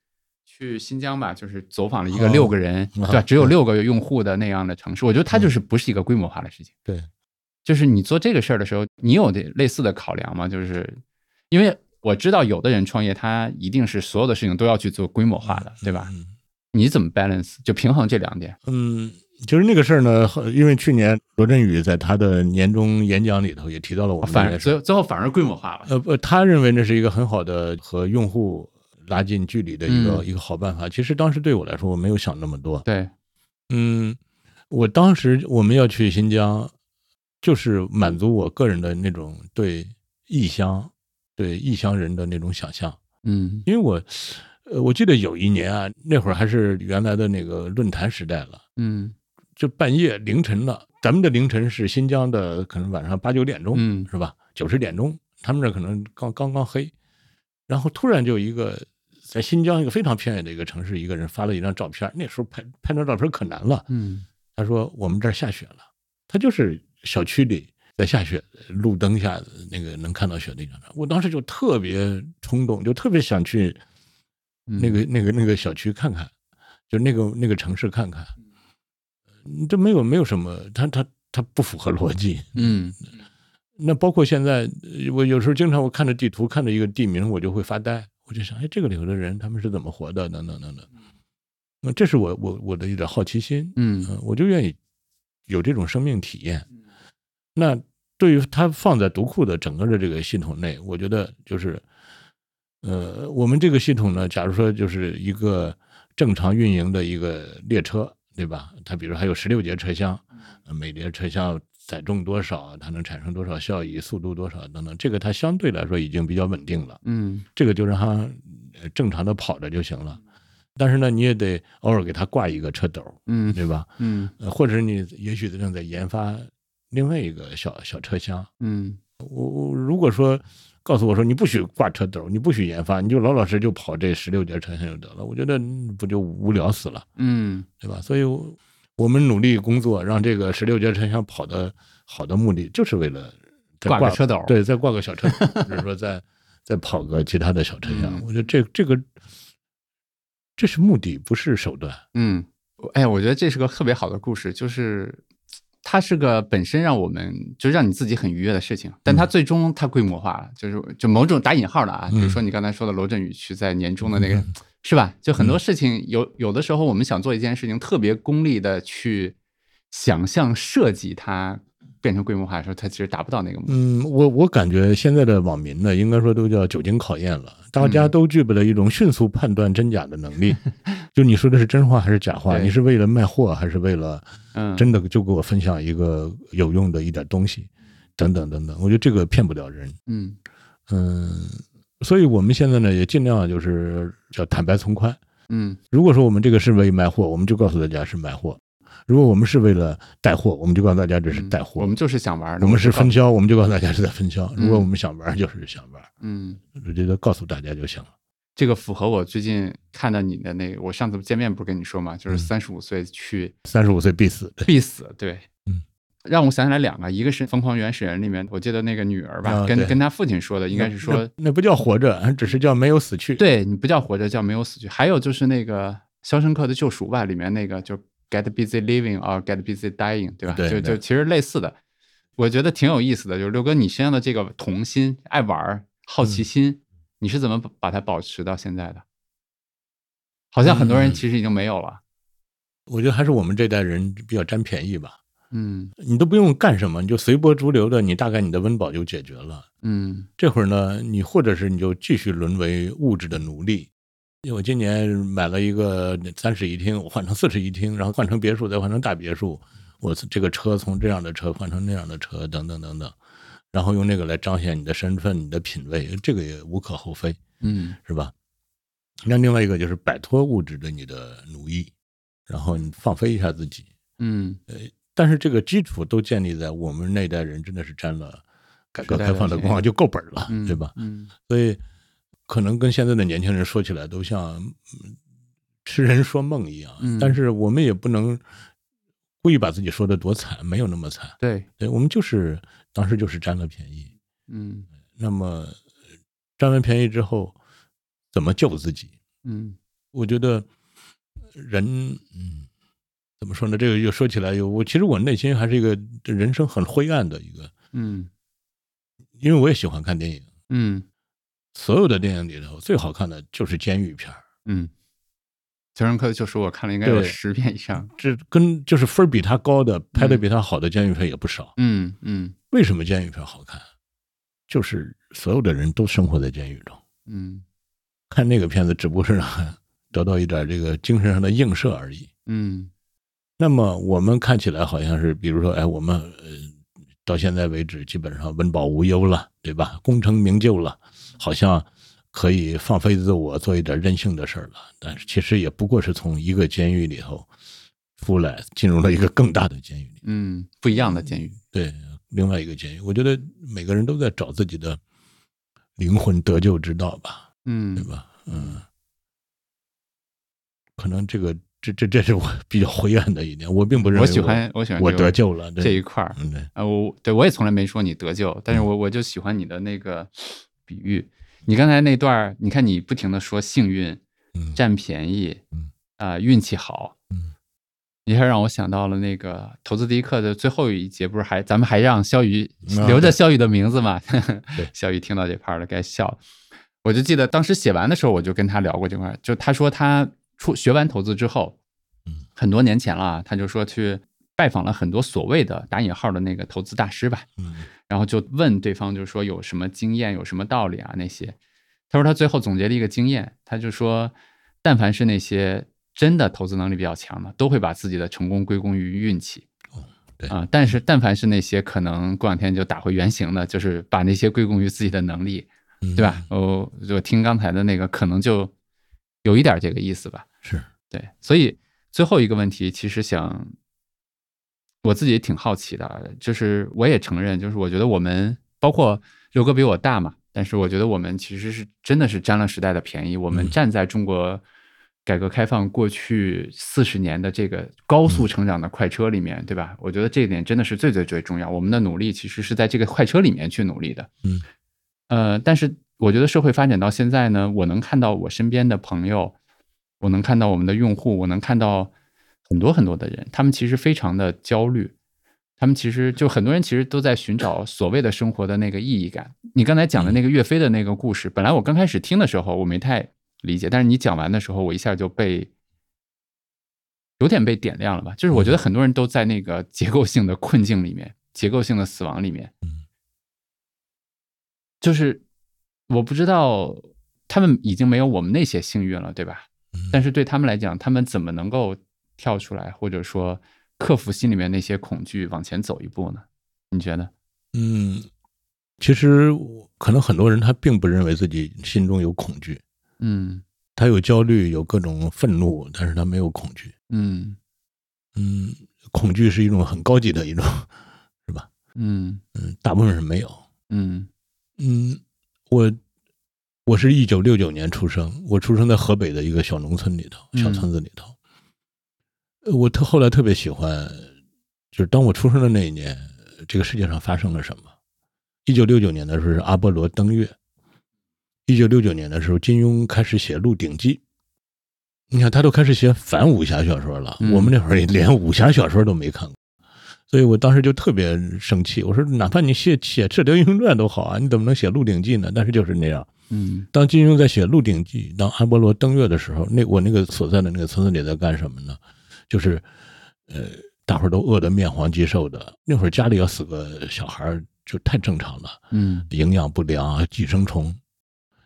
Speaker 1: 去新疆吧，就是走访了一个
Speaker 2: 哦
Speaker 1: 六个人，对吧？
Speaker 2: 啊
Speaker 1: 只有六个用户的那样的城市，我觉得它就是不是一个规模化的事情。
Speaker 2: 对，
Speaker 1: 就是你做这个事儿的时候，你有这类似的考量吗？就是因为我知道有的人创业，他一定是所有的事情都要去做规模化的，对吧？
Speaker 2: 嗯
Speaker 1: 你怎么 balance 就平衡这两点？
Speaker 2: 嗯，其实那个事儿呢，后因为去年罗振宇在他的年终演讲里头啊也提到了我们这
Speaker 1: 反
Speaker 2: 件
Speaker 1: 而
Speaker 2: 事
Speaker 1: 最
Speaker 2: 儿
Speaker 1: 后最后反而规模化了。
Speaker 2: 呃不，他认为那是一个很好的和用户拉近距离的一个、
Speaker 1: 嗯
Speaker 2: 一个好办法。其实当时对我来说，我没有想那么多。
Speaker 1: 对，
Speaker 2: 嗯，我当时我们要去新疆，就是满足我个人的那种对异乡、对异乡人的那种想象。
Speaker 1: 嗯
Speaker 2: 因为我，呃，我记得有一年啊，那会儿还是原来的那个论坛时代了，
Speaker 1: 嗯
Speaker 2: 就半夜凌晨了。咱们的凌晨是新疆的，可能晚上八九点钟，
Speaker 1: 嗯
Speaker 2: 是吧？九十点钟，他们这可能刚刚刚黑，然后突然就一个在新疆一个非常偏远的一个城市，一个人发了一张照片。那时候拍拍张照片可难了，
Speaker 1: 嗯
Speaker 2: 他说我们这儿下雪了，他就是小区里在下雪，路灯下那个能看到雪的一张照。我当时就特别冲动，就特别想去
Speaker 1: 嗯
Speaker 2: 那个那个那个小区看看，就那个那个城市看看。嗯这没有没有什么，他他他不符合逻辑。
Speaker 1: 嗯
Speaker 2: 那包括现在，呃我有时候经常我看着地图，看着一个地名，我就会发呆，我就想，哎，这个里头的人他们是怎么活的？等等等等。那嗯这是我我我的一点好奇心，
Speaker 1: 嗯
Speaker 2: 嗯，我就愿意有这种生命体验。那对于它放在读库的整个的这个系统内，我觉得就是，呃，我们这个系统呢，假如说就是一个正常运营的一个列车，对吧？它比如还有十六节车厢，呃每节车厢载重多少，它能产生多少效益，速度多少等等，这个它相对来说已经比较稳定了。
Speaker 1: 嗯
Speaker 2: 这个就让它呃正常的跑着就行了。但是呢，你也得偶尔给它挂一个车斗，
Speaker 1: 嗯
Speaker 2: 对吧？
Speaker 1: 嗯
Speaker 2: 呃，或者你也许正在研发另外一个小小车厢。
Speaker 1: 嗯
Speaker 2: 我我如果说告诉我说你不许挂车斗，你不许研发，你就老老实就跑这十六节车厢就得了，我觉得嗯不就无聊死了，
Speaker 1: 嗯
Speaker 2: 对吧？所以我，我们努力工作，让这个十六节车厢跑的好的目的，就是为了再
Speaker 1: 挂个车斗
Speaker 2: 对，再挂个小车斗，或者说再再跑个其他的小车厢。
Speaker 1: 嗯
Speaker 2: 我觉得这这个这是目的，不是手段。
Speaker 1: 嗯，我哎，我觉得这是个特别好的故事，就是它是个本身让我们就让你自己很愉悦的事情，但
Speaker 2: 嗯
Speaker 1: 它最终它规模化了，就是就某种打引号的啊，比如说你刚才说的罗振宇去在年终的那个。
Speaker 2: 嗯
Speaker 1: 是吧？就很多事情有有的时候，我们想做一件事情，特别功利的去想象设计它变成规模化的时候，它其实达不到那个目的。
Speaker 2: 嗯，我我感觉现在的网民呢，应该说都叫久经考验了，大家
Speaker 1: 嗯
Speaker 2: 都具备了一种迅速判断真假的能力。就你说的是真话还是假话，
Speaker 1: 对
Speaker 2: 你是为了卖货还是为了
Speaker 1: 嗯，
Speaker 2: 真的就给我分享一个有用的一点东西，等等等等，我觉得这个骗不了人。
Speaker 1: 嗯
Speaker 2: 嗯，所以我们现在呢也尽量就是叫坦白从宽。
Speaker 1: 嗯
Speaker 2: 如果说我们这个是为卖货，我们就告诉大家是卖货；如果我们是为了带货，我们就告诉大家这是
Speaker 1: 嗯
Speaker 2: 带货。
Speaker 1: 我们就是想玩儿的，
Speaker 2: 我们是
Speaker 1: 就告
Speaker 2: 分销，我们就告诉大家是在分销。如果
Speaker 1: 嗯
Speaker 2: 我们想玩，就是想玩，
Speaker 1: 嗯。
Speaker 2: 我觉得告诉大家就行了。
Speaker 1: 这个符合我最近看到你的那个，我上次见面不是跟你说嘛，就是
Speaker 2: 嗯
Speaker 1: 三十五岁去
Speaker 2: 三十五岁必死，
Speaker 1: 必死，对，
Speaker 2: 嗯，
Speaker 1: 让我想起来两个，一个是《疯狂原始人》里面，我记得那个女儿吧，
Speaker 2: 啊
Speaker 1: 跟
Speaker 2: 对
Speaker 1: 跟她父亲说的，应该是说
Speaker 2: 那那不叫活着，嗯只是叫没有死去。，
Speaker 1: 对你不叫活着，叫没有死去。还有就是那个《肖申克的救赎》吧，里面那个就 get busy living or get busy dying，对吧？
Speaker 2: 对
Speaker 1: 就就
Speaker 2: 对
Speaker 1: 其实类似的，我觉得挺有意思的。就是六哥，你身上的这个童心、爱玩儿、好
Speaker 2: 嗯
Speaker 1: 奇心，你是怎么把把它保持到现在的？好像很多人
Speaker 2: 嗯
Speaker 1: 其实已经没有了。
Speaker 2: 我觉得还是我们这代人比较占便宜吧。
Speaker 1: 嗯
Speaker 2: 你都不用干什么，你就随波逐流的，你大概你的温饱就解决了。
Speaker 1: 嗯
Speaker 2: 这会儿呢，你或者是你就继续沦为物质的奴隶。因为我今年买了一个三室一厅，我换成四室一厅，然后换成别墅，再换成大别墅。我这个车从这样的车换成那样的车，等等等等，然后用那个来彰显你的身份、你的品味，这个也无可厚非，
Speaker 1: 嗯
Speaker 2: 是吧？那另外一个就是摆脱物质对你的奴役，然后你放飞一下自己。
Speaker 1: 嗯
Speaker 2: 但是这个基础都建立在我们那一代人真的是占了改革
Speaker 1: 时代
Speaker 2: 开
Speaker 1: 的
Speaker 2: 放的
Speaker 1: 便宜
Speaker 2: 光就够本儿了，
Speaker 1: 嗯，
Speaker 2: 对吧？
Speaker 1: 嗯
Speaker 2: 所以可能跟现在的年轻人说起来都像嗯痴人说梦一样。
Speaker 1: 嗯
Speaker 2: 但是我们也不能故意把自己说的多惨，没有那么惨。
Speaker 1: 对，
Speaker 2: 对，我们就是当时就是占了便宜。
Speaker 1: 嗯
Speaker 2: 那么占完便宜之后，怎么救自己？
Speaker 1: 嗯
Speaker 2: 我觉得人，嗯，怎么说呢？这个又说起来又我其实我内心还是一个人生很灰暗的一个，
Speaker 1: 嗯
Speaker 2: 因为我也喜欢看电影，
Speaker 1: 嗯
Speaker 2: 所有的电影里头最好看的就是监狱片儿
Speaker 1: 嗯，肖申克的救赎我看了应该有
Speaker 2: 对
Speaker 1: 十遍以上。
Speaker 2: 这跟就是分儿比它高的、拍的比它好的监狱片也不少。
Speaker 1: 嗯嗯
Speaker 2: 为什么监狱片好看？就是所有的人都生活在监狱中，
Speaker 1: 嗯
Speaker 2: 看那个片子只不过是让得到一点这个精神上的映射而已。
Speaker 1: 嗯
Speaker 2: 那么我们看起来好像是，比如说，哎，我们呃到现在为止基本上温饱无忧了，对吧？功成名就了，好像可以放飞自我，做一点任性的事儿了。但是其实也不过是从一个监狱里头出来，进入了一个更大的监狱里，
Speaker 1: 嗯，不一样的监狱。
Speaker 2: 对，另外一个监狱。我觉得每个人都在找自己的灵魂得救之道吧。
Speaker 1: 嗯
Speaker 2: 对吧？嗯，可能这个这这这是我比较灰暗的一点，我并不认为
Speaker 1: 我喜欢我喜欢
Speaker 2: 我
Speaker 1: 这个
Speaker 2: 得救了
Speaker 1: 这一
Speaker 2: 对，
Speaker 1: 块儿。
Speaker 2: 嗯对，
Speaker 1: 啊，我对我也从来没说你得救，但是我我就喜欢你的那个比喻。你刚才那段儿，你看你不停的说幸运、
Speaker 2: 嗯
Speaker 1: 占便宜
Speaker 2: 嗯、
Speaker 1: 啊、运气好，
Speaker 2: 嗯，
Speaker 1: 一下让我想到了那个《投资第一课》的最后一节，不是还咱们还让肖宇
Speaker 2: 啊
Speaker 1: 留着肖宇的名字嘛？
Speaker 2: 对
Speaker 1: 肖宇听到这 part 了该笑了。我就记得当时写完的时候，我就跟他聊过这块儿，就他说他出学完投资之后，
Speaker 2: 嗯，
Speaker 1: 很多年前了啊，他就说去拜访了很多所谓的打引号的那个投资大师吧，
Speaker 2: 嗯
Speaker 1: 然后就问对方，就是说有什么经验，有什么道理啊那些。他说他最后总结了一个经验，他就说，但凡是那些真的投资能力比较强的，都会把自己的成功归功于运气。
Speaker 2: 哦对
Speaker 1: 啊、但是但凡是那些可能过两天就打回原形的，就是把那些归功于自己的能力，
Speaker 2: 嗯，
Speaker 1: 对吧？？我我听刚才的那个，可能就有一点这个意思吧。
Speaker 2: 是，
Speaker 1: 对，所以最后一个问题，其实想我自己也挺好奇的，啊就是我也承认，就是我觉得我们包括刘哥比我大嘛，但是我觉得我们其实是真的是占了时代的便宜，我们
Speaker 2: 嗯
Speaker 1: 站在中国改革开放过去四十年的这个高速成长的快车里面，对吧？我觉得这一点真的是最最最重要，我们的努力其实是在这个快车里面去努力的。
Speaker 2: 嗯，
Speaker 1: 呃，但是我觉得社会发展到现在呢，我能看到我身边的朋友，我能看到我们的用户，我能看到很多很多的人，他们其实非常的焦虑，他们其实就很多人其实都在寻找所谓的生活的那个意义感。你刚才讲的那个岳飞的那个故事，本来我刚开始听的时候我没太理解，但是你讲完的时候，我一下就被。有点被点亮了吧？就是我觉得很多人都在那个结构性的困境里面，结构性的死亡里面。就是我不知道他们已经没有我们那些幸运了，对吧？但
Speaker 2: 是
Speaker 1: 是对他们来讲，他们怎么能够跳出来，或者说克服心里面那些恐惧，往前走一步呢？你觉得？
Speaker 2: 嗯，其实我可能很多人他并不认为自己心中有恐惧，
Speaker 1: 嗯
Speaker 2: 他有焦虑，有各种愤怒，但是他没有恐惧。
Speaker 1: 嗯
Speaker 2: 嗯，恐惧是一种很高级的一种，是吧？
Speaker 1: 嗯
Speaker 2: 嗯，大部分人没有。
Speaker 1: 嗯
Speaker 2: 嗯，我我是一九六九年出生，我出生在河北的一个小农村里头，小
Speaker 1: 嗯
Speaker 2: 村子里头。呃我特后来特别喜欢，就是当我出生的那一年，这个世界上发生了什么？一九六九年的时候是阿波罗登月，一九六九年的时候金庸开始写《鹿鼎记》。你看，他都开始写反武侠小说了，
Speaker 1: 嗯
Speaker 2: 我们那会儿也连武侠小说都没看过。所以我当时就特别生气，我说哪怕你写写《射雕英雄传》都好啊，你怎么能写《鹿鼎记》呢？但是就是那样，
Speaker 1: 嗯
Speaker 2: 当金庸在写《鹿鼎记》，当阿波罗登月的时候，那我那个所在的那个村子里在干什么呢？就是，呃，大伙儿都饿得面黄肌瘦的，那会儿家里要死个小孩儿就太正常了，
Speaker 1: 嗯
Speaker 2: 营养不良啊、寄生虫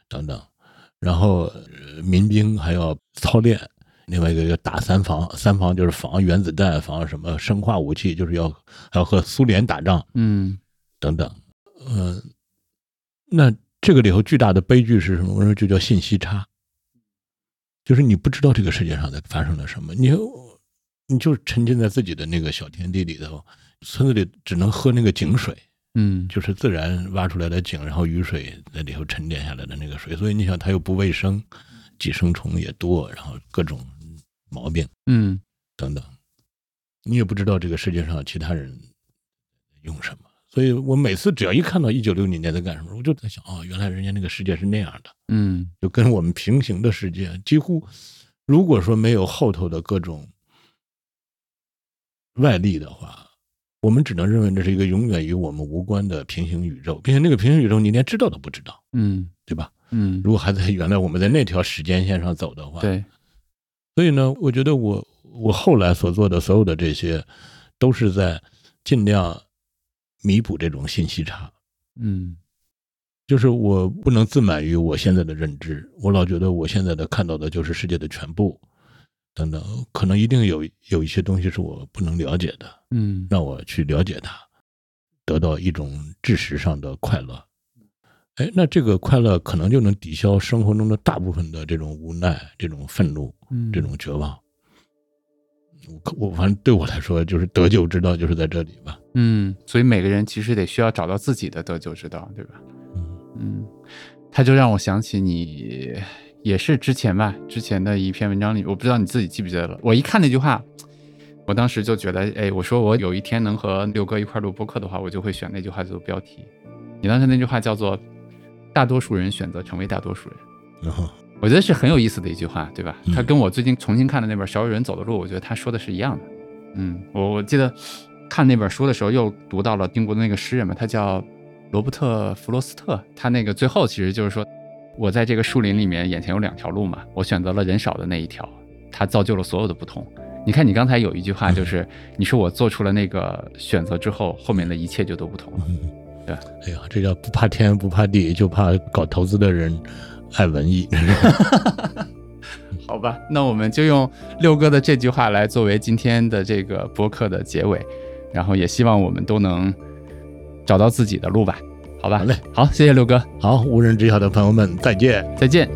Speaker 2: 等等。然后、呃民兵还要操练，另外一个叫打三防，三防就是防原子弹、防什么生化武器，就是要还要和苏联打仗
Speaker 1: 嗯
Speaker 2: 等等。嗯、那这个里头巨大的悲剧是什么？我说就叫信息差，就是你不知道这个世界上在发生了什么，你你就沉浸在自己的那个小天地里头，村子里只能喝那个井水。
Speaker 1: 嗯
Speaker 2: 就是自然挖出来的井，然后雨水在里头沉淀下来的那个水，所以你想它又不卫生，寄生虫也多，然后各种毛病
Speaker 1: 嗯
Speaker 2: 等等，你也不知道这个世界上其他人用什么。所以我每次只要一看到一九六零年在干什么，我就在想，哦，原来人家那个世界是那样的，
Speaker 1: 嗯
Speaker 2: 就跟我们平行的世界几乎，如果说没有后头的各种外力的话，我们只能认为这是一个永远与我们无关的平行宇宙，并且那个平行宇宙你连知道都不知道，
Speaker 1: 嗯
Speaker 2: 对吧？
Speaker 1: 嗯，
Speaker 2: 如果还在原来我们在那条时间线上走的话，
Speaker 1: 对，
Speaker 2: 所以呢，我觉得我我后来所做的所有的这些，都是在尽量弥补这种信息差。
Speaker 1: 嗯
Speaker 2: 就是我不能自满于我现在的认知，我老觉得我现在的看到的就是世界的全部，等等，可能一定有有一些东西是我不能了解的，
Speaker 1: 嗯
Speaker 2: 让我去了解它，得到一种知识上的快乐。哎，那这个快乐可能就能抵消生活中的大部分的这种无奈、这种愤怒、
Speaker 1: 嗯，
Speaker 2: 这种绝望。我我反正对我来说，就是得救之道就是在这里吧。
Speaker 1: 嗯，所以每个人其实得需要找到自己的得救之道，对吧？
Speaker 2: 嗯
Speaker 1: 嗯，他就让我想起你，也是之前吧，之前的一篇文章里，我不知道你自己记不记得了。我一看那句话，我当时就觉得，哎，我说我有一天能和六哥一块儿录播客的话，我就会选那句话做标题。你当时那句话叫做“大多数人选择成为大多数人”。
Speaker 2: 然后，
Speaker 1: 我觉得是很有意思的一句话，对吧？
Speaker 2: 嗯
Speaker 1: 他跟我最近重新看的那本《少有人走的路》，我觉得他说的是一样的。嗯，我我记得看那本书的时候，又读到了英国的那个诗人嘛，他叫罗伯特·弗罗斯特。他那个最后其实就是说，我在这个树林里面，眼前有两条路嘛，我选择了人少的那一条，它造就了所有的不同。你看，你刚才有一句话就是，你说我做出了那个选择之后，后面的一切就都不同了。
Speaker 2: 嗯，
Speaker 1: 对
Speaker 2: 哎呀，这叫不怕天不怕地，就怕搞投资的人爱文艺。
Speaker 1: 好吧，那我们就用六哥的这句话来作为今天的这个播客的结尾，然后也希望我们都能找到自己的路吧。好吧，
Speaker 2: 好嘞，
Speaker 1: 好，谢谢六哥，
Speaker 2: 好，无人知晓的朋友们，再见。
Speaker 1: 再见。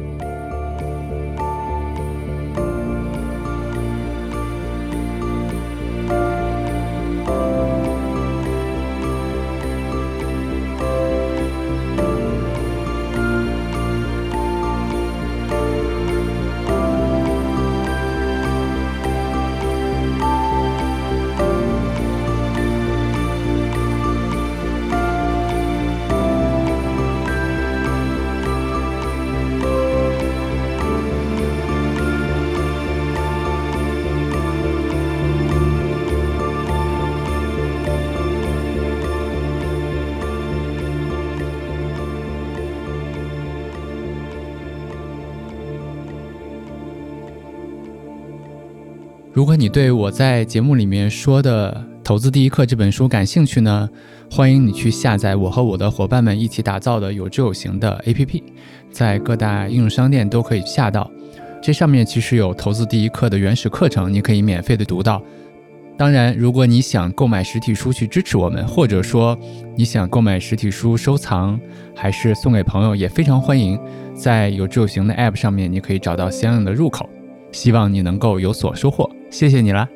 Speaker 1: 如果你对我在节目里面说的《投资第一课》这本书感兴趣呢，欢迎你去下载我和我的伙伴们一起打造的有知有行的 APP，在各大应用商店都可以下到。这上面其实有《投资第一课》的原始课程，你可以免费的读到。当然，如果你想购买实体书去支持我们，或者说你想购买实体书收藏，还是送给朋友，也非常欢迎。在有知有行的 App 上面，你可以找到相应的入口。希望你能够有所收获，谢谢你啦。